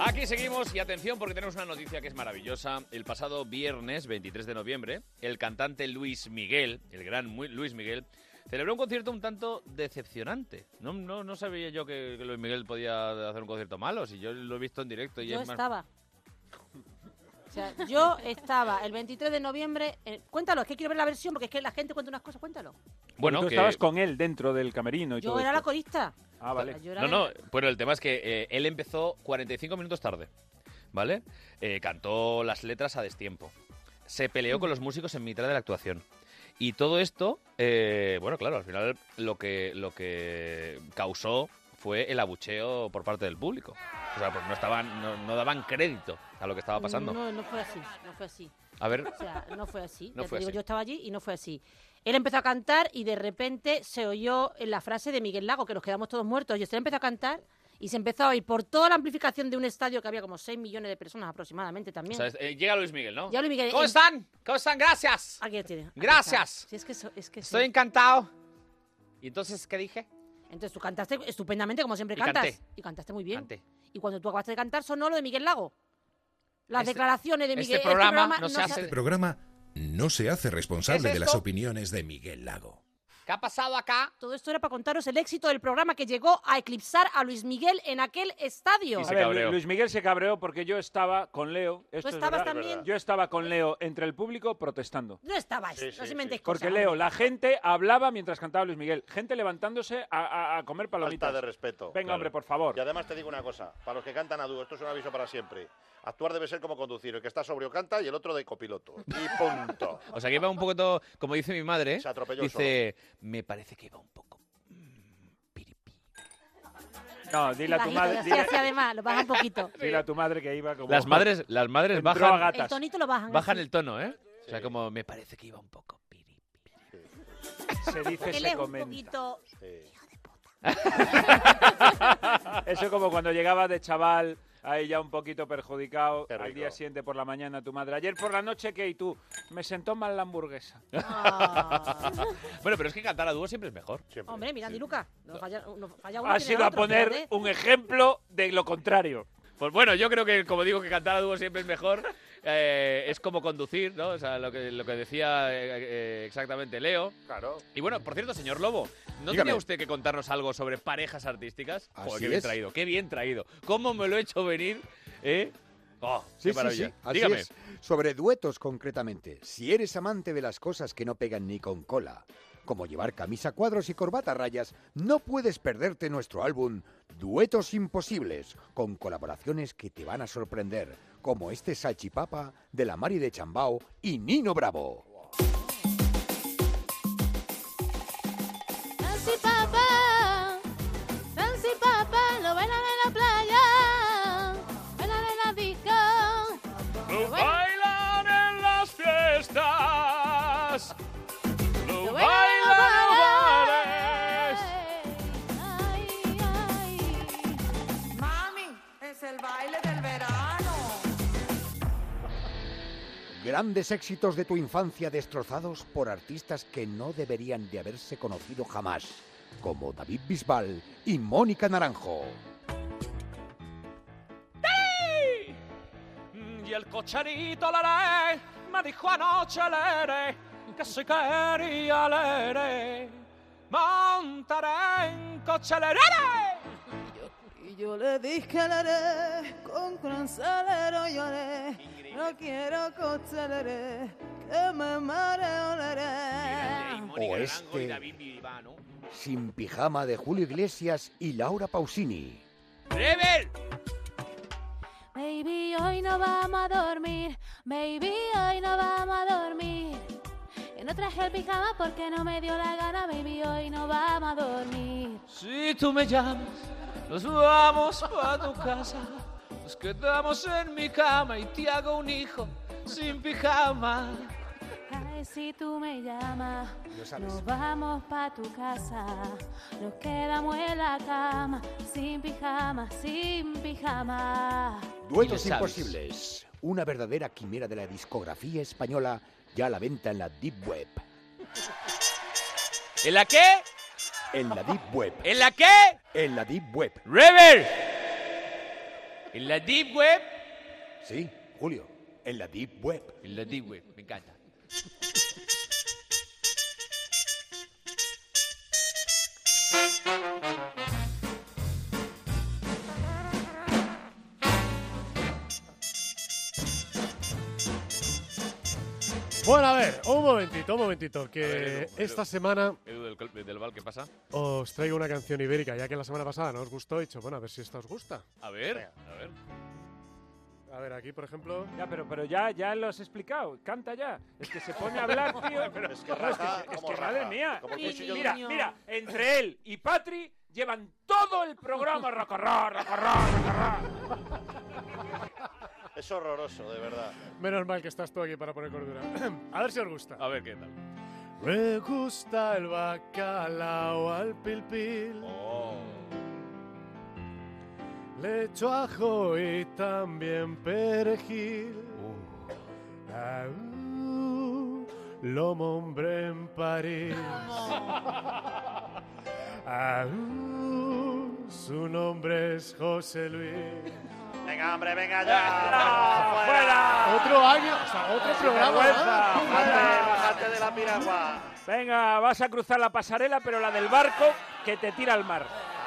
Speaker 1: Aquí seguimos y atención porque tenemos una noticia que es maravillosa. El pasado viernes 23 de noviembre, el cantante Luis Miguel, el gran Mu- Luis Miguel, celebró un concierto un tanto decepcionante. No, no, no sabía yo que, que Luis Miguel podía hacer un concierto malo, si yo lo he visto en directo y
Speaker 6: Yo
Speaker 1: es más...
Speaker 6: estaba. O sea, yo estaba el 23 de noviembre. eh, cuéntalo, es que quiero ver la versión porque es que la gente cuenta unas cosas. Cuéntalo.
Speaker 1: Bueno,
Speaker 4: tú
Speaker 1: que-
Speaker 4: estabas con él dentro del camerino y
Speaker 6: Yo
Speaker 4: todo
Speaker 6: era la
Speaker 4: esto.
Speaker 6: corista.
Speaker 4: Ah, vale.
Speaker 6: Yo era
Speaker 1: No, no,
Speaker 6: la-
Speaker 1: bueno, el tema es que eh, él empezó 45 minutos tarde, ¿vale? Eh, cantó las letras a destiempo. Se peleó con los músicos en mitad de la actuación. Y todo esto, eh, bueno, claro, al final lo que, lo que causó fue el abucheo por parte del público. O sea, pues no, estaban, no, no daban crédito a lo que estaba pasando.
Speaker 6: No, no fue así, no fue así.
Speaker 1: A ver.
Speaker 6: O sea, no fue así.
Speaker 1: No
Speaker 6: Ya te
Speaker 1: fue
Speaker 6: digo,
Speaker 1: así.
Speaker 6: yo estaba allí y no fue así. Él empezó a cantar y de repente se oyó la frase de Miguel Lago, que nos quedamos todos muertos. Y él empezó a cantar y se empezó a oír por toda la amplificación de un estadio que había como 6 millones de personas aproximadamente
Speaker 1: O
Speaker 6: también.
Speaker 1: sea, es- eh, llega Luis Miguel, ¿no?
Speaker 6: Ya Luis Miguel-
Speaker 1: ¿Cómo
Speaker 6: en-
Speaker 1: están? ¿Cómo están? Gracias.
Speaker 6: Aquí lo Ah, tiene. aquí
Speaker 1: Gracias.
Speaker 6: está. Sí, es que, so- es que
Speaker 1: Estoy
Speaker 6: sí.
Speaker 1: encantado. ¿Y entonces qué dije?
Speaker 6: Entonces tú cantaste estupendamente, como siempre
Speaker 1: Y
Speaker 6: cantas.
Speaker 1: canté.
Speaker 6: Y cantaste muy bien.
Speaker 1: Canté.
Speaker 6: Y cuando tú acabaste de cantar, sonó lo de Miguel Lago. Las
Speaker 1: Este-
Speaker 6: declaraciones de
Speaker 1: este
Speaker 6: Miguel
Speaker 1: programa no se hace-
Speaker 9: Este programa no se hace responsable
Speaker 6: ¿Es
Speaker 9: de las
Speaker 6: esto?
Speaker 9: opiniones de Miguel Lago.
Speaker 1: ¿Qué ha pasado acá?
Speaker 6: Todo esto era para contaros el éxito del programa que llegó a eclipsar a Luis Miguel en aquel estadio.
Speaker 4: A ver, Lu- Luis Miguel se cabreó porque yo estaba con Leo. Esto es
Speaker 6: estabas
Speaker 4: verdad.
Speaker 6: también?
Speaker 4: Yo estaba con Leo entre el público protestando.
Speaker 6: No estabais, no se inventéis cosas.
Speaker 4: Porque Leo, la gente hablaba mientras cantaba Luis Miguel. Gente levantándose a, a- a comer palomitas.
Speaker 3: Falta de respeto.
Speaker 4: Venga, hombre, por favor.
Speaker 3: Y además te digo una cosa, para los que cantan a dúo, esto es un aviso para siempre. Actuar debe ser como conducir, el que está sobrio canta y el otro de copiloto. Y punto.
Speaker 1: O sea, que iba un poco, todo- como dice mi madre,
Speaker 3: Se atropelló
Speaker 1: dice, me parece que iba un poco. mm,
Speaker 4: No, dile a tu
Speaker 6: Bajito,
Speaker 4: madre.
Speaker 6: así,
Speaker 4: Dile,
Speaker 6: así además, lo baja un poquito.
Speaker 4: dile a tu madre que iba como.
Speaker 1: Las madres, las madres
Speaker 4: Entró a
Speaker 1: bajan,
Speaker 4: gatas.
Speaker 6: El tonito lo bajan.
Speaker 1: bajan
Speaker 6: así.
Speaker 1: el tono, ¿eh? O sea, como me parece que iba un poco.
Speaker 4: Se dice,
Speaker 6: Él
Speaker 4: se
Speaker 6: es un
Speaker 4: comenta.
Speaker 6: poquito...
Speaker 4: Eso como cuando llegaba de chaval, ahí ya un poquito perjudicado,
Speaker 3: Qué
Speaker 4: al
Speaker 3: rico.
Speaker 4: día siguiente por la
Speaker 6: Ah.
Speaker 4: mañana tu madre. Ayer por la noche, ¿qué? Y tú, me sentó mal la hamburguesa.
Speaker 1: dúo siempre es mejor.
Speaker 6: Hombre, Miranda y Luca. No falla, no falla uno,
Speaker 1: Ha
Speaker 6: tiene
Speaker 1: sido Ah, a
Speaker 6: otro,
Speaker 1: poner
Speaker 6: fíjate.
Speaker 1: un ejemplo de lo contrario. Pues bueno, yo creo que, como digo, que cantar a dúo siempre es mejor. Eh, es como conducir, ¿no? O sea, lo que, lo que decía eh, eh, exactamente Leo. Claro. Y bueno, por cierto, señor Lobo, ¿no
Speaker 3: Dígame.
Speaker 1: tenía usted que contarnos algo sobre parejas artísticas? Joder,
Speaker 3: Así
Speaker 1: qué bien
Speaker 3: es.
Speaker 1: traído, qué bien traído. ¿Cómo me lo he hecho venir? ¿Eh? Oh,
Speaker 7: Sí,
Speaker 1: qué
Speaker 7: sí,
Speaker 1: maravilla.
Speaker 7: sí, así
Speaker 1: Dígame.
Speaker 7: es. Sobre duetos concretamente. Si eres amante de las cosas que no pegan ni con cola, como llevar camisa cuadros y corbata a rayas, no puedes perderte nuestro álbum Duetos Imposibles, con colaboraciones que te van a sorprender, como este salchipapa de la Mari de Chambao y Nino Bravo.
Speaker 12: Nancy papá, Nancy papá, lo ven a ver en la playa, ven a ver en la disco.
Speaker 18: Lo bailan en las fiestas. Lo
Speaker 12: bailan
Speaker 18: bailan
Speaker 12: los
Speaker 18: en los bares.
Speaker 20: Mami, es el baile del verano.
Speaker 7: Grandes éxitos de tu infancia destrozados por artistas que no deberían de haberse conocido jamás, como David Bisbal y Mónica Naranjo.
Speaker 18: ¡Ey! Y el cocherito Lere me dijo anoche Lere que si quería Lere montaré en coche Lere.
Speaker 12: Y yo le dije al haré, con cancelero lloré, no quiero costelere, que me mareo oleré.
Speaker 7: O este Sin pijama de Julio Iglesias y Laura Pausini.
Speaker 1: ¡Rebel!
Speaker 12: Baby, hoy no vamos a dormir. Baby, hoy no vamos a dormir. Yo no traje el pijama porque no me dio la gana. Baby, hoy no vamos a dormir.
Speaker 18: Si tú me llamas, nos vamos a tu casa. Nos quedamos en mi cama y te hago un hijo sin pijama.
Speaker 12: Ay, si tú me llamas,
Speaker 18: Lo sabes.
Speaker 12: nos vamos pa' tu casa. Nos quedamos en la cama, sin pijama, sin pijama.
Speaker 7: Duetos imposibles. Una verdadera quimera de la discografía española ya a la venta en la Deep Web.
Speaker 1: ¿En la qué?
Speaker 7: En la Deep Web.
Speaker 1: ¿En la qué?
Speaker 7: En la Deep Web.
Speaker 1: ¡Rebel! ¿En la Deep Web?
Speaker 7: Sí, Julio. En la Deep Web.
Speaker 1: En la Deep Web, me encanta.
Speaker 10: Bueno, a ver, un momentito, un momentito, que esta semana
Speaker 1: Edu del, col- del Val, ¿qué pasa?
Speaker 10: os traigo una canción ibérica, ya que la semana pasada no os gustó, he dicho, bueno, a ver si esta os gusta.
Speaker 1: A ver, a ver.
Speaker 10: A ver, aquí, por ejemplo.
Speaker 4: Ya, pero, pero ya, ya lo has explicado. Canta ya. Es que se pone a hablar, tío.
Speaker 3: Pero es que
Speaker 4: No,
Speaker 3: raja
Speaker 4: es que, es
Speaker 3: como
Speaker 4: que
Speaker 3: raja,
Speaker 4: madre mía.
Speaker 3: como el
Speaker 4: Y-
Speaker 3: cuchillo de
Speaker 4: mira,
Speaker 3: un niño.
Speaker 4: mira, entre él y Patri llevan todo el programa racarrá, racarrá, racarrá.
Speaker 3: Es horroroso, de verdad.
Speaker 10: Menos mal que estás tú aquí para poner cordura. a ver si os gusta.
Speaker 1: A ver qué tal.
Speaker 10: Me gusta el bacalao al pil pil. Le echo ajo y también perejil. Aú, lomo hombre en París. Aú, su nombre es José Luis.
Speaker 3: Venga, hombre, venga ya.
Speaker 10: Otro año, o sea, otro programa.
Speaker 4: vergüenza.
Speaker 10: ¿eh?
Speaker 4: Anda.
Speaker 3: Bájate de la piragua.
Speaker 4: Venga, vas a cruzar la pasarela, pero la del barco que te tira al mar.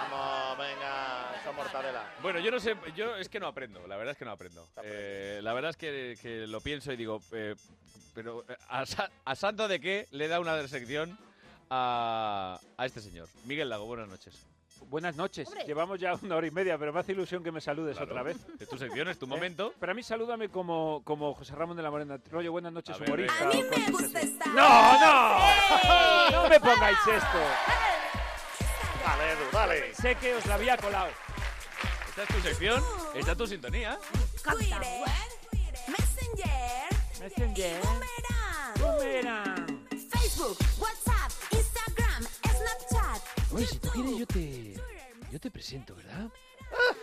Speaker 3: Vamos, venga, esa mortadela.
Speaker 1: Bueno, yo no sé, yo es que no aprendo, la verdad es que no aprendo. Eh, la verdad es que, que lo pienso y digo, eh, pero eh, ¿a, sa- a santo de qué le da una sección a, a este señor? Miguel Lago, buenas noches.
Speaker 4: Buenas noches. Llevamos ya una hora y media, pero me hace ilusión que me
Speaker 10: Pues
Speaker 4: saludes
Speaker 1: Claro.
Speaker 4: otra vez.
Speaker 1: Es tu sección, es tu
Speaker 4: ¿Eh?
Speaker 1: momento.
Speaker 4: Pero a mí salúdame como, como José Ramón de la Morena. Rollo, buenas noches,
Speaker 1: A ver,
Speaker 4: humorista.
Speaker 1: venga. A mí
Speaker 4: o cosas así. ¡No, no! ¡No me pongáis esto!
Speaker 3: Dale, Edu, dale.
Speaker 4: Sé que os la había colado.
Speaker 1: Esta es tu sección, esta es tu sintonía.
Speaker 12: Canta. Messenger.
Speaker 4: Messenger.
Speaker 12: Facebook, WhatsApp, Instagram, Snapchat.
Speaker 29: Oye, si tú quieres, yo te, yo te presento, ¿verdad?
Speaker 12: Ah.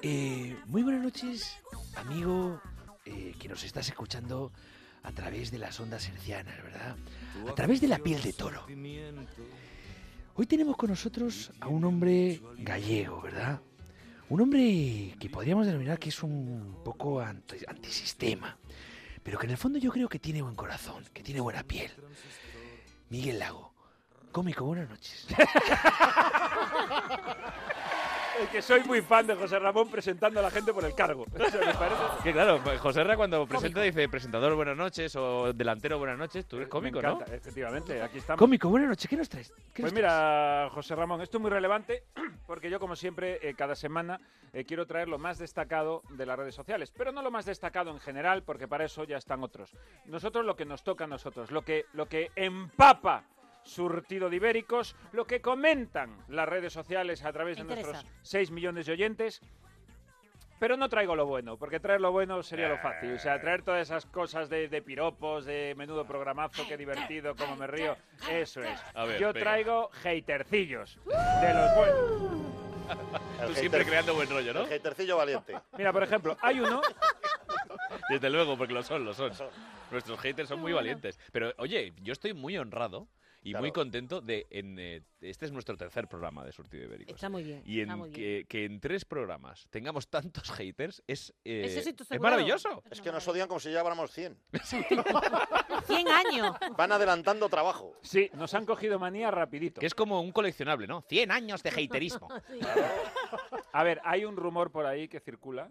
Speaker 29: Eh, muy buenas noches, amigo eh, que nos estás escuchando a través de las ondas hercianas, ¿verdad? A través de la piel de toro.
Speaker 18: Hoy tenemos con nosotros a un hombre gallego, ¿verdad? Un hombre que podríamos denominar que es un poco anti- antisistema, pero que en el fondo yo creo que tiene buen corazón, que tiene buena piel. Miguel Lago, cómico, buenas noches.
Speaker 4: Es que soy muy fan de José Ramón presentando a la gente por el cargo. Eso me parece.
Speaker 1: Que claro, pues, José Ra cuando presenta dice presentador buenas noches o delantero buenas noches, tú eres
Speaker 4: Me
Speaker 1: cómico, ¿no?
Speaker 4: encanta, efectivamente, aquí estamos.
Speaker 18: Cómico, buenas noches, ¿qué nos traes? ¿Qué
Speaker 4: Pues
Speaker 18: nos
Speaker 4: mira, José Ramón, esto es muy relevante porque yo, como siempre, eh, cada semana eh, quiero traer lo más destacado de las redes sociales, pero no lo más destacado en general, porque para eso ya están otros. Nosotros lo que nos toca a nosotros, lo que, lo que empapa surtido de ibéricos, lo que comentan las redes sociales a través
Speaker 13: Me
Speaker 4: de
Speaker 13: interesa.
Speaker 4: nuestros 6 millones de oyentes. Pero no traigo lo bueno, porque traer lo bueno sería lo fácil. O sea, traer todas esas cosas de, de piropos, de menudo programazo, qué divertido, cómo me río. Eso es.
Speaker 1: A ver,
Speaker 4: Yo
Speaker 1: venga.
Speaker 4: traigo hatercillos de los buenos.
Speaker 1: Tú siempre creando buen rollo, ¿no?
Speaker 3: El hatercillo valiente.
Speaker 4: Mira, por ejemplo, hay uno.
Speaker 1: Desde luego, porque lo son, lo son. Nuestros haters son muy valientes. Pero oye, yo estoy muy honrado y muy contento de... en, eh, este es nuestro tercer programa de Surtido Ibérico.
Speaker 13: Está muy bien.
Speaker 1: Y
Speaker 13: está
Speaker 1: en
Speaker 13: muy bien.
Speaker 1: que, que en tres programas tengamos tantos haters es, eh,
Speaker 13: Eso sí, tú
Speaker 1: es
Speaker 13: seguro.
Speaker 1: maravilloso.
Speaker 3: Es que nos odian como si ya lleváramos 100.
Speaker 6: 100 años.
Speaker 3: Van adelantando trabajo.
Speaker 4: Sí, nos han cogido manía rapidito.
Speaker 1: Que es como un coleccionable, ¿no? 100 años
Speaker 4: este
Speaker 1: de haterismo.
Speaker 12: Ah,
Speaker 4: A ver, hay un rumor por ahí que circula.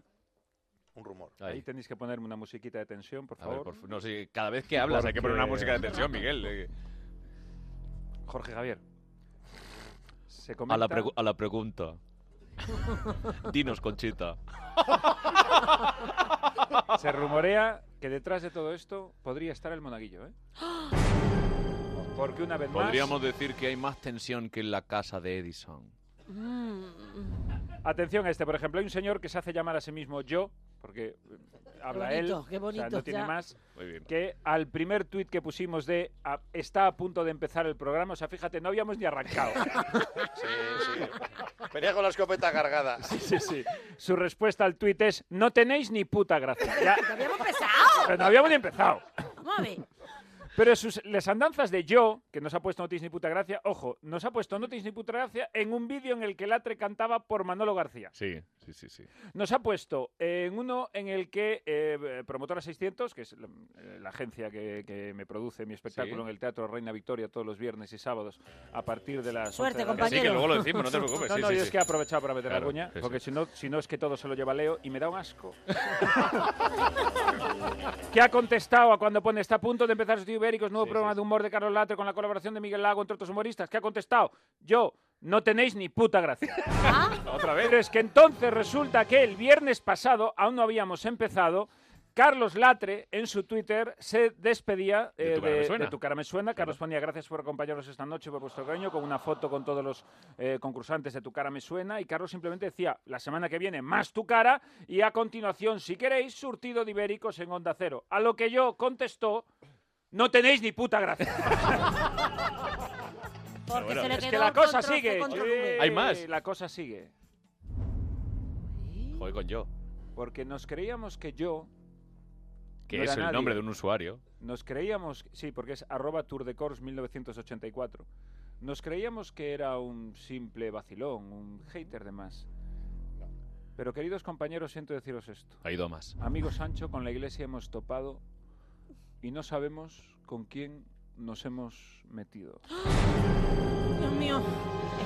Speaker 3: Un rumor.
Speaker 4: Ahí, tenéis que ponerme una musiquita de tensión, por
Speaker 1: A ver,
Speaker 4: favor.
Speaker 1: por fa- no sé, cada vez que hablas hay que poner una
Speaker 4: Porque-
Speaker 1: música de tensión, Miguel. eh.
Speaker 4: Jorge Javier. Se
Speaker 1: A la,
Speaker 4: comenta-
Speaker 1: pregu- a la pregunta. Dinos, Conchita.
Speaker 4: Se rumorea que detrás de todo esto podría estar el monaguillo, ¿eh? Porque una vez
Speaker 1: Podríamos decir que hay más tensión que en la casa de Edison.
Speaker 6: Mm.
Speaker 4: más. Atención a este, por ejemplo, hay un señor que se hace llamar a sí mismo yo, porque eh, habla
Speaker 13: bonito,
Speaker 4: él.
Speaker 13: qué
Speaker 4: o sea,
Speaker 13: bonito,
Speaker 4: no tiene
Speaker 13: ya.
Speaker 4: más.
Speaker 1: Muy bien.
Speaker 4: Que al primer tuit que pusimos de "A- está a punto de empezar el programa, o sea, fíjate, no habíamos ni arrancado.
Speaker 3: Sí, sí. Venía con la escopeta cargada.
Speaker 4: Sí, sí, sí. Su respuesta al tuit es no tenéis ni puta gracia. Ya,
Speaker 6: ¡Habíamos empezado!
Speaker 4: pero no habíamos ni empezado.
Speaker 6: Vamos a ver.
Speaker 4: Pero sus, las andanzas de yo, que nos ha puesto Notis ni puta gracia, ojo, nos ha puesto Notis ni puta gracia en un vídeo en el que Latre cantaba por Manolo García.
Speaker 1: Sí, sí, sí, sí.
Speaker 4: Nos ha puesto eh, en uno en el que eh, Promotora 600, que es la, eh, la agencia que, que me produce mi espectáculo
Speaker 1: Sí.
Speaker 4: en el Teatro Reina Victoria todos los viernes y sábados a partir de las.
Speaker 1: Suerte,
Speaker 4: 11 de la
Speaker 1: compañero.
Speaker 4: noche.
Speaker 1: Sí, que luego lo decimos, no te preocupes,
Speaker 4: No,
Speaker 1: sí,
Speaker 4: no,
Speaker 1: sí,
Speaker 4: yo
Speaker 1: sí.
Speaker 4: es que he aprovechado para meter
Speaker 1: Claro,
Speaker 4: la cuña,
Speaker 1: sí,
Speaker 4: porque si no, si no es que todo se lo lleva Leo y me da un asco. que ha contestado a cuando pone está a punto de empezar sus ibéricos, nuevo programa de humor de Carlos Latre con la colaboración de Miguel Lago entre otros humoristas. ¿Qué ha contestado? Yo, no tenéis ni puta gracia. Otra vez. Pero es que entonces resulta que el viernes pasado, aún no habíamos empezado, Carlos Latre en su Twitter se despedía eh,
Speaker 1: De Tu cara me suena.
Speaker 4: de tu cara me suena. Carlos ponía gracias por acompañarnos esta noche, por vuestro cariño, con una foto con todos los eh, concursantes de tu cara me suena. Y Carlos simplemente decía, la semana que viene más tu cara y a continuación, si queréis, surtido de ibéricos en Onda Cero. A lo que yo contestó, no tenéis ni puta gracia.
Speaker 6: Porque
Speaker 1: bueno,
Speaker 6: se le
Speaker 1: es
Speaker 6: quedó
Speaker 4: que la cosa
Speaker 6: control C,
Speaker 4: sigue.
Speaker 6: control
Speaker 4: Eh,
Speaker 6: V.
Speaker 1: Hay más.
Speaker 4: La cosa sigue.
Speaker 1: Joder con yo.
Speaker 4: Porque nos creíamos que yo...
Speaker 1: Que
Speaker 4: no era
Speaker 1: es el
Speaker 4: nadie.
Speaker 1: nombre de un usuario.
Speaker 4: Nos creíamos, sí, porque es arroba Tour de Cors 1984. Nos creíamos que era un simple vacilón, un hater de más. Pero queridos compañeros, siento deciros esto.
Speaker 1: Ha ido a más.
Speaker 4: Amigo Sancho, con la iglesia hemos topado y no sabemos con quién nos hemos metido.
Speaker 6: Dios mío.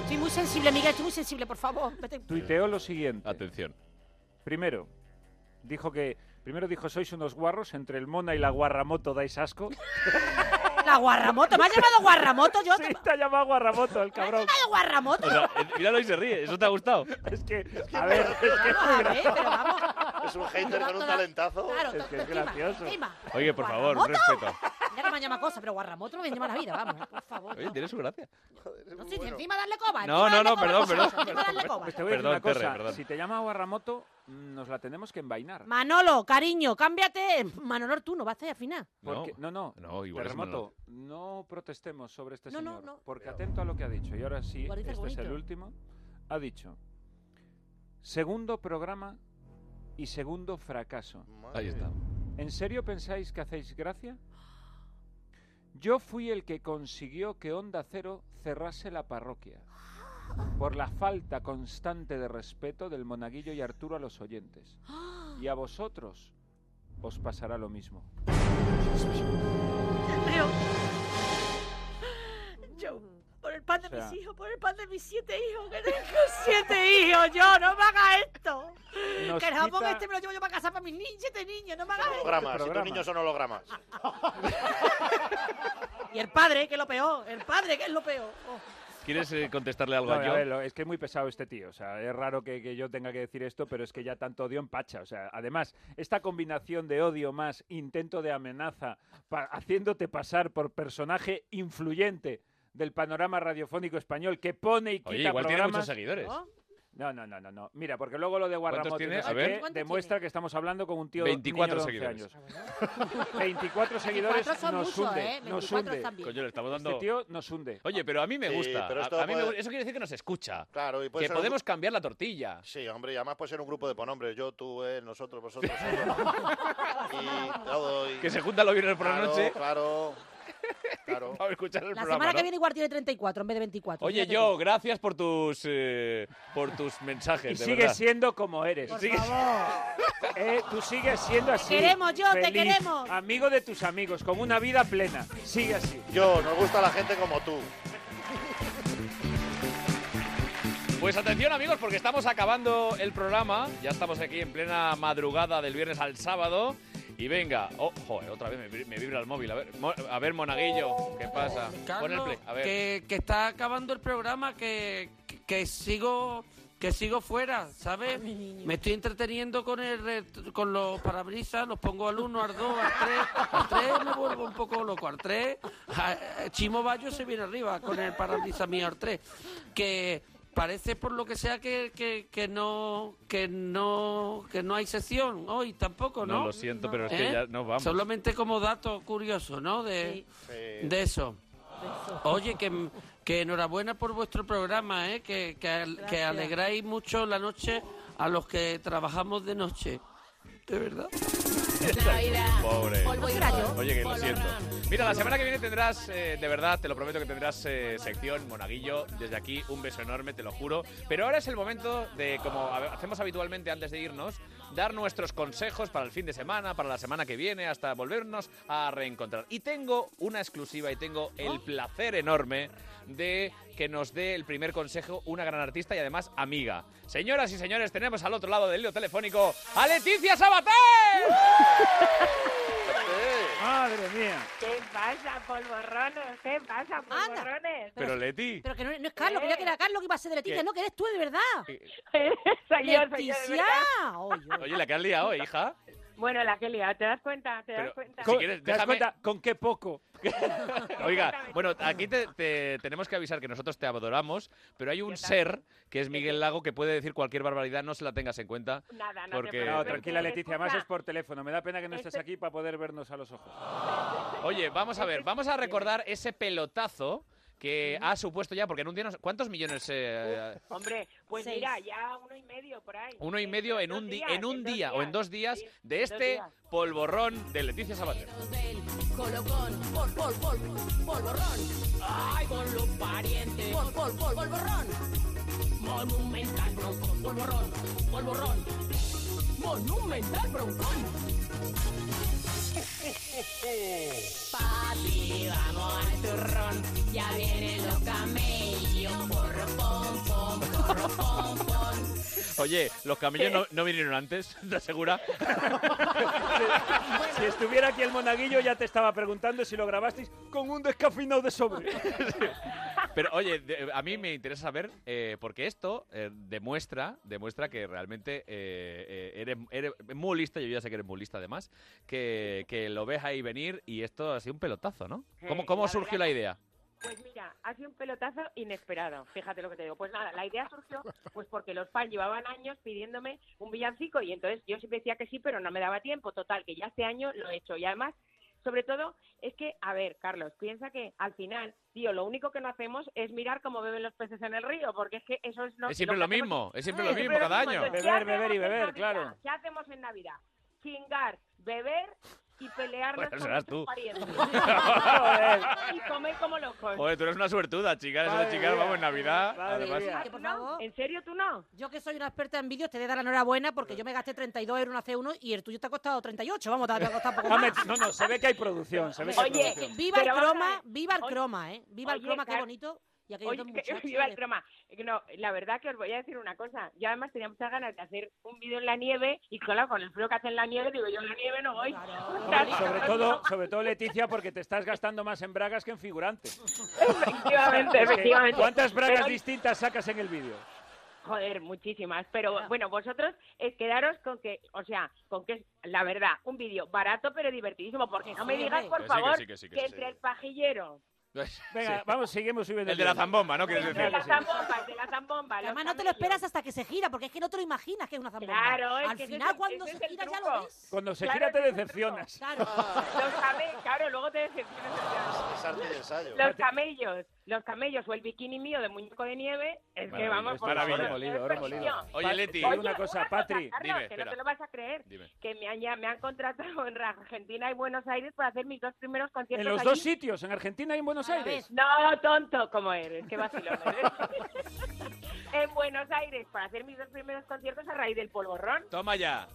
Speaker 6: Estoy muy sensible, amiga, estoy muy sensible, por favor. Vete.
Speaker 4: Tuiteó lo siguiente.
Speaker 1: Atención.
Speaker 4: Primero, dijo que... Primero dijo, sois unos guarros, entre el mona y la guarramoto dais asco.
Speaker 6: La guarramoto, ¿me has llamado guarramoto yo?
Speaker 4: Sí, te ha llamado guarramoto el cabrón.
Speaker 6: ¿La guarramoto?
Speaker 1: O sea, eh, míralo y se ríe. ¿Eso te ha gustado?
Speaker 4: Es que, a ver, es que
Speaker 6: Vamos a ver, ¿Eh? pero vamos.
Speaker 3: Es un hater con un talentazo.
Speaker 6: Claro,
Speaker 3: Es que es
Speaker 6: prima,
Speaker 3: gracioso.
Speaker 6: prima.
Speaker 1: Oye, por favor, un
Speaker 6: ¿Guarramoto?
Speaker 1: respeto.
Speaker 6: Mira que me han llamado cosas, pero guarramoto no me llama la vida, vamos, eh, por favor.
Speaker 1: Oye, tiene su gracia.
Speaker 6: No, sí, encima darle coba.
Speaker 1: No, no, no,
Speaker 6: encima darle
Speaker 1: perdón,
Speaker 6: coba,
Speaker 1: perdón.
Speaker 6: muchacho, encima darle coba.
Speaker 4: Pues te voy a decir
Speaker 1: Perdón,
Speaker 4: una cosa.
Speaker 1: Terry, perdón.
Speaker 4: Si te llama Guarramoto, mm, nos la tenemos que envainar.
Speaker 6: Manolo, cariño, cámbiate. Manolo, tú no vas a hacer al final.
Speaker 4: Porque- no, no.
Speaker 1: No, igual es
Speaker 4: Terremoto, no protestemos sobre este
Speaker 6: No, no,
Speaker 4: señor.
Speaker 6: no.
Speaker 4: Porque atento a lo que ha dicho. Y ahora sí,
Speaker 6: Guardita
Speaker 4: este es el
Speaker 6: bonito.
Speaker 4: último. Ha dicho: segundo programa y segundo fracaso.
Speaker 1: Ahí está.
Speaker 4: ¿En serio pensáis que hacéis gracia? Yo fui el que consiguió que Onda Cero cerrase la parroquia por la falta constante de respeto del monaguillo y Arturo a los oyentes. Y a vosotros os pasará lo mismo.
Speaker 6: Pero. Yo, por el pan de
Speaker 4: O sea-
Speaker 6: mis hijos, por el pan de mis siete hijos, que tengo siete hijos, yo, no me hagas esto.
Speaker 4: Nos
Speaker 6: que el jamón
Speaker 4: quita-
Speaker 6: este me lo llevo yo para casa para mis niños, siete niños, no me hagas esto.
Speaker 3: Hologramas, si tus
Speaker 4: Programa.
Speaker 3: niños son hologramas.
Speaker 6: Y el padre, que es lo peor, el padre, que es lo peor. Oh.
Speaker 1: ¿Quieres eh, contestarle algo
Speaker 4: No,
Speaker 1: a
Speaker 4: a
Speaker 1: John?
Speaker 4: ver, lo- es que es muy pesado este tío. O sea, es raro que, que yo tenga que decir esto, pero es que ya tanto odio empacha. O sea, además, esta combinación de odio más intento de amenaza, pa- haciéndote pasar por personaje influyente del panorama radiofónico español que pone y quita
Speaker 1: Oye, igual tiene
Speaker 4: programas-
Speaker 1: muchos seguidores.
Speaker 4: No, no, no, no, no. Mira, porque luego lo de Guarramote
Speaker 1: tiene?
Speaker 4: no sé
Speaker 1: A ver.
Speaker 4: qué,
Speaker 1: ¿Cuántos
Speaker 4: demuestra que estamos hablando con un tío
Speaker 1: 24
Speaker 4: niño de 11
Speaker 1: seguidores.
Speaker 4: años. 24 seguidores
Speaker 6: 24 son
Speaker 4: nos
Speaker 6: muchos,
Speaker 4: hunde,
Speaker 6: ¿eh?
Speaker 4: nos
Speaker 6: 24
Speaker 4: hunde.
Speaker 6: están bien.
Speaker 1: Coño, le estamos dando...
Speaker 4: Este tío nos hunde. Pues
Speaker 1: Oye, pero a mí me
Speaker 3: Sí,
Speaker 1: gusta.
Speaker 3: pero
Speaker 1: A-
Speaker 3: esto
Speaker 1: a mí me
Speaker 3: puede-
Speaker 1: gu- Eso quiere decir que nos escucha.
Speaker 3: Claro, y puede
Speaker 1: que
Speaker 3: ser un-
Speaker 1: podemos cambiar la tortilla.
Speaker 3: Sí, hombre, y además puede ser un grupo de pronombres. Yo, tú, él, nosotros, vosotros. nosotros. y todo. y-
Speaker 1: Que se juntan los viernes por la
Speaker 3: Claro,
Speaker 1: noche.
Speaker 3: Claro, claro.
Speaker 1: Para escuchar el
Speaker 6: La
Speaker 1: programa,
Speaker 6: semana
Speaker 1: ¿no?
Speaker 6: que viene igual tiene 34 en vez de 24.
Speaker 1: Oye,
Speaker 6: fíjate
Speaker 1: yo, gracias por tus eh, por tus mensajes.
Speaker 4: Y
Speaker 1: de
Speaker 4: sigue
Speaker 1: verdad.
Speaker 4: siendo como eres.
Speaker 1: Por Sigue-
Speaker 4: Eh, tú sigues siendo así.
Speaker 6: queremos, yo, te
Speaker 4: feliz,
Speaker 6: queremos.
Speaker 4: Amigo de tus amigos, con una vida plena. Sigue así.
Speaker 3: Yo, nos gusta la gente como tú.
Speaker 1: Pues atención amigos, porque estamos acabando el programa. Ya estamos aquí en plena madrugada del viernes al sábado. Y venga, oh, joder, otra vez me, vi- me vibra el móvil. A ver, mo- a ver, Monaguillo, ¿qué pasa? Pon el
Speaker 8: Carlos,
Speaker 1: play, a ver.
Speaker 8: Que, que está acabando el programa, que, que- que sigo que sigo fuera, ¿sabes? Me estoy entreteniendo con el ret- con los parabrisas, los pongo al 1, al 2, al 3, al 3 me vuelvo un poco loco, al 3, Chimo Bayo se viene arriba con el parabrisas mío al 3, que parece por lo que sea que, que, que no que no que no hay sesión hoy tampoco, ¿no?
Speaker 1: No, lo siento, pero es que
Speaker 8: ¿Eh?
Speaker 1: ya nos vamos.
Speaker 8: Solamente como dato curioso, ¿no? De, de eso. Oye, que, que enhorabuena por vuestro programa, ¿eh? que, que, al- que
Speaker 6: Gracias.
Speaker 8: alegráis mucho la noche a los que trabajamos de noche. De verdad.
Speaker 1: Pobre.
Speaker 8: Polvo y rayo.
Speaker 1: Oye, que lo siento. Mira, la semana que viene tendrás, eh, de verdad, te lo prometo que tendrás eh, sección Monaguillo. Desde aquí, un beso enorme, te lo juro. Pero ahora es el momento de, como ha- hacemos habitualmente antes de irnos, dar nuestros consejos para el fin de semana, para la semana que viene, hasta volvernos a reencontrar. Y tengo una exclusiva y tengo el
Speaker 8: Oh.
Speaker 1: placer enorme de que nos dé el primer consejo una gran artista y además amiga. Señoras y señores, tenemos al otro lado del hilo telefónico a Leticia Sabater.
Speaker 4: Madre mía.
Speaker 13: ¿Qué pasa, polvorrones? ¿Qué pasa, polvorrones?
Speaker 1: Pero Leti.
Speaker 6: Pero que no, no es Carlos, que ya
Speaker 13: Eh.
Speaker 6: que era Carlos que iba a ser de Leticia,
Speaker 1: ¿Qué?
Speaker 6: no, que eres tú de verdad.
Speaker 13: Soy yo, soy yo, de
Speaker 6: ¡Leticia!
Speaker 13: verdad.
Speaker 1: Oye, la que has liado, eh, hija.
Speaker 13: Bueno, la que he liado, ¿te das cuenta? ¿Te
Speaker 1: Pero,
Speaker 13: das cuenta?
Speaker 1: si quieres,
Speaker 4: ¿Te das
Speaker 1: déjame-
Speaker 4: cuenta con qué poco?
Speaker 1: Oiga, bueno, aquí te, te- tenemos que avisar que nosotros te adoramos, pero hay un ser que es Miguel Lago que puede decir cualquier barbaridad, no se la tengas en cuenta.
Speaker 13: Nada, no
Speaker 1: porque-
Speaker 13: te
Speaker 1: No,
Speaker 4: No,
Speaker 13: preocupes.
Speaker 4: tranquila, Leticia. Además
Speaker 13: Escucha,
Speaker 4: es por teléfono. Me da pena que no estés
Speaker 13: Este-
Speaker 4: aquí para poder vernos a los ojos.
Speaker 1: Oye, vamos a ver, vamos a recordar ese pelotazo que ha supuesto ya, porque en un día, no sé- ¿cuántos millones? eh,
Speaker 13: Hombre, pues
Speaker 6: Seis.
Speaker 13: mira, ya uno y medio por ahí.
Speaker 1: uno y medio en un, di-
Speaker 13: días,
Speaker 1: en un
Speaker 13: en dos
Speaker 1: día o en dos días de
Speaker 13: en dos
Speaker 1: este
Speaker 13: días.
Speaker 1: polvorrón de Leticia Sabater.
Speaker 20: Colocón, pol, pol, pol, polvorrón. Ay, con los parientes. Pol, pol, pol, polvorrón. Monumental broncón, polvorrón, polvorrón. Monumental broncón. Papi, vamos al turrón. Ya vienen los camellos. Porro, pom, pom, porro, pom, pom.
Speaker 1: Oye, los camellos no, no vinieron antes, ¿te asegura?
Speaker 4: Si estuviera aquí el monaguillo ya te estaba preguntando si lo grabasteis con un descafinado de sobre.
Speaker 1: Pero oye, de- a mí me interesa saber, eh, porque esto eh, demuestra, demuestra que realmente eh, eh, eres, eres muy lista, yo ya sé que eres muy lista además, que, que lo ves ahí venir y esto ha sido un pelotazo, ¿no?
Speaker 13: Sí,
Speaker 1: ¿Cómo, cómo
Speaker 13: la
Speaker 1: surgió
Speaker 13: verdad
Speaker 1: la
Speaker 13: que-
Speaker 1: idea?
Speaker 13: Pues mira, ha sido un pelotazo inesperado, fíjate lo que te digo. Pues nada, la idea surgió pues porque los fans llevaban años pidiéndome un villancico y entonces yo siempre decía que sí, pero no me daba tiempo. Total, que ya este año lo he hecho. Y además, sobre todo, es que, a ver, Carlos, piensa que al final, tío, lo único que no hacemos es mirar cómo beben los peces en el río, porque es que eso es... no-
Speaker 1: es siempre lo,
Speaker 13: que hacemos-
Speaker 1: mismo, es siempre
Speaker 13: Sí,
Speaker 1: lo mismo cada año.
Speaker 13: Entonces, ¿qué
Speaker 4: Beber,
Speaker 13: hacemos
Speaker 4: beber y
Speaker 13: en
Speaker 4: beber,
Speaker 13: Navidad?
Speaker 4: claro.
Speaker 13: ¿Qué hacemos en Navidad? Chingar, beber y pelearnos
Speaker 1: Bueno,
Speaker 13: con
Speaker 1: serás
Speaker 13: nuestros
Speaker 1: tú.
Speaker 13: parientes.
Speaker 1: Joder.
Speaker 13: y comer como locos.
Speaker 1: Joder, tú eres una suertuda, chicas. Esas chicas, vamos, en Navidad. Además,
Speaker 6: Que,
Speaker 13: ¿Ah,
Speaker 6: por favor, ¿En serio tú no? Yo que soy una experta en vídeos, te he de dar la enhorabuena porque yo me gasté 32 euros en hacer uno y el tuyo te ha costado 38. Vamos, te ha te ha costado poco
Speaker 4: Hombre,
Speaker 6: más.
Speaker 4: No, no, se ve que hay producción. Se ve que hay
Speaker 6: Oye,
Speaker 4: producción.
Speaker 6: viva el
Speaker 13: Pero vamos a
Speaker 6: croma,
Speaker 13: ver.
Speaker 6: viva el
Speaker 13: Oye,
Speaker 6: croma, ¿eh? Viva el
Speaker 13: oye,
Speaker 6: croma, qué
Speaker 13: Car-
Speaker 6: bonito. Y aquellos
Speaker 13: Oye,
Speaker 6: dos muchachos.
Speaker 13: viva el
Speaker 6: de- ¿eh?
Speaker 13: croma. Eh, No, la verdad que os voy a decir una cosa. Yo además tenía muchas ganas de hacer un vídeo en la nieve y claro, con el frío que hace en la nieve, digo yo en la nieve no voy.
Speaker 4: Hombre, sobre todo, sobre todo Leticia, porque te estás gastando más en bragas que en figurantes.
Speaker 13: Efectivamente,
Speaker 4: Es que,
Speaker 13: efectivamente.
Speaker 4: ¿Cuántas bragas
Speaker 13: Pero-
Speaker 4: distintas sacas en el vídeo?
Speaker 13: Joder, muchísimas. Pero bueno, vosotros eh, quedaros con que, o sea, con que es la verdad, un vídeo barato pero divertidísimo. Porque no me
Speaker 4: Sí,
Speaker 13: digas,
Speaker 4: hombre.
Speaker 13: por
Speaker 4: Que sí, que
Speaker 13: favor,
Speaker 4: sí, que sí, que
Speaker 13: que
Speaker 4: sí.
Speaker 13: entre el pajillero.
Speaker 4: Venga, vamos, seguimos subiendo.
Speaker 1: Pues, El de la
Speaker 4: vídeo.
Speaker 1: zambomba, ¿no? Quieres
Speaker 13: De
Speaker 1: decir.
Speaker 13: la zambomba, el de la zambomba. los
Speaker 6: Además, no te lo
Speaker 13: camellos.
Speaker 6: esperas hasta que se gira, porque es que no te lo imaginas que es una zambomba.
Speaker 13: Claro, es
Speaker 6: Al
Speaker 13: que ese
Speaker 6: final,
Speaker 13: es el-
Speaker 6: cuando
Speaker 13: ese
Speaker 6: se
Speaker 13: es el
Speaker 6: gira, ya
Speaker 13: truco.
Speaker 6: lo ves.
Speaker 4: Cuando se
Speaker 13: Claro,
Speaker 4: gira te
Speaker 13: ese es el
Speaker 4: decepcionas.
Speaker 6: Claro.
Speaker 13: Los camellos, claro, luego te decepcionas. Los camellos, los camellos o el bikini mío de muñeco de nieve, es que
Speaker 4: Maravilloso,
Speaker 13: vamos
Speaker 4: es
Speaker 13: por favor,
Speaker 4: maravilloso.
Speaker 13: no
Speaker 4: Molido,
Speaker 13: es
Speaker 4: oro molido.
Speaker 13: perfección.
Speaker 4: Oye, Leti. Oye, una cosa, Patri,
Speaker 13: Carlos,
Speaker 4: dime,
Speaker 13: que no
Speaker 4: espera.
Speaker 13: te lo vas a creer,
Speaker 1: Dime.
Speaker 13: que me han, ya- me han contratado en Argentina y Buenos Aires para hacer mis dos primeros conciertos
Speaker 4: En los
Speaker 13: allí.
Speaker 4: dos sitios, en Argentina y en Buenos Aires.
Speaker 13: No, tonto como eres, qué vacilón eres. en Buenos Aires para hacer mis dos primeros conciertos a raíz del polvorrón.
Speaker 1: Toma ya.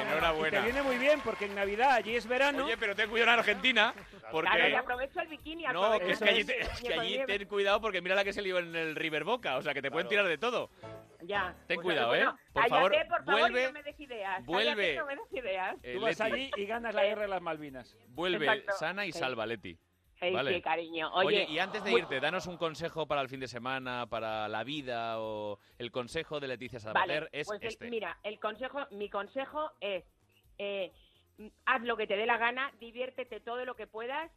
Speaker 1: Enhorabuena.
Speaker 4: Y te viene muy bien porque en Navidad allí es verano.
Speaker 1: Oye, pero ten cuidado en Argentina,
Speaker 13: Claro, y
Speaker 1: porque...
Speaker 13: aprovecho el bikini.
Speaker 1: No,
Speaker 13: aprovecho
Speaker 1: que es
Speaker 13: el
Speaker 1: que allí, te-
Speaker 13: muñeco
Speaker 1: es que
Speaker 13: de
Speaker 1: allí
Speaker 13: nieve.
Speaker 1: ten cuidado porque mira la que se lió en el River Boca, o sea que te pueden tirar de todo.
Speaker 13: Ya.
Speaker 1: Ten
Speaker 13: Pues,
Speaker 1: cuidado,
Speaker 13: bueno,
Speaker 1: ¿eh? Por
Speaker 13: cállate,
Speaker 1: favor,
Speaker 13: por favor, y
Speaker 1: vuelve,
Speaker 13: no me des ideas.
Speaker 1: vuelve.
Speaker 13: Cállate, no me des ideas.
Speaker 1: Eh,
Speaker 4: Tú vas
Speaker 1: Leti.
Speaker 4: allí y ganas la guerra de las Malvinas.
Speaker 1: vuelve
Speaker 13: Exacto.
Speaker 1: sana y
Speaker 13: Sí.
Speaker 1: salva, Leti.
Speaker 13: Sí, sí,
Speaker 1: Vale.
Speaker 13: cariño.
Speaker 1: Oye,
Speaker 13: Oye,
Speaker 1: y antes de
Speaker 13: muy-
Speaker 1: irte, danos un consejo para el fin de semana, para la vida o el consejo de Leticia Sabater es
Speaker 13: pues el-
Speaker 1: este.
Speaker 13: mira, el consejo, mi consejo es eh, mm, haz lo que te dé la gana, diviértete todo lo que puedas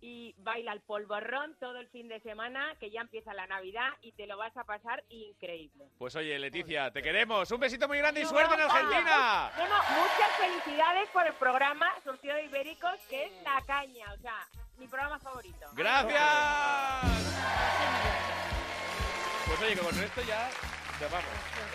Speaker 13: y baila el polvorrón todo el fin de semana, que ya empieza la Navidad y te lo vas a pasar increíble.
Speaker 1: Pues oye, Leticia, te queremos. Un besito muy grande y suerte en Argentina.
Speaker 13: No, no, muchas felicidades por el programa Surtido de Ibéricos, que es la caña, o sea, mi programa favorito.
Speaker 1: ¡Gracias! Pues oye, que con esto ya, ya vamos.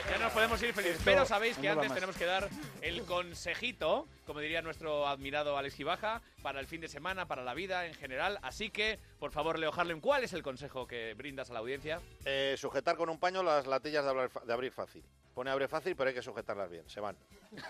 Speaker 1: Ya nos podemos ir felices.
Speaker 4: Esto
Speaker 1: Pero sabéis que
Speaker 4: no va
Speaker 1: antes
Speaker 4: más.
Speaker 1: tenemos que dar el consejito, como diría nuestro admirado Alex Gibaja, para el fin de semana, para la vida en general. Así que, por favor, Leo Harlem, ¿cuál es el consejo que brindas a la audiencia?
Speaker 3: Eh, sujetar con un paño las latillas de abrir, fa- de abrir fácil. Pone abre fácil, pero hay que sujetarlas bien. Se van.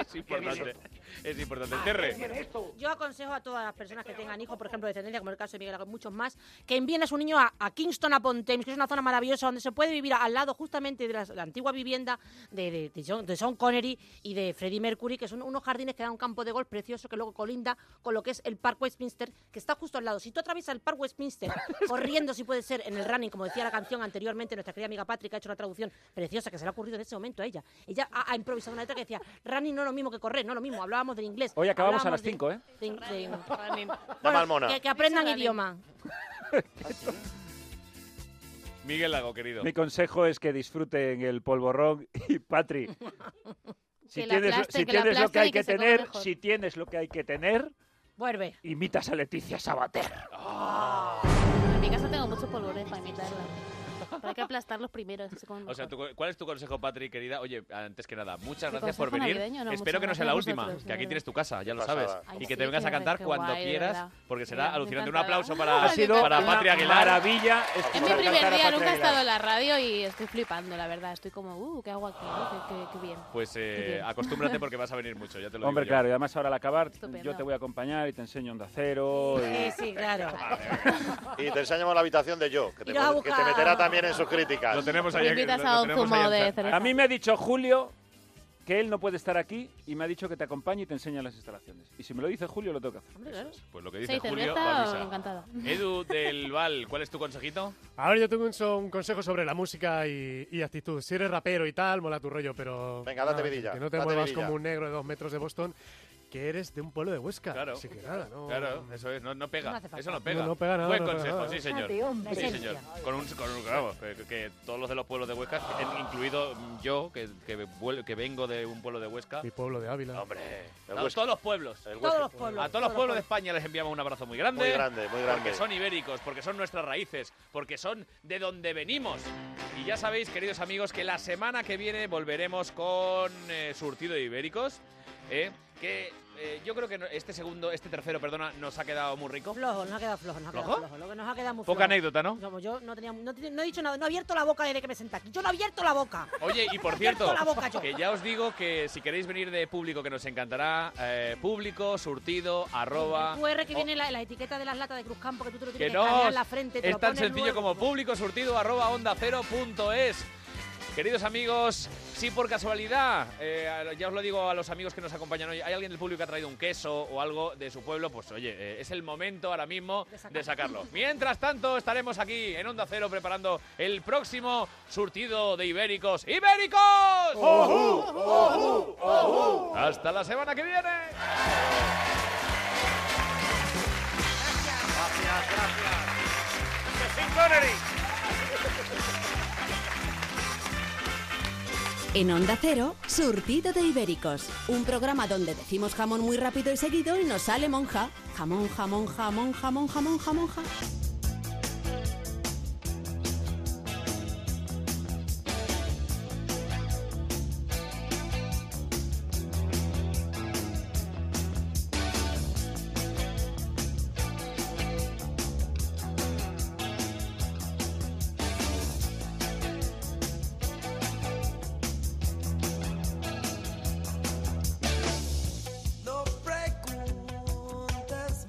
Speaker 1: Es importante. Es importante.
Speaker 6: Bueno,
Speaker 1: Terre.
Speaker 6: Yo aconsejo a todas las personas que tengan hijos, por ejemplo, de tendencia, como el caso de Miguel, Ángel, muchos más, que envíen a su niño a, a Kingston upon Thames, que es una zona maravillosa donde se puede vivir al lado justamente de las- la, antigua vivienda de, de- de John, de Sean Connery y de Freddie Mercury, que son unos jardines que dan un campo de golf precioso que luego colinda con lo que es el Park Westminster, que está justo al lado. Si tú atraviesas el Park Westminster corriendo, si puede ser, en el running, como decía la canción anteriormente, nuestra querida amiga Patrick ha hecho una traducción preciosa que se le ha ocurrido en ese momento a ella. Ella ha, ha improvisado una letra que decía, running no es lo mismo que correr, no es lo mismo, hablábamos del inglés.
Speaker 4: Hoy acabamos a
Speaker 6: hablábamos
Speaker 4: las
Speaker 6: de-
Speaker 4: 5, ¿eh?
Speaker 6: de- de-
Speaker 3: Dame al
Speaker 6: Bueno,
Speaker 3: mona.
Speaker 6: que, que aprendan idioma.
Speaker 1: Miguel Lago, querido.
Speaker 4: Mi consejo es que disfruten el polvorrón y Patri. Si
Speaker 6: la
Speaker 4: tienes, lo-
Speaker 6: aplasten,
Speaker 4: si
Speaker 6: que la
Speaker 4: tienes lo que
Speaker 6: aplasten
Speaker 4: hay
Speaker 6: y
Speaker 4: que,
Speaker 6: que se coma
Speaker 4: tener,
Speaker 6: mejor.
Speaker 4: si tienes lo que hay que tener,
Speaker 6: Vuelve.
Speaker 4: imitas a Leticia Sabater.
Speaker 1: Ah,
Speaker 12: En mi casa tengo muchos polvorones para imitarla. Pero hay que aplastarlos primero. eso se come
Speaker 1: O sea,
Speaker 12: mejor.
Speaker 1: tu- ¿cuál es tu consejo, Patri, querida? Oye, antes que nada, muchas
Speaker 12: Mi
Speaker 1: gracias por
Speaker 12: consejo
Speaker 1: venir.
Speaker 12: navideño, no,
Speaker 1: Espero
Speaker 12: muchas
Speaker 1: que no sea
Speaker 12: gracias
Speaker 1: la
Speaker 12: a
Speaker 1: última,
Speaker 12: vosotros,
Speaker 1: que aquí
Speaker 12: de
Speaker 1: tienes tu casa, ya lo
Speaker 3: Pasada.
Speaker 1: sabes.
Speaker 3: Ay,
Speaker 1: y que
Speaker 3: sí,
Speaker 1: te vengas
Speaker 12: qué
Speaker 1: a cantar
Speaker 12: guay,
Speaker 1: cuando
Speaker 12: de
Speaker 1: quieras,
Speaker 12: verdad.
Speaker 1: porque será
Speaker 12: Mira,
Speaker 1: alucinante. Un
Speaker 12: encantada.
Speaker 1: aplauso para,
Speaker 4: Ha sido
Speaker 1: para
Speaker 4: una
Speaker 1: Patri Aguilar.
Speaker 4: maravilla
Speaker 12: Es
Speaker 4: escuchar
Speaker 12: mi primer
Speaker 4: cantar a Patri
Speaker 12: día, nunca he
Speaker 4: Aguilar.
Speaker 12: estado en la radio y estoy flipando, la verdad. Estoy como, uh, qué agua aquí, ¿no? qué, qué- qué bien.
Speaker 1: Pues eh,
Speaker 12: Qué bien.
Speaker 1: acostúmbrate porque vas a venir mucho, ya te lo
Speaker 4: Hombre,
Speaker 1: digo. yo.
Speaker 4: claro, y además ahora al acabar
Speaker 12: Estupendo.
Speaker 4: yo te voy a acompañar y te enseño Onda Cero. y-
Speaker 6: Sí, sí, claro.
Speaker 3: Y te enseñamos la habitación de yo, que te,
Speaker 6: Iros a
Speaker 3: pon- que te
Speaker 6: buscar.
Speaker 3: meterá también en sus críticas.
Speaker 1: Lo tenemos ahí.
Speaker 12: Me invitas a un zumo de cereza.
Speaker 4: A mí me ha dicho Julio que él no puede estar aquí y me ha dicho que te acompañe y te enseña las instalaciones. Y si me lo dice Julio, lo tengo que hacer.
Speaker 12: Hombre, claro. Eh,
Speaker 1: Pues lo que
Speaker 12: ¿Seis
Speaker 1: dice Julio,
Speaker 12: cerveza
Speaker 1: va a
Speaker 12: o
Speaker 1: misa.
Speaker 12: encantada?
Speaker 1: Edu del Val, ¿cuál es tu consejito?
Speaker 10: Ahora yo tengo un, so- un consejo sobre la música y, y actitud. Si eres rapero y tal, mola tu rollo, pero...
Speaker 3: Venga, date
Speaker 10: nada,
Speaker 3: vidilla,
Speaker 10: Que no te
Speaker 3: date
Speaker 10: muevas
Speaker 3: vidilla.
Speaker 10: como un negro de dos metros de Boston, que eres de un pueblo de Huesca.
Speaker 1: Claro,
Speaker 10: Así que nada, no...
Speaker 1: claro, eso es, no, no pega,
Speaker 10: No hace falta.
Speaker 1: eso no pega.
Speaker 10: No, no pega nada,
Speaker 1: Buen
Speaker 10: no pega
Speaker 1: consejo,
Speaker 10: nada.
Speaker 1: sí señor.
Speaker 10: Fíjate, hombre.
Speaker 1: Sí señor.
Speaker 10: Esencia.
Speaker 1: Con un, con un- vamos, que, que todos los de los pueblos de Huesca,
Speaker 10: Ah.
Speaker 1: en- incluido yo, que, que, vuel- que vengo de un pueblo de Huesca.
Speaker 10: Mi pueblo de Ávila.
Speaker 1: Hombre,
Speaker 3: El
Speaker 1: a
Speaker 3: Huesca.
Speaker 1: todos los pueblos.
Speaker 3: El Huesca. Todos los pueblos,
Speaker 1: A todos los pueblos de España les enviamos un abrazo muy grande.
Speaker 3: Muy grande, muy grande.
Speaker 1: Porque son ibéricos, porque son nuestras raíces, porque son de donde venimos. Y ya sabéis, queridos amigos, que la semana que viene volveremos con eh, Surtido de Ibéricos. ¿eh? que eh, yo creo que no- este segundo, este tercero, perdona, nos ha quedado muy rico.
Speaker 6: Flojo, nos ha quedado flojo, nos ha quedado
Speaker 1: ¿Flojo?
Speaker 6: flojo. Lo que nos ha quedado muy
Speaker 1: Poca
Speaker 6: flojo.
Speaker 1: anécdota, ¿no?
Speaker 6: Como yo no, tenía, no, te- no he dicho nada, no he abierto la boca desde que me senté aquí. Yo no he abierto la boca.
Speaker 1: Oye, y por
Speaker 6: Me abierto
Speaker 1: cierto,
Speaker 6: la boca yo.
Speaker 1: que ya os digo que si queréis venir de público, que nos encantará, eh, público, surtido, arroba...
Speaker 12: QR que
Speaker 1: o-
Speaker 12: viene la, la etiqueta de las latas de Cruz Campo que tú te lo
Speaker 1: que
Speaker 12: tienes que,
Speaker 1: no
Speaker 12: escanear en la frente. te
Speaker 1: es
Speaker 12: lo
Speaker 1: tan
Speaker 12: pones
Speaker 1: sencillo
Speaker 12: luego.
Speaker 1: como público surtido arroba onda cero punto es. Queridos amigos, si por casualidad, eh, ya os lo digo a los amigos que nos acompañan hoy, hay alguien del público que ha traído un queso o algo de su pueblo, pues oye, eh, es el momento ahora mismo de sacarlo. Mientras tanto, estaremos aquí en Onda Cero preparando el próximo surtido de ibéricos. ¡Ibéricos! ¡Hasta la semana que viene!
Speaker 20: Gracias,
Speaker 2: En Onda Cero, Surtido de Ibéricos, un programa donde decimos jamón muy rápido y seguido y nos sale monja. Jamón, jamón, jamón, jamón, jamón, jamón, jamón.
Speaker 20: No preguntes más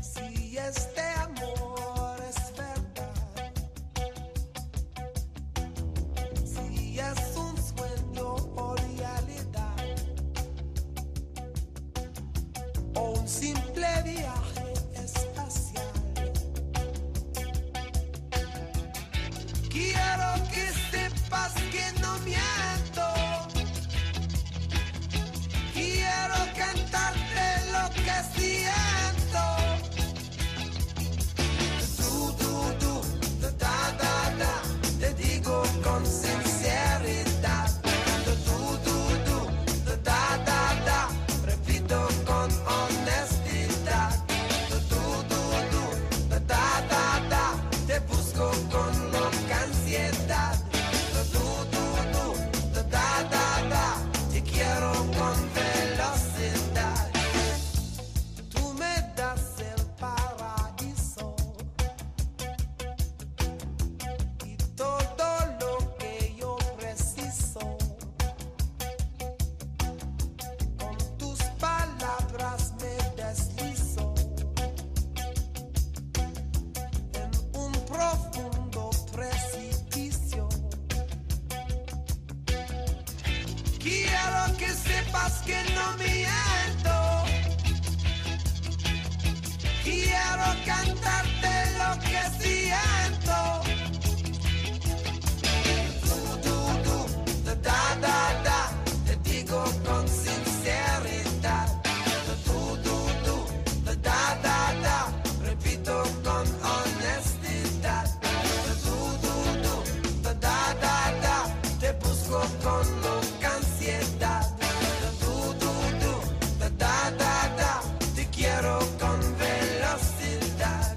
Speaker 20: si este amor es verdad, si es un sueño o realidad, o un simple viaje espacial. Quiero que sepas que no miento. Quiero cantarte lo que siento. Tú, tú, tú, da, da, da, da, te digo con sinceridad. Tú, tú, tú, da, da, da, repito con honestidad. Tú, tú, tú, da, da, da, te busco con loca ansiedad. Tú, tú, tú, da, da, da. Te quiero con velocidad. Tú me das el paraíso y todo lo que yo preciso. Con tus palabras me deslizo en un profundo precipicio. Quiero que sepas que no miento. Quiero cantarte lo que siento. Tú, tú, tú, da, da, da, te digo con sinceridad. Tú, tú, tú, da, da, da, repito con honestidad. Tú, tú, tú, da, da, da te busco con loca ansiedad. Tú, tú, tú, da, da, da, da, te quiero con velocidad.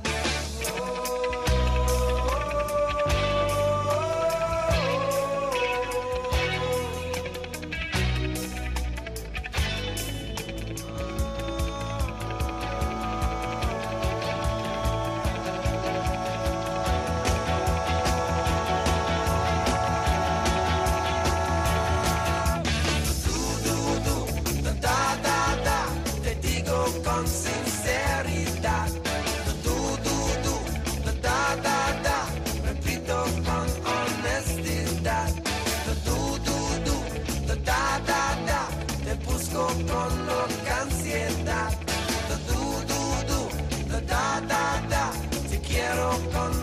Speaker 20: Da, da, da, te digo con sinceridad. Tú, tú, tú, da, da, da, repito con honestidad. Tú, tú, tú, da, da, da, te busco con loca ansiedad. Tú, tú, tú, da, da, da, te quiero con